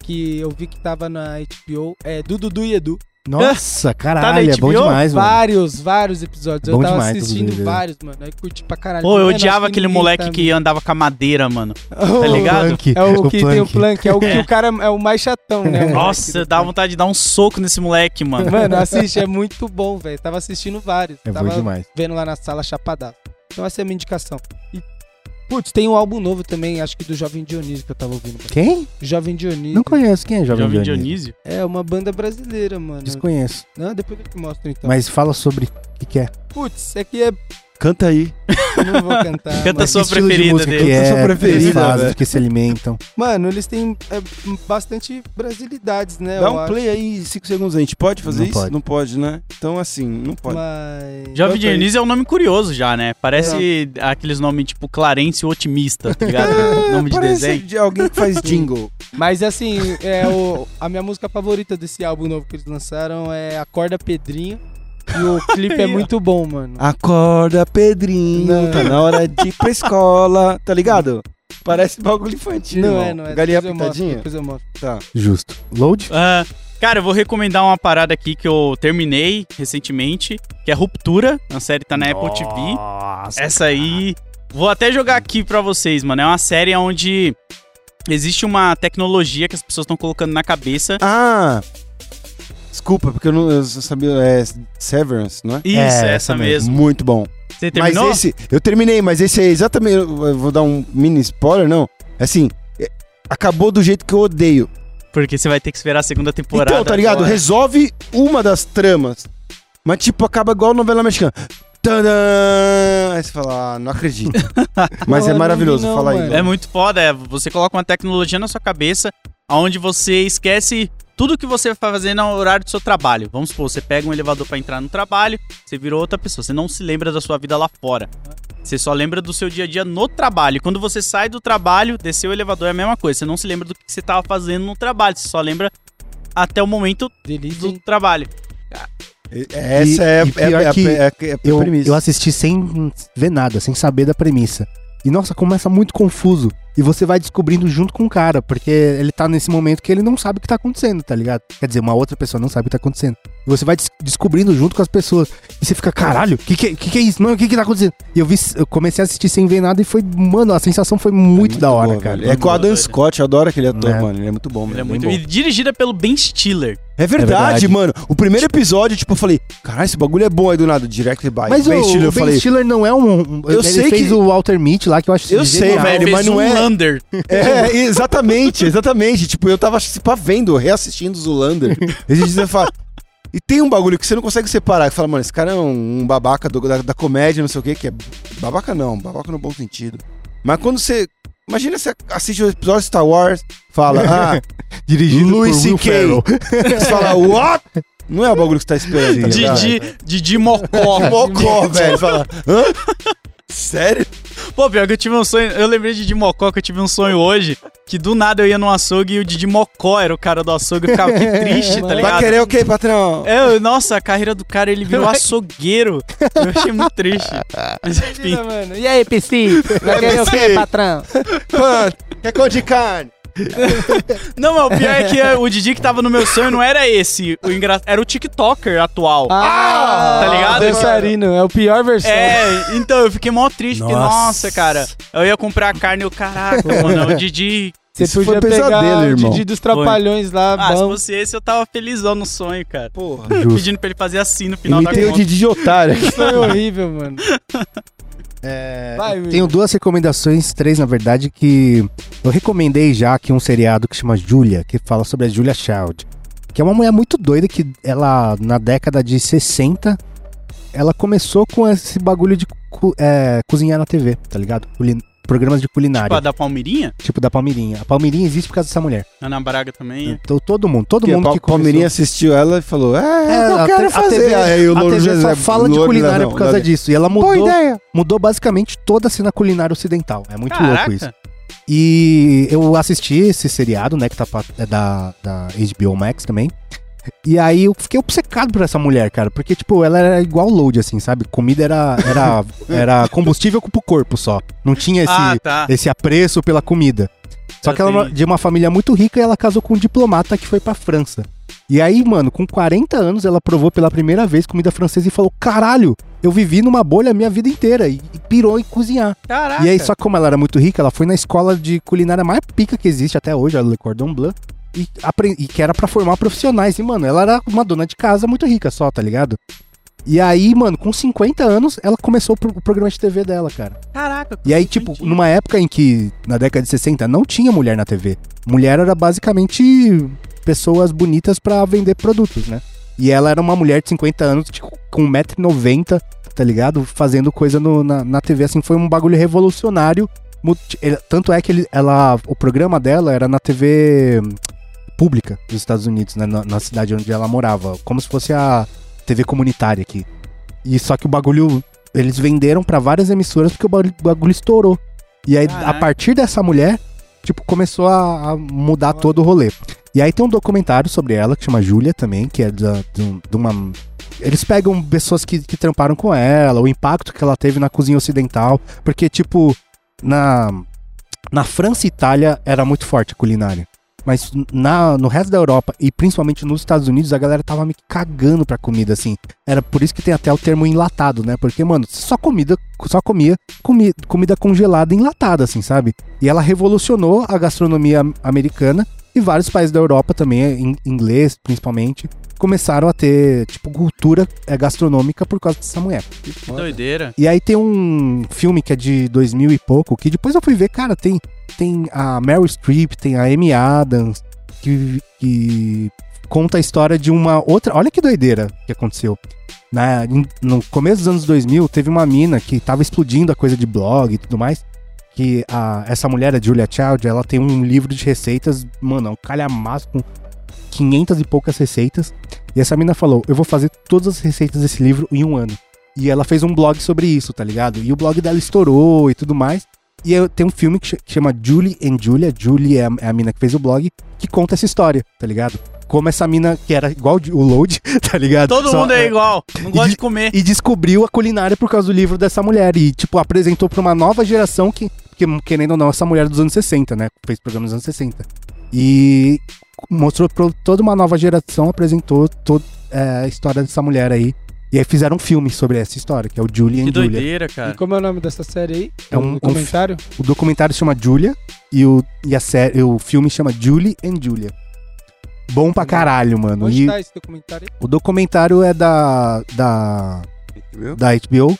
[SPEAKER 3] Que eu vi que tava na HBO, é do Dudu e Edu.
[SPEAKER 1] Nossa, caralho,
[SPEAKER 2] na
[SPEAKER 1] é bom
[SPEAKER 2] HBO?
[SPEAKER 1] demais, mano.
[SPEAKER 3] Vários, vários episódios.
[SPEAKER 1] Bom
[SPEAKER 3] eu tava
[SPEAKER 1] demais,
[SPEAKER 3] assistindo
[SPEAKER 1] Dudu e Edu.
[SPEAKER 3] vários, mano. Aí curti pra caralho.
[SPEAKER 2] Pô, eu
[SPEAKER 3] Mano, acho
[SPEAKER 2] odiava
[SPEAKER 3] que
[SPEAKER 2] aquele
[SPEAKER 3] ninguém
[SPEAKER 2] moleque
[SPEAKER 3] tá
[SPEAKER 2] que andava com a madeira, mano.
[SPEAKER 3] Tá
[SPEAKER 2] ligado?
[SPEAKER 1] Plank,
[SPEAKER 3] É o que tem o
[SPEAKER 1] Plank.
[SPEAKER 3] plank, é o que
[SPEAKER 2] É.
[SPEAKER 3] o cara é o mais chatão, né? o
[SPEAKER 2] Nossa,
[SPEAKER 3] moleque do
[SPEAKER 2] dá vontade de dar um soco nesse moleque,
[SPEAKER 3] plank.
[SPEAKER 2] mano.
[SPEAKER 3] Mano, assiste, é muito bom, velho. Tava assistindo vários.
[SPEAKER 1] É
[SPEAKER 3] Tava
[SPEAKER 1] bom demais.
[SPEAKER 3] vendo lá na sala chapadá. Então essa é a minha indicação. E, putz, tem um álbum novo também, acho que do Jovem Dionísio que eu tava ouvindo.
[SPEAKER 1] Quem?
[SPEAKER 3] Jovem Dionísio.
[SPEAKER 1] Não conheço. Quem é Jovem,
[SPEAKER 2] Jovem
[SPEAKER 1] Dionísio?
[SPEAKER 2] Dionísio? né? Tá.
[SPEAKER 3] É uma banda brasileira, mano.
[SPEAKER 1] Desconheço.
[SPEAKER 3] Não, depois eu te mostro então.
[SPEAKER 1] Mas fala sobre o que, que é.
[SPEAKER 3] Putz, é que é.
[SPEAKER 4] Canta aí.
[SPEAKER 3] Não vou cantar.
[SPEAKER 2] Canta
[SPEAKER 3] mano.
[SPEAKER 2] sua
[SPEAKER 1] Que estilo de
[SPEAKER 2] preferida
[SPEAKER 1] música
[SPEAKER 2] dele.
[SPEAKER 1] que é,
[SPEAKER 4] Sua
[SPEAKER 1] o que eles
[SPEAKER 4] preferida,
[SPEAKER 1] fazem,
[SPEAKER 3] né?
[SPEAKER 4] velho.
[SPEAKER 1] do que se alimentam.
[SPEAKER 3] Mano, eles têm é, bastante brasilidades, né?
[SPEAKER 4] Dá
[SPEAKER 3] eu
[SPEAKER 4] um
[SPEAKER 3] acho.
[SPEAKER 4] play aí, 5 segundos. A gente pode fazer
[SPEAKER 1] Não
[SPEAKER 4] isso?
[SPEAKER 1] pode.
[SPEAKER 4] Não pode, né? Então, assim, não pode.
[SPEAKER 2] Jovem
[SPEAKER 3] Mas.
[SPEAKER 4] Canta aí.
[SPEAKER 2] Dionísio é um nome curioso já, né? Parece aqueles nomes tipo Clarence o Otimista, tá ligado? nome de
[SPEAKER 4] Parece
[SPEAKER 2] desenho.
[SPEAKER 4] de alguém que faz jingle.
[SPEAKER 3] Mas assim, é o, a minha música favorita desse álbum novo que eles lançaram é Acorda Pedrinho. E o clipe é muito bom, mano.
[SPEAKER 4] Acorda, Pedrinho,
[SPEAKER 3] Não.
[SPEAKER 4] tá na hora de ir pra escola. Tá ligado? Parece bagulho infantil.
[SPEAKER 3] não
[SPEAKER 4] irmão.
[SPEAKER 3] é, não é.
[SPEAKER 4] Galinha
[SPEAKER 3] Depois eu mostro,
[SPEAKER 4] pintadinha?
[SPEAKER 3] depois eu mostro.
[SPEAKER 4] Tá.
[SPEAKER 1] Justo. Load?
[SPEAKER 2] Ah, cara, eu vou recomendar uma parada aqui que eu terminei recentemente, que é Ruptura. A série tá na Apple TV.
[SPEAKER 1] Nossa.
[SPEAKER 2] Essa aí. Vou até jogar aqui pra vocês, mano. É uma série onde existe uma tecnologia que as pessoas estão colocando na cabeça.
[SPEAKER 4] Ah! Desculpa, porque eu não eu só sabia. É Severance, não é?
[SPEAKER 2] Isso,
[SPEAKER 1] É,
[SPEAKER 2] essa,
[SPEAKER 1] essa
[SPEAKER 2] mesmo.
[SPEAKER 4] Muito bom.
[SPEAKER 2] Você terminou?
[SPEAKER 4] Mas esse, eu terminei, mas esse é exatamente. Eu vou dar um mini spoiler, não. Assim, é, acabou do jeito que eu odeio.
[SPEAKER 2] Porque você vai ter que esperar a segunda temporada.
[SPEAKER 4] então, tá ligado?
[SPEAKER 2] agora.
[SPEAKER 4] Resolve uma das tramas. Mas, tipo, acaba igual novela mexicana. Tadã! Aí você fala, ah, não acredito. mas
[SPEAKER 3] Não, eu não
[SPEAKER 4] é
[SPEAKER 3] vi
[SPEAKER 4] maravilhoso,
[SPEAKER 3] não,
[SPEAKER 4] fala aí.
[SPEAKER 3] mano.
[SPEAKER 4] Léo.
[SPEAKER 2] É muito foda, é, você coloca uma tecnologia na sua cabeça onde você esquece tudo que você vai fazer no horário do seu trabalho. Vamos supor, você pega um elevador pra entrar no trabalho, você virou outra pessoa, você não se lembra da sua vida lá fora. Você só lembra do seu dia a dia no trabalho. E Quando você sai do trabalho, descer o elevador é a mesma coisa. Você não se lembra do que você tava fazendo no trabalho, você só lembra até o momento
[SPEAKER 3] Delícia.
[SPEAKER 2] do trabalho.
[SPEAKER 1] E-
[SPEAKER 4] Essa é,
[SPEAKER 1] e
[SPEAKER 4] é,
[SPEAKER 1] pior
[SPEAKER 4] é,
[SPEAKER 1] que
[SPEAKER 4] é, é, é a
[SPEAKER 1] Eu,
[SPEAKER 4] premissa.
[SPEAKER 1] eu assisti sem ver nada, sem saber da premissa. E nossa, começa muito confuso. E você vai descobrindo junto com o cara, porque ele tá nesse momento que ele não sabe o que tá acontecendo, tá ligado? Quer dizer, uma outra pessoa não sabe o que tá acontecendo. E você vai des- descobrindo junto com as pessoas. E você fica, caralho, o que, que, que que é isso? Mano, o que, que tá acontecendo? E eu, vi, eu comecei a assistir sem ver nada e foi, mano, a sensação foi muito,
[SPEAKER 4] É
[SPEAKER 1] da hora,
[SPEAKER 4] boa,
[SPEAKER 1] cara.
[SPEAKER 4] velho. É com o Adam
[SPEAKER 2] Doido.
[SPEAKER 4] Scott, eu adoro aquele ator,
[SPEAKER 1] É.
[SPEAKER 4] mano. Ele é muito bom,
[SPEAKER 2] Ele é
[SPEAKER 4] mano.
[SPEAKER 2] muito...
[SPEAKER 4] bom.
[SPEAKER 2] E dirigida pelo Ben Stiller.
[SPEAKER 4] É
[SPEAKER 1] verdade.
[SPEAKER 4] verdade, mano. O primeiro episódio, tipo, eu falei, caralho, esse bagulho é bom aí do nada, Direct Buy.
[SPEAKER 1] Mas
[SPEAKER 4] Ben
[SPEAKER 1] o,
[SPEAKER 4] Stiller,
[SPEAKER 1] o
[SPEAKER 4] eu
[SPEAKER 1] Ben
[SPEAKER 4] falei,
[SPEAKER 1] Stiller não é um. um-
[SPEAKER 4] Eu
[SPEAKER 1] ele
[SPEAKER 4] sei
[SPEAKER 1] fez
[SPEAKER 4] que-
[SPEAKER 1] o Walter Mitty lá, que eu acho
[SPEAKER 4] Eu sei,
[SPEAKER 1] genial.
[SPEAKER 4] velho,
[SPEAKER 2] Fez
[SPEAKER 4] mas não
[SPEAKER 2] um
[SPEAKER 4] é-
[SPEAKER 2] Lander.
[SPEAKER 4] É, exatamente, exatamente. Tipo, eu tava se pá vendo, reassistindo Zulander. Esses dias eu falo. E tem um bagulho que você não consegue separar, que fala, mano, esse cara é um, um babaca do- da, da comédia, não sei o quê, que é. Babaca não, babaca no bom sentido. Mas quando você. Imagina você assiste o episódio de Star Wars, fala, ah,
[SPEAKER 1] Dirigido
[SPEAKER 4] Louis
[SPEAKER 1] por Will
[SPEAKER 4] C.K..
[SPEAKER 1] Ferrell.
[SPEAKER 4] você fala, what? Não é o bagulho que você tá esperando. tá ligado?
[SPEAKER 2] Didi, Didi Mocó.
[SPEAKER 4] Mocó, velho. Fala, hã? Sério?
[SPEAKER 2] Pô, pior que eu tive um sonho. Eu lembrei de Didi Mocó que eu tive um sonho hoje. Que do nada eu ia num açougue e o Didi Mocó era o cara do açougue. Eu ficava que triste, tá
[SPEAKER 4] Vai
[SPEAKER 2] ligado?
[SPEAKER 4] querer o quê, patrão?
[SPEAKER 2] É, eu- nossa, a carreira do cara, ele virou açougueiro. Eu achei muito triste. Mas enfim.
[SPEAKER 3] Imagina, mano. E aí, PC?
[SPEAKER 4] É
[SPEAKER 3] Vai querer o quê, patrão?
[SPEAKER 2] é-
[SPEAKER 4] Quanto? Quer cor de carne?
[SPEAKER 2] Não, mas o pior é que é, o Didi que tava no meu sonho não era esse. O engra... Era o TikToker atual.
[SPEAKER 3] Ah,
[SPEAKER 2] tá ligado?
[SPEAKER 3] Dançarino, é o pior versão.
[SPEAKER 2] É, então eu fiquei mó triste, porque,
[SPEAKER 1] Nossa.
[SPEAKER 2] nossa, cara. Eu ia comprar a carne e eu, caraca, mano, é o Didi.
[SPEAKER 3] Você
[SPEAKER 4] Isso
[SPEAKER 3] podia
[SPEAKER 4] foi pesadelo,
[SPEAKER 3] pegar o
[SPEAKER 4] irmão.
[SPEAKER 3] Didi dos Trapalhões lá,
[SPEAKER 2] Ah, se
[SPEAKER 3] Tá bom.
[SPEAKER 2] fosse esse, eu tava felizão no sonho, cara.
[SPEAKER 4] Porra.
[SPEAKER 1] Justo.
[SPEAKER 2] Pedindo pra ele fazer assim no final da
[SPEAKER 4] Imitei
[SPEAKER 2] conta.
[SPEAKER 4] o Didi de otário.
[SPEAKER 3] Foi horrível, mano.
[SPEAKER 4] É,
[SPEAKER 3] Vai, Will.
[SPEAKER 1] Tenho duas recomendações, três na verdade, que eu recomendei já aqui um seriado que chama Julia, que fala sobre a Julia Child, que é uma mulher muito doida que ela, na década de 60, ela começou com esse bagulho de cu- é, cozinhar na TV, tá ligado? Culin- programas de
[SPEAKER 2] Tipo, a
[SPEAKER 1] culinária,
[SPEAKER 2] da Palmeirinha?
[SPEAKER 1] tipo da Palmeirinha. A Palmeirinha existe por causa dessa mulher.
[SPEAKER 2] Ana Braga também.
[SPEAKER 1] Então todo mundo, todo
[SPEAKER 4] Porque
[SPEAKER 1] mundo
[SPEAKER 4] a
[SPEAKER 1] que
[SPEAKER 4] que
[SPEAKER 1] começou-
[SPEAKER 4] Palmeirinha assistiu ela e falou: É,
[SPEAKER 1] É,
[SPEAKER 4] eu
[SPEAKER 1] a
[SPEAKER 4] quero
[SPEAKER 1] te- a
[SPEAKER 4] fazer.
[SPEAKER 1] TV
[SPEAKER 4] Aí o
[SPEAKER 1] A
[SPEAKER 4] Louro
[SPEAKER 1] TV só
[SPEAKER 4] José-
[SPEAKER 1] fala de
[SPEAKER 4] Louro
[SPEAKER 1] culinária
[SPEAKER 4] não,
[SPEAKER 1] por causa
[SPEAKER 4] não.
[SPEAKER 1] disso. E ela
[SPEAKER 4] Boa
[SPEAKER 2] é.
[SPEAKER 1] mudou,
[SPEAKER 4] ideia.
[SPEAKER 1] mudou basicamente toda a cena culinária ocidental. É muito louco
[SPEAKER 2] Caraca.
[SPEAKER 1] isso. E eu assisti esse seriado, né, que tá pra- é da, da HBO Max também. E aí eu fiquei obcecado por essa mulher, cara. Porque, tipo, ela era igual load, assim, sabe? Comida era, era, era combustível pro corpo só. Não tinha esse,
[SPEAKER 2] Ah, tá.
[SPEAKER 1] esse apreço pela comida. Só
[SPEAKER 2] Eu
[SPEAKER 1] que ela era
[SPEAKER 2] tenho.
[SPEAKER 1] de uma família muito rica e ela casou com um diplomata que foi pra França. E aí, mano, com 40 anos, ela provou pela primeira vez comida francesa e falou: caralho, eu vivi numa bolha a minha vida inteira. E e pirou em cozinhar.
[SPEAKER 2] Caraca.
[SPEAKER 1] E aí, só que como ela era muito rica, ela foi na escola de culinária mais pica que existe até hoje, a Le Cordon Bleu. E, apre- e que era pra formar profissionais. E, mano, ela era uma dona de casa muito rica só, tá ligado? E aí, mano, com 50 anos, ela começou o pro- o programa de TV dela, cara.
[SPEAKER 2] Caraca.
[SPEAKER 1] E aí, tipo,
[SPEAKER 2] entendi.
[SPEAKER 1] numa época em que, na década de 60, não tinha mulher na TV. Mulher era basicamente pessoas bonitas pra vender produtos, né? E ela era uma mulher de 50 anos, tipo, com 1,90m, tá ligado? Fazendo coisa no- na, na TV, assim, foi um bagulho revolucionário. Mu- ele- Tanto é que ele- ela, o programa dela era na TV hum, pública dos Estados Unidos, né? Na, na cidade onde ela morava. Como se fosse a TV comunitária aqui. E só que o bagulho eles venderam pra várias emissoras porque o bagu- bagulho estourou. E aí,
[SPEAKER 2] Caraca.
[SPEAKER 1] a partir dessa mulher, tipo, começou a, a mudar todo o rolê. E aí tem um documentário sobre ela, que chama Júlia também, que é da- de, um- de uma... Eles pegam pessoas que, que tramparam com ela, o impacto que ela teve na cozinha ocidental, porque, tipo, na, na França e Itália era muito forte a culinária. Mas na, no resto da Europa e principalmente nos Estados Unidos, a galera tava meio que cagando pra comida, assim. Era por isso que tem até o termo enlatado, né? Porque, mano, só comida, só comia comi- comida congelada enlatada, assim, sabe? E ela revolucionou a gastronomia am- americana e vários países da Europa também, in- inglês principalmente, começaram a ter, tipo, cultura eh, gastronômica por causa dessa mulher.
[SPEAKER 2] Que doideira.
[SPEAKER 1] E aí tem um filme que é de 2000 e pouco, que depois eu fui ver, cara, tem, tem a Meryl Streep, tem a Amy Adams, que, que conta a história de uma outra... Olha que doideira que aconteceu. Na, né? em- no começo dos anos 2000, teve uma mina que tava explodindo a coisa de blog e tudo mais, que a, essa mulher, a Julia Child, ela tem um livro de receitas, mano, é um calhamaço com 500 e poucas receitas. E essa mina falou, eu vou fazer todas as receitas desse livro em um ano. E ela fez um blog sobre isso, tá ligado? E o blog dela estourou e tudo mais. E eu- tem um filme que ch- que chama Julie and Julia. Julie é a, é a mina que fez o blog, que conta essa história, tá ligado? Como essa mina, que era igual de- o Load, tá ligado?
[SPEAKER 2] Todo
[SPEAKER 1] Só-
[SPEAKER 2] mundo é igual. Não gosta de comer.
[SPEAKER 1] e descobriu a culinária por causa do livro dessa mulher. E, tipo, apresentou pra uma nova geração que, que, querendo ou não, essa mulher é dos anos 60, né? Fez programa nos anos 60. E mostrou pra toda uma nova geração, apresentou toda a história dessa mulher aí. E aí fizeram um filme sobre essa história, que é o Julie
[SPEAKER 2] Que
[SPEAKER 1] and Julia.
[SPEAKER 2] doideira,
[SPEAKER 3] E
[SPEAKER 4] um
[SPEAKER 2] cara.
[SPEAKER 3] como é o nome dessa série aí?
[SPEAKER 1] É um-
[SPEAKER 3] No comentário?
[SPEAKER 1] O documentário se chama Julia e o, e a série, o filme chama Julie and Julia. Bom pra caralho,
[SPEAKER 4] um
[SPEAKER 1] mano.
[SPEAKER 3] Onde
[SPEAKER 1] E
[SPEAKER 3] tá esse documentário aí?
[SPEAKER 1] o documentário é da. da. da HBO.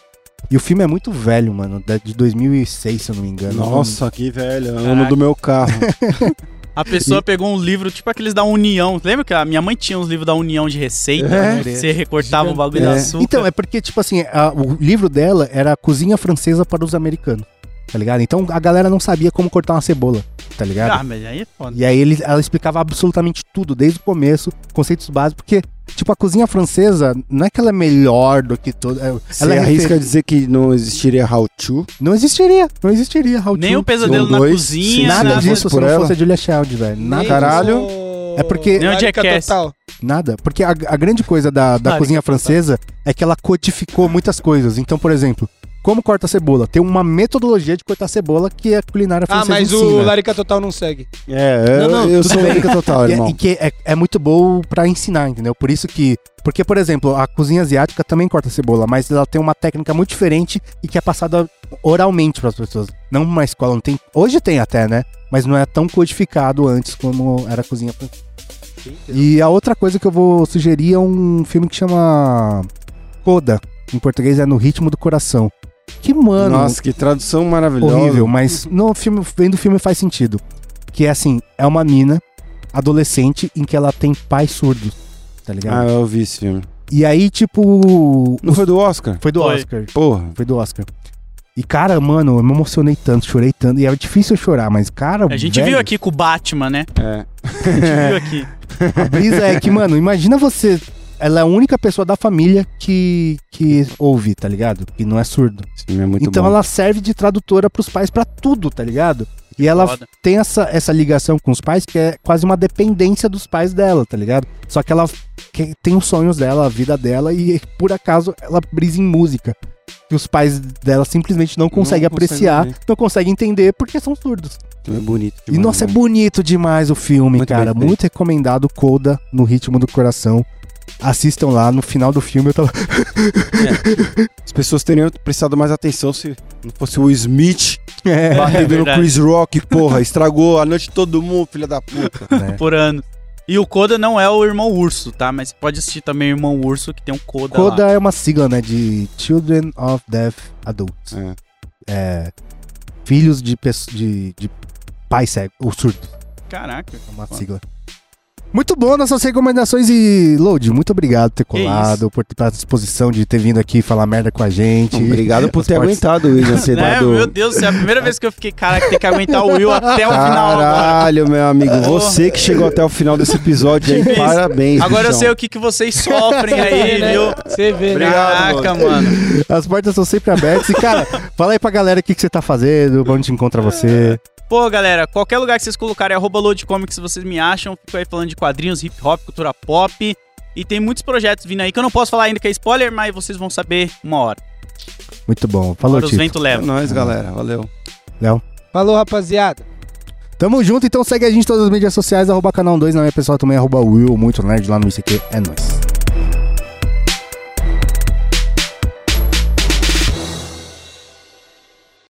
[SPEAKER 1] E o filme é muito velho, mano. da- De 2006, se eu não me engano.
[SPEAKER 4] Nossa, que velho. Ano
[SPEAKER 2] Caraca.
[SPEAKER 4] do meu carro.
[SPEAKER 2] A pessoa pegou um livro, tipo aqueles da União. Lembra que a minha mãe tinha uns livros da União de receita? né?
[SPEAKER 1] É.
[SPEAKER 2] Você recortava o bagulho da
[SPEAKER 1] É.
[SPEAKER 2] açúcar.
[SPEAKER 1] Então, é porque, tipo assim, a- o livro dela era Cozinha Francesa para os Americanos, tá ligado? Então a galera não sabia como cortar uma cebola, tá ligado?
[SPEAKER 2] Ah, mas aí é foda.
[SPEAKER 1] E aí ele, ela explicava absolutamente tudo, desde o começo, conceitos básicos, porque, tipo, a cozinha francesa não é que ela é melhor do que toda. é-
[SPEAKER 4] Você
[SPEAKER 1] Ela é
[SPEAKER 4] arrisca
[SPEAKER 1] refer-
[SPEAKER 4] dizer que não existiria how to?
[SPEAKER 1] Não existiria, não existiria. How
[SPEAKER 2] Nem
[SPEAKER 1] to-
[SPEAKER 2] o pesadelo
[SPEAKER 4] São
[SPEAKER 2] na
[SPEAKER 4] dois,
[SPEAKER 2] cozinha,
[SPEAKER 4] sim,
[SPEAKER 1] Nada,
[SPEAKER 4] nada
[SPEAKER 1] disso se
[SPEAKER 4] por
[SPEAKER 1] não
[SPEAKER 4] ela.
[SPEAKER 1] fosse a Julia Child, velho. Nada,
[SPEAKER 3] Nem
[SPEAKER 4] Caralho.
[SPEAKER 3] o-
[SPEAKER 1] É porque-
[SPEAKER 2] Nem o
[SPEAKER 3] Larica
[SPEAKER 2] Jackass.
[SPEAKER 3] Total.
[SPEAKER 1] nada. Porque a, a grande coisa da, da
[SPEAKER 2] Claro,
[SPEAKER 1] cozinha
[SPEAKER 2] que eu vou
[SPEAKER 1] francesa é que ela codificou muitas coisas. Então, por exemplo, como corta a cebola? Tem uma metodologia de cortar a cebola que a culinária
[SPEAKER 3] Ah,
[SPEAKER 1] francesa né?
[SPEAKER 3] mas
[SPEAKER 1] ensina.
[SPEAKER 3] o Larica Total não segue.
[SPEAKER 4] É, eu,
[SPEAKER 1] Não, não,
[SPEAKER 4] eu
[SPEAKER 1] tudo
[SPEAKER 4] sou
[SPEAKER 1] bem.
[SPEAKER 4] única total,
[SPEAKER 1] E é-
[SPEAKER 4] irmão.
[SPEAKER 1] E, que é, é muito bom pra ensinar, entendeu? Por isso que. Porque, por exemplo, a cozinha asiática também corta cebola, mas ela tem uma técnica muito diferente e que é passada oralmente pras pessoas. Não uma escola, não tem. Hoje tem até, né? Mas não é tão codificado antes como era a cozinha. francesa. E a outra coisa que eu vou sugerir é um filme que chama Coda. Em português é No Ritmo do Coração. Que, mano,
[SPEAKER 4] Nossa, que tradução maravilhosa.
[SPEAKER 1] horrível, mas no filme, vendo o filme faz sentido. Que é assim, é uma mina adolescente em que ela tem pais surdos, tá
[SPEAKER 4] Ah,
[SPEAKER 1] ligado?
[SPEAKER 4] eu vi esse filme.
[SPEAKER 1] E aí, tipo,
[SPEAKER 4] Não foi do Oscar?
[SPEAKER 1] foi do
[SPEAKER 2] Foi.
[SPEAKER 1] Oscar,
[SPEAKER 4] Porra.
[SPEAKER 1] foi do Oscar. E cara, mano, eu me emocionei tanto, chorei tanto, e era difícil eu chorar, mas cara,
[SPEAKER 2] A gente
[SPEAKER 1] velho,
[SPEAKER 2] viu aqui com o Batman, né?
[SPEAKER 4] É.
[SPEAKER 2] A gente viu aqui.
[SPEAKER 1] A brisa é que, mano, imagina você é, ela é a única pessoa da família que, que ouve, tá ligado? Que não é surdo.
[SPEAKER 4] Sim, é muito
[SPEAKER 1] então
[SPEAKER 4] bom.
[SPEAKER 1] ela serve de tradutora pros pais pra tudo, tá ligado? E ela
[SPEAKER 2] foda.
[SPEAKER 1] tem essa, essa ligação com os pais que é quase uma dependência dos pais dela, tá ligado? Só que ela que- tem os sonhos dela, a vida dela, e por acaso ela brisa em música. Que os pais dela simplesmente não conseguem
[SPEAKER 4] conseguem
[SPEAKER 1] apreciar,
[SPEAKER 4] ver.
[SPEAKER 1] não conseguem entender porque são surdos.
[SPEAKER 4] É bonito.
[SPEAKER 1] e nossa, é bonito demais o filme,
[SPEAKER 4] Muito
[SPEAKER 1] cara.
[SPEAKER 4] bem né? feito.
[SPEAKER 1] Muito recomendado, Coda, no ritmo do coração. Assistam lá, no final do filme eu tava.
[SPEAKER 4] As pessoas teriam prestado mais atenção se não fosse o Smith
[SPEAKER 1] É.
[SPEAKER 4] batendo no
[SPEAKER 2] verdade.
[SPEAKER 4] Chris Rock, porra. Estragou a noite de todo mundo, filha da puta.
[SPEAKER 2] por ano. E o Coda não é o Irmão Urso, tá? Mas pode assistir também o Irmão Urso, que tem um Coda, lá.
[SPEAKER 1] Coda é uma sigla, né? De Children of Deaf Adults.
[SPEAKER 4] É.
[SPEAKER 1] É, filhos de, pesso- de, de pai cego, ou surdo,
[SPEAKER 2] Caraca.
[SPEAKER 1] é uma sigla. Muito bom nossas recomendações e, Load, muito obrigado por ter
[SPEAKER 2] Que
[SPEAKER 1] colado, por estar à disposição de ter vindo aqui falar merda com a gente.
[SPEAKER 4] Obrigado por
[SPEAKER 1] As
[SPEAKER 4] ter
[SPEAKER 1] partes-
[SPEAKER 4] aguentado, Luiz, a
[SPEAKER 2] Né?
[SPEAKER 4] ansiedade do-
[SPEAKER 2] Meu Deus, do céu, é a primeira vez que eu fiquei, caraca, tem que aguentar o Will até o final agora.
[SPEAKER 4] Caralho, meu amigo, você que chegou até o final desse episódio aí,
[SPEAKER 2] Difícil.
[SPEAKER 4] parabéns.
[SPEAKER 2] Agora eu
[SPEAKER 4] bichão.
[SPEAKER 2] sei o que, que vocês sofrem aí,
[SPEAKER 3] né?
[SPEAKER 2] viu?
[SPEAKER 3] Você vê, né?
[SPEAKER 4] Obrigado,
[SPEAKER 2] Caraca, mano.
[SPEAKER 1] As portas estão sempre abertas. E, cara, fala aí pra galera o que, que você tá fazendo, pra onde encontra você.
[SPEAKER 2] Pô, galera, qualquer lugar que vocês colocarem arroba Load Comics, vocês me acham. Fico aí falando de quadrinhos, hip hop, cultura pop. E tem muitos projetos vindo aí que eu não posso falar ainda que é spoiler, mas vocês vão saber uma hora.
[SPEAKER 1] Muito bom. Falou,
[SPEAKER 2] Agora os
[SPEAKER 1] Tito.
[SPEAKER 2] ventos
[SPEAKER 4] É
[SPEAKER 2] levam.
[SPEAKER 4] nóis, galera. Valeu.
[SPEAKER 1] Léo.
[SPEAKER 3] Falou, rapaziada.
[SPEAKER 1] Tamo é junto, então segue a gente em todas as mídias sociais, arroba canal 2, na minha pessoal também, arroba Will, muito nerd lá no ICQ. É nóis.